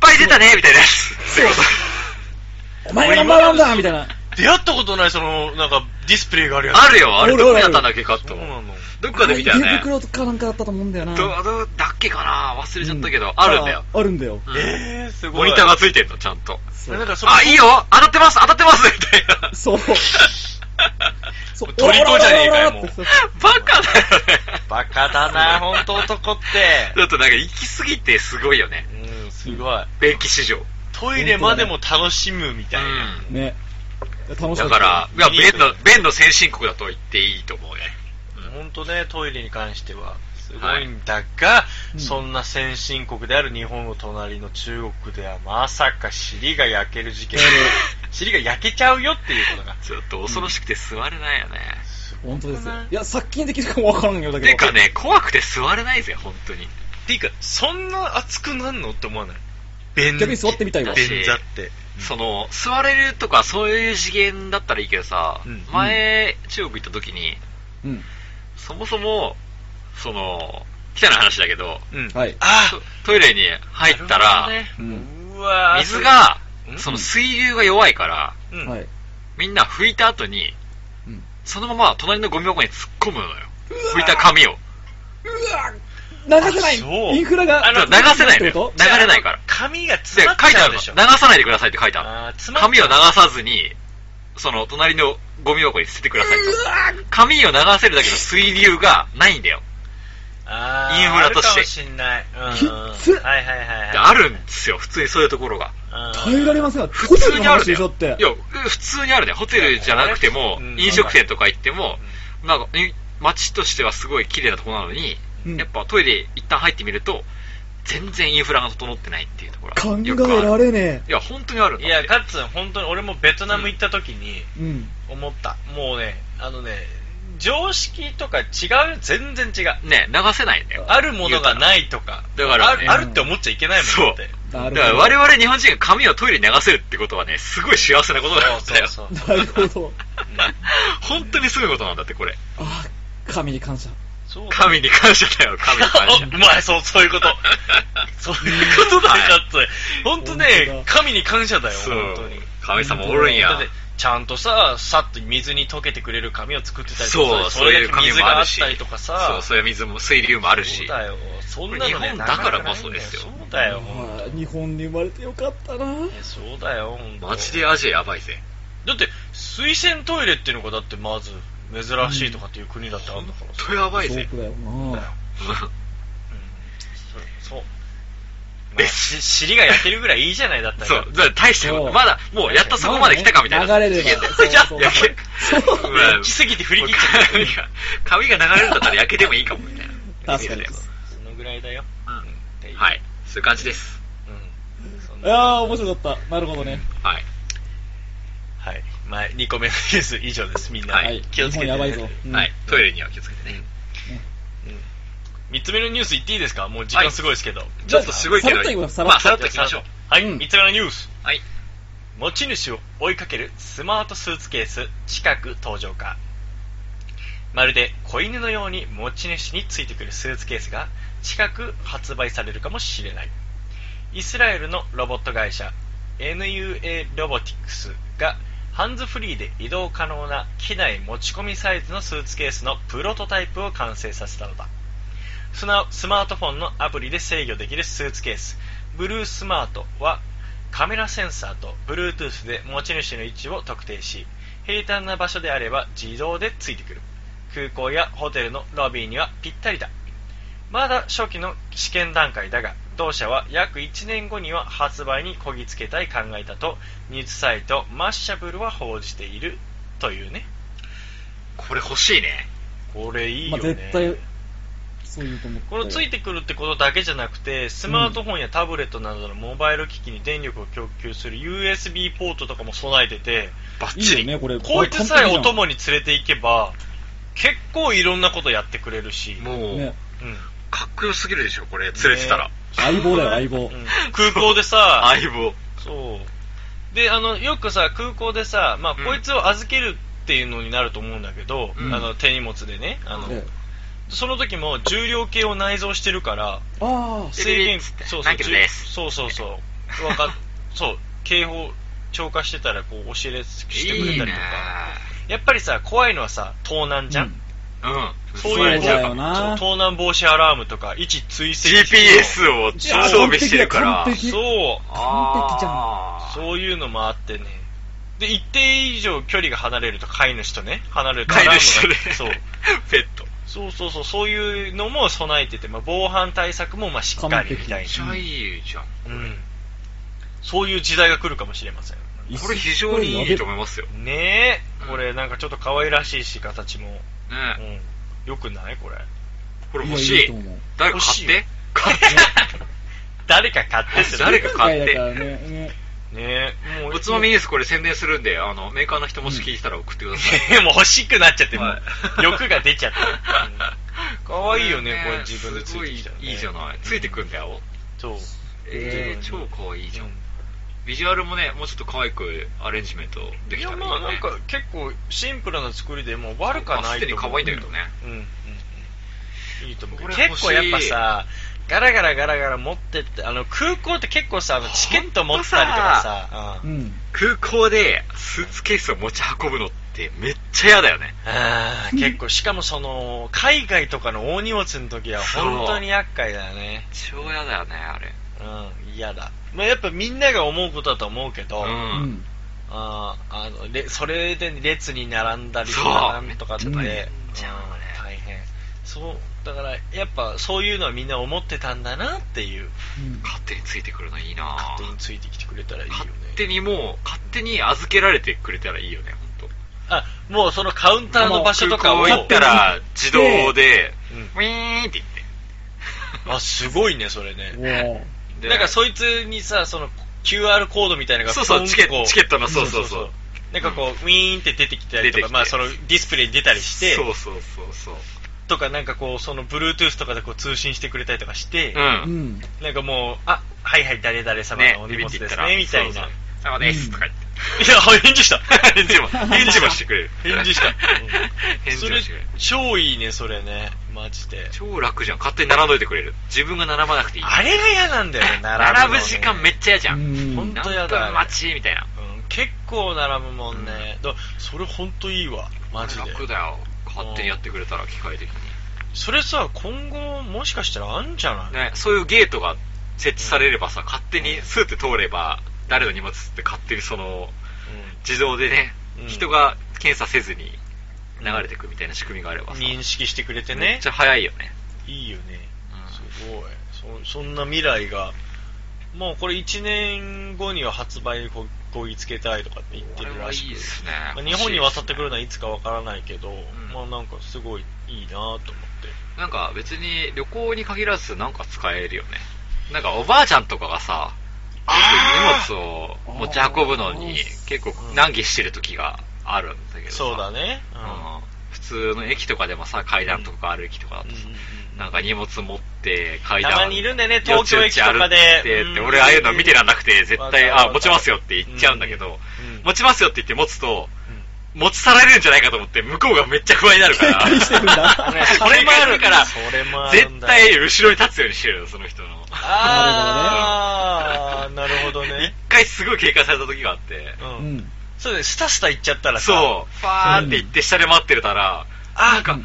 [SPEAKER 2] ぱい出たねみたいなや つ。そういうこと
[SPEAKER 7] お前ナンバーワンだみたいな。
[SPEAKER 4] 出会ったことない、その、なんか、ディスプレイがあるや つ。
[SPEAKER 2] あるよ、あれ
[SPEAKER 7] 俺
[SPEAKER 2] どこやったんだっけかと
[SPEAKER 4] そう。なの。
[SPEAKER 2] どっかで見たよ
[SPEAKER 7] あれ
[SPEAKER 2] ね
[SPEAKER 7] 池。袋とかなんかだったと思うんだよな。
[SPEAKER 2] ど、ど、だっけかな忘れちゃったけど、あるんだよ。
[SPEAKER 7] あ。あるんだよ。
[SPEAKER 2] うん
[SPEAKER 4] えー、すごい。
[SPEAKER 2] モニターがついてんの、ちゃんと。
[SPEAKER 7] そう
[SPEAKER 4] なんかその
[SPEAKER 2] あ、いいよ当たってます当たってますみたいな。
[SPEAKER 7] そう。そう
[SPEAKER 4] 鳥とじゃねえかよ
[SPEAKER 7] オラオラオラ
[SPEAKER 4] もう
[SPEAKER 7] オラって
[SPEAKER 2] バカだよね。
[SPEAKER 4] バカだな、ほんと男って。
[SPEAKER 2] だとなんか行き過ぎてすごいよね。
[SPEAKER 4] うん、すごい。
[SPEAKER 2] 便器市場。
[SPEAKER 4] トイレまでも楽しむみたいな。
[SPEAKER 2] うん
[SPEAKER 7] ね。楽しか
[SPEAKER 2] だ
[SPEAKER 7] った
[SPEAKER 2] から、い
[SPEAKER 4] そ
[SPEAKER 2] や、
[SPEAKER 4] うそう
[SPEAKER 2] 便の、便の先進国だと言っていいと思うね。
[SPEAKER 4] ほんとね、トイレに関しては、すごいんだが、
[SPEAKER 7] うん
[SPEAKER 4] そんな先進国である日本の隣の中国では、まさか尻が焼ける事件
[SPEAKER 7] や。
[SPEAKER 4] 尻が焼けちゃうよっていうことが。
[SPEAKER 2] ちょっと恐ろしくて座れないよね。
[SPEAKER 7] 本当ですよ。いや、殺菌できるかもわからんよ、だけど。
[SPEAKER 2] てかね、怖くて座れないぜ、本当に。
[SPEAKER 4] っていうか、そんな熱くなんのって思わない便
[SPEAKER 7] 逆に座ってみたいわ。
[SPEAKER 2] 便
[SPEAKER 4] 便座って。
[SPEAKER 2] その、座れるとかそういう次元だったらいいけどさ、
[SPEAKER 4] うん
[SPEAKER 2] 前、中国行った時に、
[SPEAKER 7] うん。
[SPEAKER 2] そもそも、その、来たの話だけど、
[SPEAKER 4] うん。うん
[SPEAKER 7] はい。
[SPEAKER 4] あ
[SPEAKER 2] トイレに入った
[SPEAKER 4] な
[SPEAKER 2] ら、
[SPEAKER 4] るほ
[SPEAKER 7] う
[SPEAKER 4] どね
[SPEAKER 7] ん。
[SPEAKER 4] うわー
[SPEAKER 2] 水、が
[SPEAKER 4] う、ん
[SPEAKER 2] その水流が弱いから、
[SPEAKER 4] うん
[SPEAKER 7] はい。
[SPEAKER 2] みんな拭いた後に、
[SPEAKER 7] うん
[SPEAKER 2] そのまま隣のゴミ箱に突っ込むのよ。拭いた紙を。
[SPEAKER 7] 流せな
[SPEAKER 4] あそう
[SPEAKER 7] いインフラが。
[SPEAKER 2] あの流せない
[SPEAKER 7] って
[SPEAKER 2] の
[SPEAKER 7] こ
[SPEAKER 2] よ
[SPEAKER 7] と。
[SPEAKER 2] 流れないから。
[SPEAKER 4] 紙が
[SPEAKER 2] で、
[SPEAKER 4] 詰
[SPEAKER 2] 書
[SPEAKER 4] ま
[SPEAKER 2] い
[SPEAKER 4] っち
[SPEAKER 2] て
[SPEAKER 4] ゃ
[SPEAKER 2] あ
[SPEAKER 4] う
[SPEAKER 2] る
[SPEAKER 4] で
[SPEAKER 2] の。
[SPEAKER 4] しょ。
[SPEAKER 2] 流さないでくださいって書いてある。
[SPEAKER 4] あー詰まっちゃう
[SPEAKER 2] 紙を流さずに、その、隣のゴミ箱に捨ててくださいと。紙を流せるだけの水流がないんだよ。
[SPEAKER 4] あー
[SPEAKER 2] インフラとして
[SPEAKER 4] あるかもしんない。うん。
[SPEAKER 7] きっつ
[SPEAKER 4] はいはいはいはい。
[SPEAKER 2] であるんですよ、普通にそういうところが。
[SPEAKER 7] 耐えられませんわ。
[SPEAKER 2] 普
[SPEAKER 7] ホテ
[SPEAKER 2] 通
[SPEAKER 7] ルの
[SPEAKER 2] にあるんだ
[SPEAKER 7] 話でしょ
[SPEAKER 2] よ
[SPEAKER 7] っ。
[SPEAKER 2] い
[SPEAKER 7] て
[SPEAKER 2] や、。普通にあるね。ホテルじゃなくても
[SPEAKER 4] うん、
[SPEAKER 2] 飲食店とか行っても、なんか、え街としてはすごい綺麗なとこなのに、
[SPEAKER 7] うん
[SPEAKER 2] やっぱトイレ一旦入ってみると、全然インフラが整ってないっていうところ
[SPEAKER 7] 考
[SPEAKER 2] はよくある
[SPEAKER 7] えられね
[SPEAKER 2] いや、本当にあるん
[SPEAKER 4] うん
[SPEAKER 2] だ
[SPEAKER 4] いや、かつ、本当に俺もベトナム行った時に
[SPEAKER 7] え。うん。
[SPEAKER 4] 思った。もうね、あのね、常識とか違う全然違う。
[SPEAKER 2] ね、流せないんだよ。
[SPEAKER 4] あるものがないとか。
[SPEAKER 2] だからね
[SPEAKER 4] ああるって思っちゃいけないもんだって。
[SPEAKER 7] な
[SPEAKER 2] だ
[SPEAKER 7] る
[SPEAKER 2] から
[SPEAKER 7] ほ
[SPEAKER 2] 我々日本人が髪をトイレに流せるってことはね、すごい幸せなことなんだよ。
[SPEAKER 4] そうそうそう。
[SPEAKER 7] ど。なるほど。
[SPEAKER 2] 本当にすごいことなんだって、これ。
[SPEAKER 7] あー、神に感謝。
[SPEAKER 4] そう
[SPEAKER 2] 神に感謝だよ、神に感謝
[SPEAKER 4] あ。うまい、そう、そうい うこと。そういうことだよ、かつ。ほんとね
[SPEAKER 7] 本当だ、
[SPEAKER 4] 神に感謝だよ、
[SPEAKER 2] そ
[SPEAKER 4] 本
[SPEAKER 2] う
[SPEAKER 4] 当に。。
[SPEAKER 2] 神様おるん
[SPEAKER 4] だっ
[SPEAKER 2] や
[SPEAKER 4] て。ちゃんとさ、さっと水に溶けてくれる紙を作ってたりと
[SPEAKER 2] そ
[SPEAKER 4] か
[SPEAKER 2] う、
[SPEAKER 4] さ、
[SPEAKER 2] そういう
[SPEAKER 4] だけ
[SPEAKER 2] 紙
[SPEAKER 4] 水
[SPEAKER 2] も
[SPEAKER 4] が
[SPEAKER 2] あ
[SPEAKER 4] あっ
[SPEAKER 2] るし、
[SPEAKER 4] たりとかさ、
[SPEAKER 2] そう、そういう水も、水流もある
[SPEAKER 4] そう
[SPEAKER 2] し。
[SPEAKER 4] だよ、そんなの、ね、
[SPEAKER 2] 日本だからこそですよ
[SPEAKER 4] そうだよ、ほん
[SPEAKER 7] あー日本に生まれてよかったな。
[SPEAKER 4] とねそうだよ、ほんと
[SPEAKER 2] マジでアジアやばいぜ。
[SPEAKER 4] だって、水洗トイレっていうのが、だってまず、珍しいとかっていう国だってあるんだからさ。
[SPEAKER 2] とやばい
[SPEAKER 7] そう
[SPEAKER 2] ぜ。
[SPEAKER 7] だよな。
[SPEAKER 4] うんそう。ま
[SPEAKER 2] で
[SPEAKER 4] あ、し尻が焼けるぐらいいいじゃないだったら。
[SPEAKER 2] そう、だから大したこと。まだ、もうやっとそこまで来たかみたいな。
[SPEAKER 7] 流れれば
[SPEAKER 2] いや
[SPEAKER 7] そうそう
[SPEAKER 2] いやいや
[SPEAKER 7] そう
[SPEAKER 2] わ
[SPEAKER 4] 行きすぎて振り切っちゃった。
[SPEAKER 2] 髪が髪が流れるんだったら焼けてもいいかも、みたいな。
[SPEAKER 7] 確かに。
[SPEAKER 4] そのぐらいだよ。
[SPEAKER 2] うんはい。そういう感じです。
[SPEAKER 4] うん。そん
[SPEAKER 7] い
[SPEAKER 4] な
[SPEAKER 7] やー、面白かった。なるほどね。
[SPEAKER 2] はい。
[SPEAKER 4] はい。まあ、2個目のニュース以上です、みんな。
[SPEAKER 2] はい
[SPEAKER 4] 気をつけて、
[SPEAKER 7] 日本やばいぞうん
[SPEAKER 2] はい。トイレには気をつけてね。
[SPEAKER 4] 3つ目のニュース言っていいですかもう時間すごいですけど。
[SPEAKER 2] ちょっとすごいけど
[SPEAKER 7] さらっと言えば、さらっと
[SPEAKER 2] まあ、さらっといきましょう。
[SPEAKER 4] はい、
[SPEAKER 7] うん
[SPEAKER 4] 3つ目のニュース。
[SPEAKER 2] はい。
[SPEAKER 4] 持ち主を追いかけるスマートスーツケース近く登場かまるで子犬のように持ち主についてくるスーツケースが近く発売されるかもしれないイスラエルのロボット会社 NUA ロボティクスがハンズフリーで移動可能な機内持ち込みサイズのスーツケースのプロトタイプを完成させたのだスナスマートフォンのアプリで制御できるスーツケースブルースマートはカメラセンサーと Bluetooth で持ち主の位置を特定し平坦な場所であれば自動でついてくる空港やホテルのロビーにはぴったりだまだ初期の試験段階だが同社は約1年後には発売にこぎつけたい考えだとニュースサイトマッシャブルは報じているというね
[SPEAKER 2] これ欲しいね。
[SPEAKER 4] これいい
[SPEAKER 7] ま
[SPEAKER 4] よ
[SPEAKER 7] あ
[SPEAKER 4] ね、
[SPEAKER 7] 絶対、そういうと思って。
[SPEAKER 4] このついてくるってことだけじゃなくてスマートフォンやタブレットなどのモバイル機器に電力を供給する USB ポートとかも備えてて
[SPEAKER 2] バッ
[SPEAKER 7] いい
[SPEAKER 2] チ
[SPEAKER 7] よ
[SPEAKER 2] リ。
[SPEAKER 7] ね、これ。
[SPEAKER 4] こいつさえお
[SPEAKER 7] も
[SPEAKER 4] 供に連れて行けば結構いろんなことやってくれるし、
[SPEAKER 2] もう
[SPEAKER 7] ね、、
[SPEAKER 4] うん
[SPEAKER 2] かっこよすぎるでしょ、これ。連れてたら。
[SPEAKER 4] ね
[SPEAKER 7] 相棒だよ、相棒
[SPEAKER 4] う。ん空 港でさ
[SPEAKER 2] 相棒。
[SPEAKER 4] そうであのよくさ空港でさ、まあ、
[SPEAKER 2] うん
[SPEAKER 4] こいつを預けるっていうのになると思うんだけど、
[SPEAKER 2] うん
[SPEAKER 4] あの手荷物でねあの、
[SPEAKER 7] ええ
[SPEAKER 4] その時も重量計を内蔵してるから
[SPEAKER 7] ああ、
[SPEAKER 4] 制限
[SPEAKER 2] っつって
[SPEAKER 4] そうそう
[SPEAKER 2] 何キロです
[SPEAKER 4] そうそうそうわかっ そう警報超過してたらこう教えしてくれ
[SPEAKER 2] いい
[SPEAKER 4] た
[SPEAKER 2] ね
[SPEAKER 4] りとかやっぱりさ怖いのはさ盗難じゃん、
[SPEAKER 7] うん
[SPEAKER 2] うん。
[SPEAKER 4] そう
[SPEAKER 7] そうな
[SPEAKER 4] いうんこ
[SPEAKER 7] だよ
[SPEAKER 4] う
[SPEAKER 7] な
[SPEAKER 4] そう盗難防止アラームとか位置追跡
[SPEAKER 2] GPS を装備してるから。
[SPEAKER 7] いや完璧だ完璧
[SPEAKER 4] そう
[SPEAKER 7] 完璧じゃん
[SPEAKER 2] あー
[SPEAKER 4] そういうのもあってね。で、一定以上距離が離れると飼い主とね、離れると
[SPEAKER 2] 飼い 主とね
[SPEAKER 4] アラームがそう。
[SPEAKER 2] ペット。
[SPEAKER 4] そうそうそう、そういうのも備えてて、まあ、防犯対策もまあしっかりみたい
[SPEAKER 2] めっち
[SPEAKER 4] な。
[SPEAKER 2] ゃいいじゃん。
[SPEAKER 4] うん。そういう時代が来るかもしれません。
[SPEAKER 2] これ非常にいいと思いますよ。ね
[SPEAKER 4] ねえ、これなんかちょっと可愛らしいし、形も。う
[SPEAKER 2] え
[SPEAKER 4] ん。よくないこれ。
[SPEAKER 2] これ
[SPEAKER 7] いや
[SPEAKER 2] 欲
[SPEAKER 7] い
[SPEAKER 2] し
[SPEAKER 7] い
[SPEAKER 2] い
[SPEAKER 7] と。思う。
[SPEAKER 2] 誰か買って。買って。
[SPEAKER 4] 誰か買ってって
[SPEAKER 2] 誰か買っ
[SPEAKER 7] 機械だから
[SPEAKER 2] て。
[SPEAKER 7] ねね。
[SPEAKER 4] ねえ、もう。
[SPEAKER 2] おつまみニュースこれ宣伝するんで、あの、メーカーの人もし聞いたら送ってくだ さい。
[SPEAKER 4] ねえ もう欲しくなっちゃって、も
[SPEAKER 2] は
[SPEAKER 4] う
[SPEAKER 2] い
[SPEAKER 4] 欲が出 ちゃって。かわいいよね、これ自分でつ
[SPEAKER 2] す
[SPEAKER 4] い
[SPEAKER 2] ご
[SPEAKER 4] て
[SPEAKER 2] い
[SPEAKER 4] きたらね
[SPEAKER 2] いいじゃない。ついてくんだよ。
[SPEAKER 4] そう。
[SPEAKER 2] えー、超可愛いじゃん。ビジュアルもね、もうちょっと可愛くアレンジメントで
[SPEAKER 4] い
[SPEAKER 2] き
[SPEAKER 4] や
[SPEAKER 2] たらいい
[SPEAKER 4] まあ
[SPEAKER 2] よ
[SPEAKER 4] なん
[SPEAKER 2] ね。
[SPEAKER 4] か結構シンプルな作りでもう悪くは
[SPEAKER 2] ま
[SPEAKER 4] な
[SPEAKER 2] あ
[SPEAKER 4] い
[SPEAKER 2] すでに可愛いんだけどね。
[SPEAKER 4] うんうんうんいいと思うけど
[SPEAKER 2] これ欲し
[SPEAKER 4] 結
[SPEAKER 2] い
[SPEAKER 4] 構やっぱさガラガラガラガラ持ってってあの空港って結構さあのチケット持ったりとかさ
[SPEAKER 7] う
[SPEAKER 4] うん
[SPEAKER 7] ん。
[SPEAKER 2] 空港でスーツケースを持ち運ぶのってめっちゃ嫌だよね。
[SPEAKER 4] あー結構しかもその海外とかの大荷物の時は
[SPEAKER 2] そう
[SPEAKER 4] 本当に厄介だよね
[SPEAKER 2] 超嫌だよね、あれ。
[SPEAKER 4] うん嫌だ、まあ、やっぱみんなが思うことだと思うけど、
[SPEAKER 7] う
[SPEAKER 2] うん
[SPEAKER 7] ん。
[SPEAKER 4] あーあのれそれで列に並んだりと
[SPEAKER 2] そう
[SPEAKER 4] かなんとかって、うん
[SPEAKER 7] めっ
[SPEAKER 2] ちゃあれ
[SPEAKER 4] 大変そうだからやっぱそういうのはみんな思ってたんだなっていう
[SPEAKER 2] 勝手についてくるのいいな
[SPEAKER 4] 勝手についてきてくれたらいいよね
[SPEAKER 2] 勝手にもう、勝手に預けられてくれたらいいよね、本当。
[SPEAKER 4] あもうそのカウンターの場所とかを
[SPEAKER 2] 空港行ったら自動で、
[SPEAKER 4] う
[SPEAKER 2] ウィーンって言
[SPEAKER 4] ん、あすごいねそれ
[SPEAKER 7] お
[SPEAKER 4] ね
[SPEAKER 7] ー
[SPEAKER 2] って。で
[SPEAKER 4] なんかそいつにさその QR コードみたいなのが
[SPEAKER 2] そうそう
[SPEAKER 4] ポンと
[SPEAKER 2] チケ
[SPEAKER 4] こ
[SPEAKER 2] チケットのそうそうそう
[SPEAKER 4] なんかこう、ウィーンって出てきたりと
[SPEAKER 2] 出て
[SPEAKER 4] か、
[SPEAKER 2] きて
[SPEAKER 4] まあ、そのディスプレイに出たりして
[SPEAKER 2] そうそうそうそう。
[SPEAKER 4] とかなんかこうその Bluetooth とかでこう通信してくれたりとかして、
[SPEAKER 2] うん。
[SPEAKER 7] うん。
[SPEAKER 4] なんかもう、あ、はいはい、誰々様
[SPEAKER 2] ね
[SPEAKER 4] のお、荷
[SPEAKER 2] 指っ
[SPEAKER 4] 物
[SPEAKER 2] て言
[SPEAKER 4] で
[SPEAKER 2] ったら、
[SPEAKER 4] すね、みたいな。い
[SPEAKER 2] そ
[SPEAKER 4] や
[SPEAKER 2] うそう。あですとか言って。、
[SPEAKER 4] 返事した。
[SPEAKER 2] 返 事も、返事もしてくれる。
[SPEAKER 4] 返事したうん
[SPEAKER 2] 返
[SPEAKER 4] そ
[SPEAKER 2] 事も
[SPEAKER 4] れ
[SPEAKER 2] してくれる。、
[SPEAKER 4] 超いいね、それね。マジで。
[SPEAKER 2] 超楽じゃん。勝手に並んどいてくれる。自分が並ばなくていい。
[SPEAKER 4] あれが嫌なんだよね、並ぶのね。
[SPEAKER 2] 並ぶ時間めっちゃ嫌じゃ。
[SPEAKER 7] うんん
[SPEAKER 4] ほん
[SPEAKER 2] な
[SPEAKER 4] と
[SPEAKER 2] ん
[SPEAKER 4] 嫌だ
[SPEAKER 2] と待ちみたいな。
[SPEAKER 4] うん結構並ぶもんね。だそれほんといいわ、マジで。
[SPEAKER 2] 楽だよ。勝手にやってくれたら、機械的に。
[SPEAKER 4] それさ、今後、もしかしたらあんじゃない
[SPEAKER 2] ね、そういうゲートが設置されればさ、勝手にスーって通れば、誰の荷物って勝手にその、自動でね、
[SPEAKER 4] うん
[SPEAKER 2] 人が検査せずに流れてくみたいな仕組みがあれ
[SPEAKER 4] う
[SPEAKER 2] ば
[SPEAKER 4] ん
[SPEAKER 2] さ、
[SPEAKER 4] 認識してくれて
[SPEAKER 2] め
[SPEAKER 4] ね
[SPEAKER 2] っち。ゃ早いよね。
[SPEAKER 4] いいよね。
[SPEAKER 2] うん
[SPEAKER 4] すごいそ。そんな未来が、もうこれ1年後には発売にここぎつけたいとかって言って
[SPEAKER 2] これ
[SPEAKER 4] る
[SPEAKER 2] は
[SPEAKER 4] ら
[SPEAKER 2] い
[SPEAKER 4] しく
[SPEAKER 2] いっすね
[SPEAKER 4] まあ。日本に渡ってくるのはいつかわからないけど、
[SPEAKER 2] ん
[SPEAKER 4] まあなんかすごいいいなと思って。
[SPEAKER 2] なんか別に旅行に限らずなんか使えるよね。なんかおばあちゃんとかがさ、
[SPEAKER 4] あ
[SPEAKER 2] 結構荷物を持ち運ぶのに結構難儀してる時があるんだけどさ
[SPEAKER 4] そうだね。う。
[SPEAKER 2] うんん普通の駅とかでもさ階段とか歩きとかだとさ、なんか荷物持って階段
[SPEAKER 4] たまにいるんだよね東京駅とかで
[SPEAKER 2] よちよち歩いてって
[SPEAKER 4] うん
[SPEAKER 2] 俺ああいうの見てらんなくて絶
[SPEAKER 4] わか
[SPEAKER 2] 対
[SPEAKER 4] るわか
[SPEAKER 2] あ
[SPEAKER 4] る
[SPEAKER 2] 持ちますよって言っちゃうんだけど、
[SPEAKER 4] うん
[SPEAKER 2] 持ちますよって言って持つと持ち去られるんじゃないかと思って向こうがめっちゃ不安になるから
[SPEAKER 7] 警戒してるんだ
[SPEAKER 4] ね
[SPEAKER 2] それもあるから
[SPEAKER 4] それもあるん
[SPEAKER 2] 絶
[SPEAKER 4] だ
[SPEAKER 2] 対後ろに立つようにしてるよその人の
[SPEAKER 4] あー、なるほど
[SPEAKER 2] 一
[SPEAKER 4] ね。
[SPEAKER 2] 回す ごい警戒された時があって、
[SPEAKER 4] う。
[SPEAKER 7] うんん。
[SPEAKER 4] そうだね、スタスタ行っちゃったらさ。
[SPEAKER 2] そう、ファーって行って下で待ってたら、
[SPEAKER 4] あ
[SPEAKER 2] なんか、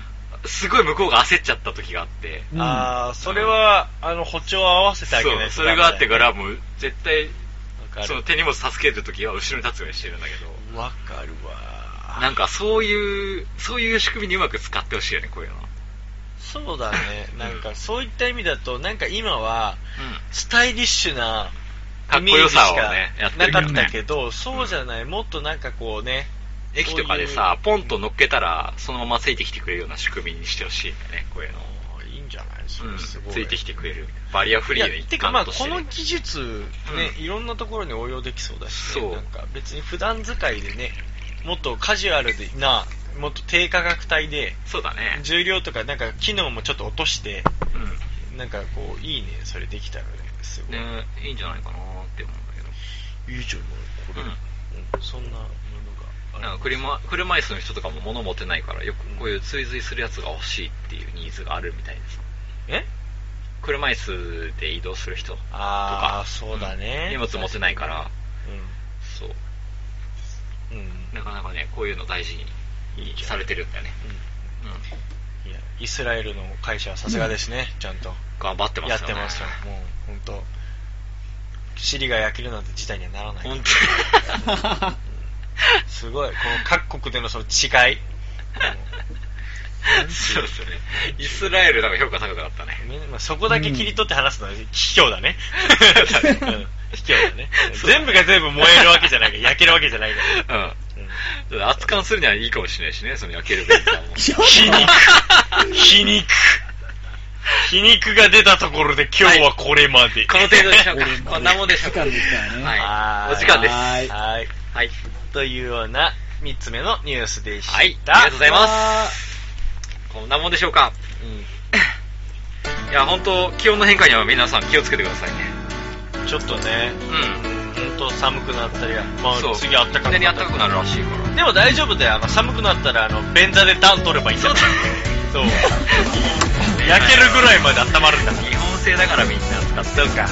[SPEAKER 2] すごい向こうが焦っちゃった時があって、
[SPEAKER 7] うん
[SPEAKER 4] あー、それは、あの、歩調を合わせて
[SPEAKER 2] そ
[SPEAKER 4] あげな
[SPEAKER 2] う、
[SPEAKER 4] いとダメだね
[SPEAKER 2] それがあってから、もう絶対、
[SPEAKER 4] わかる
[SPEAKER 2] その手荷物助ける時は後ろに立つようにしてるんだけど、
[SPEAKER 4] わかるわ。
[SPEAKER 2] なんかそういう、そういう仕組みにうまく使ってほしいよね、こういうの。
[SPEAKER 4] そうだね。なんか、そういった意味だと、なんか今は、スタイリッシュな、
[SPEAKER 2] かっこよさをねやって
[SPEAKER 4] な
[SPEAKER 2] る
[SPEAKER 4] か
[SPEAKER 2] よね
[SPEAKER 4] ったけど、そうじゃない、もっとなんかこうね、
[SPEAKER 2] 駅とかでさ、ポンと乗っけたら、そのままついてきてくれるような仕組みにしてほしいんだね、こういうのを。
[SPEAKER 4] いいんじゃないそれ
[SPEAKER 2] うん
[SPEAKER 4] すごい。
[SPEAKER 2] ついてきてくれる。バリアフ
[SPEAKER 4] い
[SPEAKER 2] リ
[SPEAKER 4] や
[SPEAKER 2] ーの一
[SPEAKER 4] てかま
[SPEAKER 2] 環
[SPEAKER 4] あ
[SPEAKER 2] としてね。
[SPEAKER 4] この技術ね、
[SPEAKER 2] うん
[SPEAKER 4] いろんなところに応用できそうだし、ね、
[SPEAKER 2] そう
[SPEAKER 4] なんか別に普段使いでねもっとカジュアルでなもっと低価格帯で
[SPEAKER 2] そうだね。
[SPEAKER 4] 重量とかなんか機能もちょっと落として
[SPEAKER 2] うん。
[SPEAKER 4] なんかこういいねそれできたらねすごい、
[SPEAKER 2] ね、いいんじゃないかなって思うんだけど。
[SPEAKER 4] いいじゃないこれ、
[SPEAKER 2] うん
[SPEAKER 4] うんそんなものがある
[SPEAKER 2] なんか車、車椅子の人とかも物持てないから、よくこういう追随するやつが欲しいっていうニーズがあるみたいです。
[SPEAKER 4] え
[SPEAKER 2] 車椅子で移動する人と
[SPEAKER 4] あ
[SPEAKER 2] か
[SPEAKER 4] あ、そうだね、
[SPEAKER 2] 荷物持てないから、そう。
[SPEAKER 4] うん、うん
[SPEAKER 2] なかなかね、こういうの大事に
[SPEAKER 4] いいじゃん
[SPEAKER 2] されてるんだよね。うん。
[SPEAKER 4] うんいやイスラエルの会社はさすがですね、ちゃんと
[SPEAKER 2] 頑張ってますよ
[SPEAKER 4] や
[SPEAKER 2] ね。
[SPEAKER 4] ってますよ、もう本当、尻が焼けるなんて事態にはならない、
[SPEAKER 2] 本
[SPEAKER 4] すごい、この各国でのその違い、
[SPEAKER 2] 当そうですね。イスラエルなんか評価高かったね。
[SPEAKER 4] ねまあ、そこだけ切り取って話すのは卑怯だね、うん卑怯だね、
[SPEAKER 2] そう
[SPEAKER 4] 全部が全部燃えるわけじゃないから、焼けるわけじゃないか
[SPEAKER 2] う
[SPEAKER 4] ら。
[SPEAKER 2] ん。
[SPEAKER 4] うん
[SPEAKER 2] ちょっと扱うするにはいいかもしれないしね、その焼けるベンチャーも。
[SPEAKER 4] 皮肉皮肉皮肉が出たところで今日はこれまで、
[SPEAKER 2] この程度でしょうか
[SPEAKER 7] 俺。も
[SPEAKER 2] こんなもんでしょうか。
[SPEAKER 7] 時間ですからね
[SPEAKER 2] は
[SPEAKER 4] はい
[SPEAKER 2] い。お時間です。
[SPEAKER 7] は
[SPEAKER 2] はいい。
[SPEAKER 4] はい
[SPEAKER 2] はい。
[SPEAKER 4] というような3つ目のニュースでした、
[SPEAKER 2] ありがとうございます。こんなもんでしょうか。
[SPEAKER 4] う
[SPEAKER 2] いや、本当気温の変化には皆さん気をつけてくださいね。
[SPEAKER 4] ん、ちょっとね
[SPEAKER 2] う
[SPEAKER 4] うんと寒くなったりま
[SPEAKER 2] ん。そ
[SPEAKER 4] あ
[SPEAKER 2] う。
[SPEAKER 4] 次暖かくな
[SPEAKER 2] 常
[SPEAKER 4] っ
[SPEAKER 2] に
[SPEAKER 4] た
[SPEAKER 2] 暖
[SPEAKER 4] り
[SPEAKER 2] かくなるらしいから。
[SPEAKER 4] でも大丈夫だよあの寒くなったらあの便座で暖取ればいいんだよそう 焼けるぐらいまで温 まるんだから
[SPEAKER 2] 日本製だからみんな使ってるか。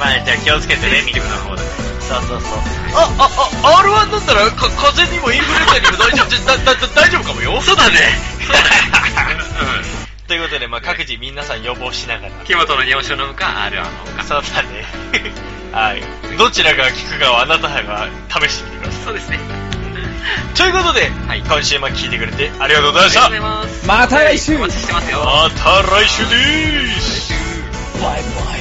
[SPEAKER 4] まあじゃあ気をつけてね、ミルクの方で。そうそうそう。あ、あ、あ、R1 だったら、か、風邪にもインフルエンザにも大丈夫、だ、だ、だ大丈夫かもよ。そうだね。 ということで、まあ各自皆さん予防しながら。
[SPEAKER 2] 木本の日本酒を飲むか、R1 の方か。
[SPEAKER 4] そうだね。 はい。どちらが効くかはあなたが試してみてくださ
[SPEAKER 2] そうですね。
[SPEAKER 4] い。ということで、
[SPEAKER 2] い
[SPEAKER 4] 今週も聞いてくれてありがとうございまし
[SPEAKER 2] あ
[SPEAKER 4] た。
[SPEAKER 2] りがとうございます。
[SPEAKER 7] また来週
[SPEAKER 2] お待ちしてますよ。
[SPEAKER 4] また来週でーす。
[SPEAKER 7] バイバイ。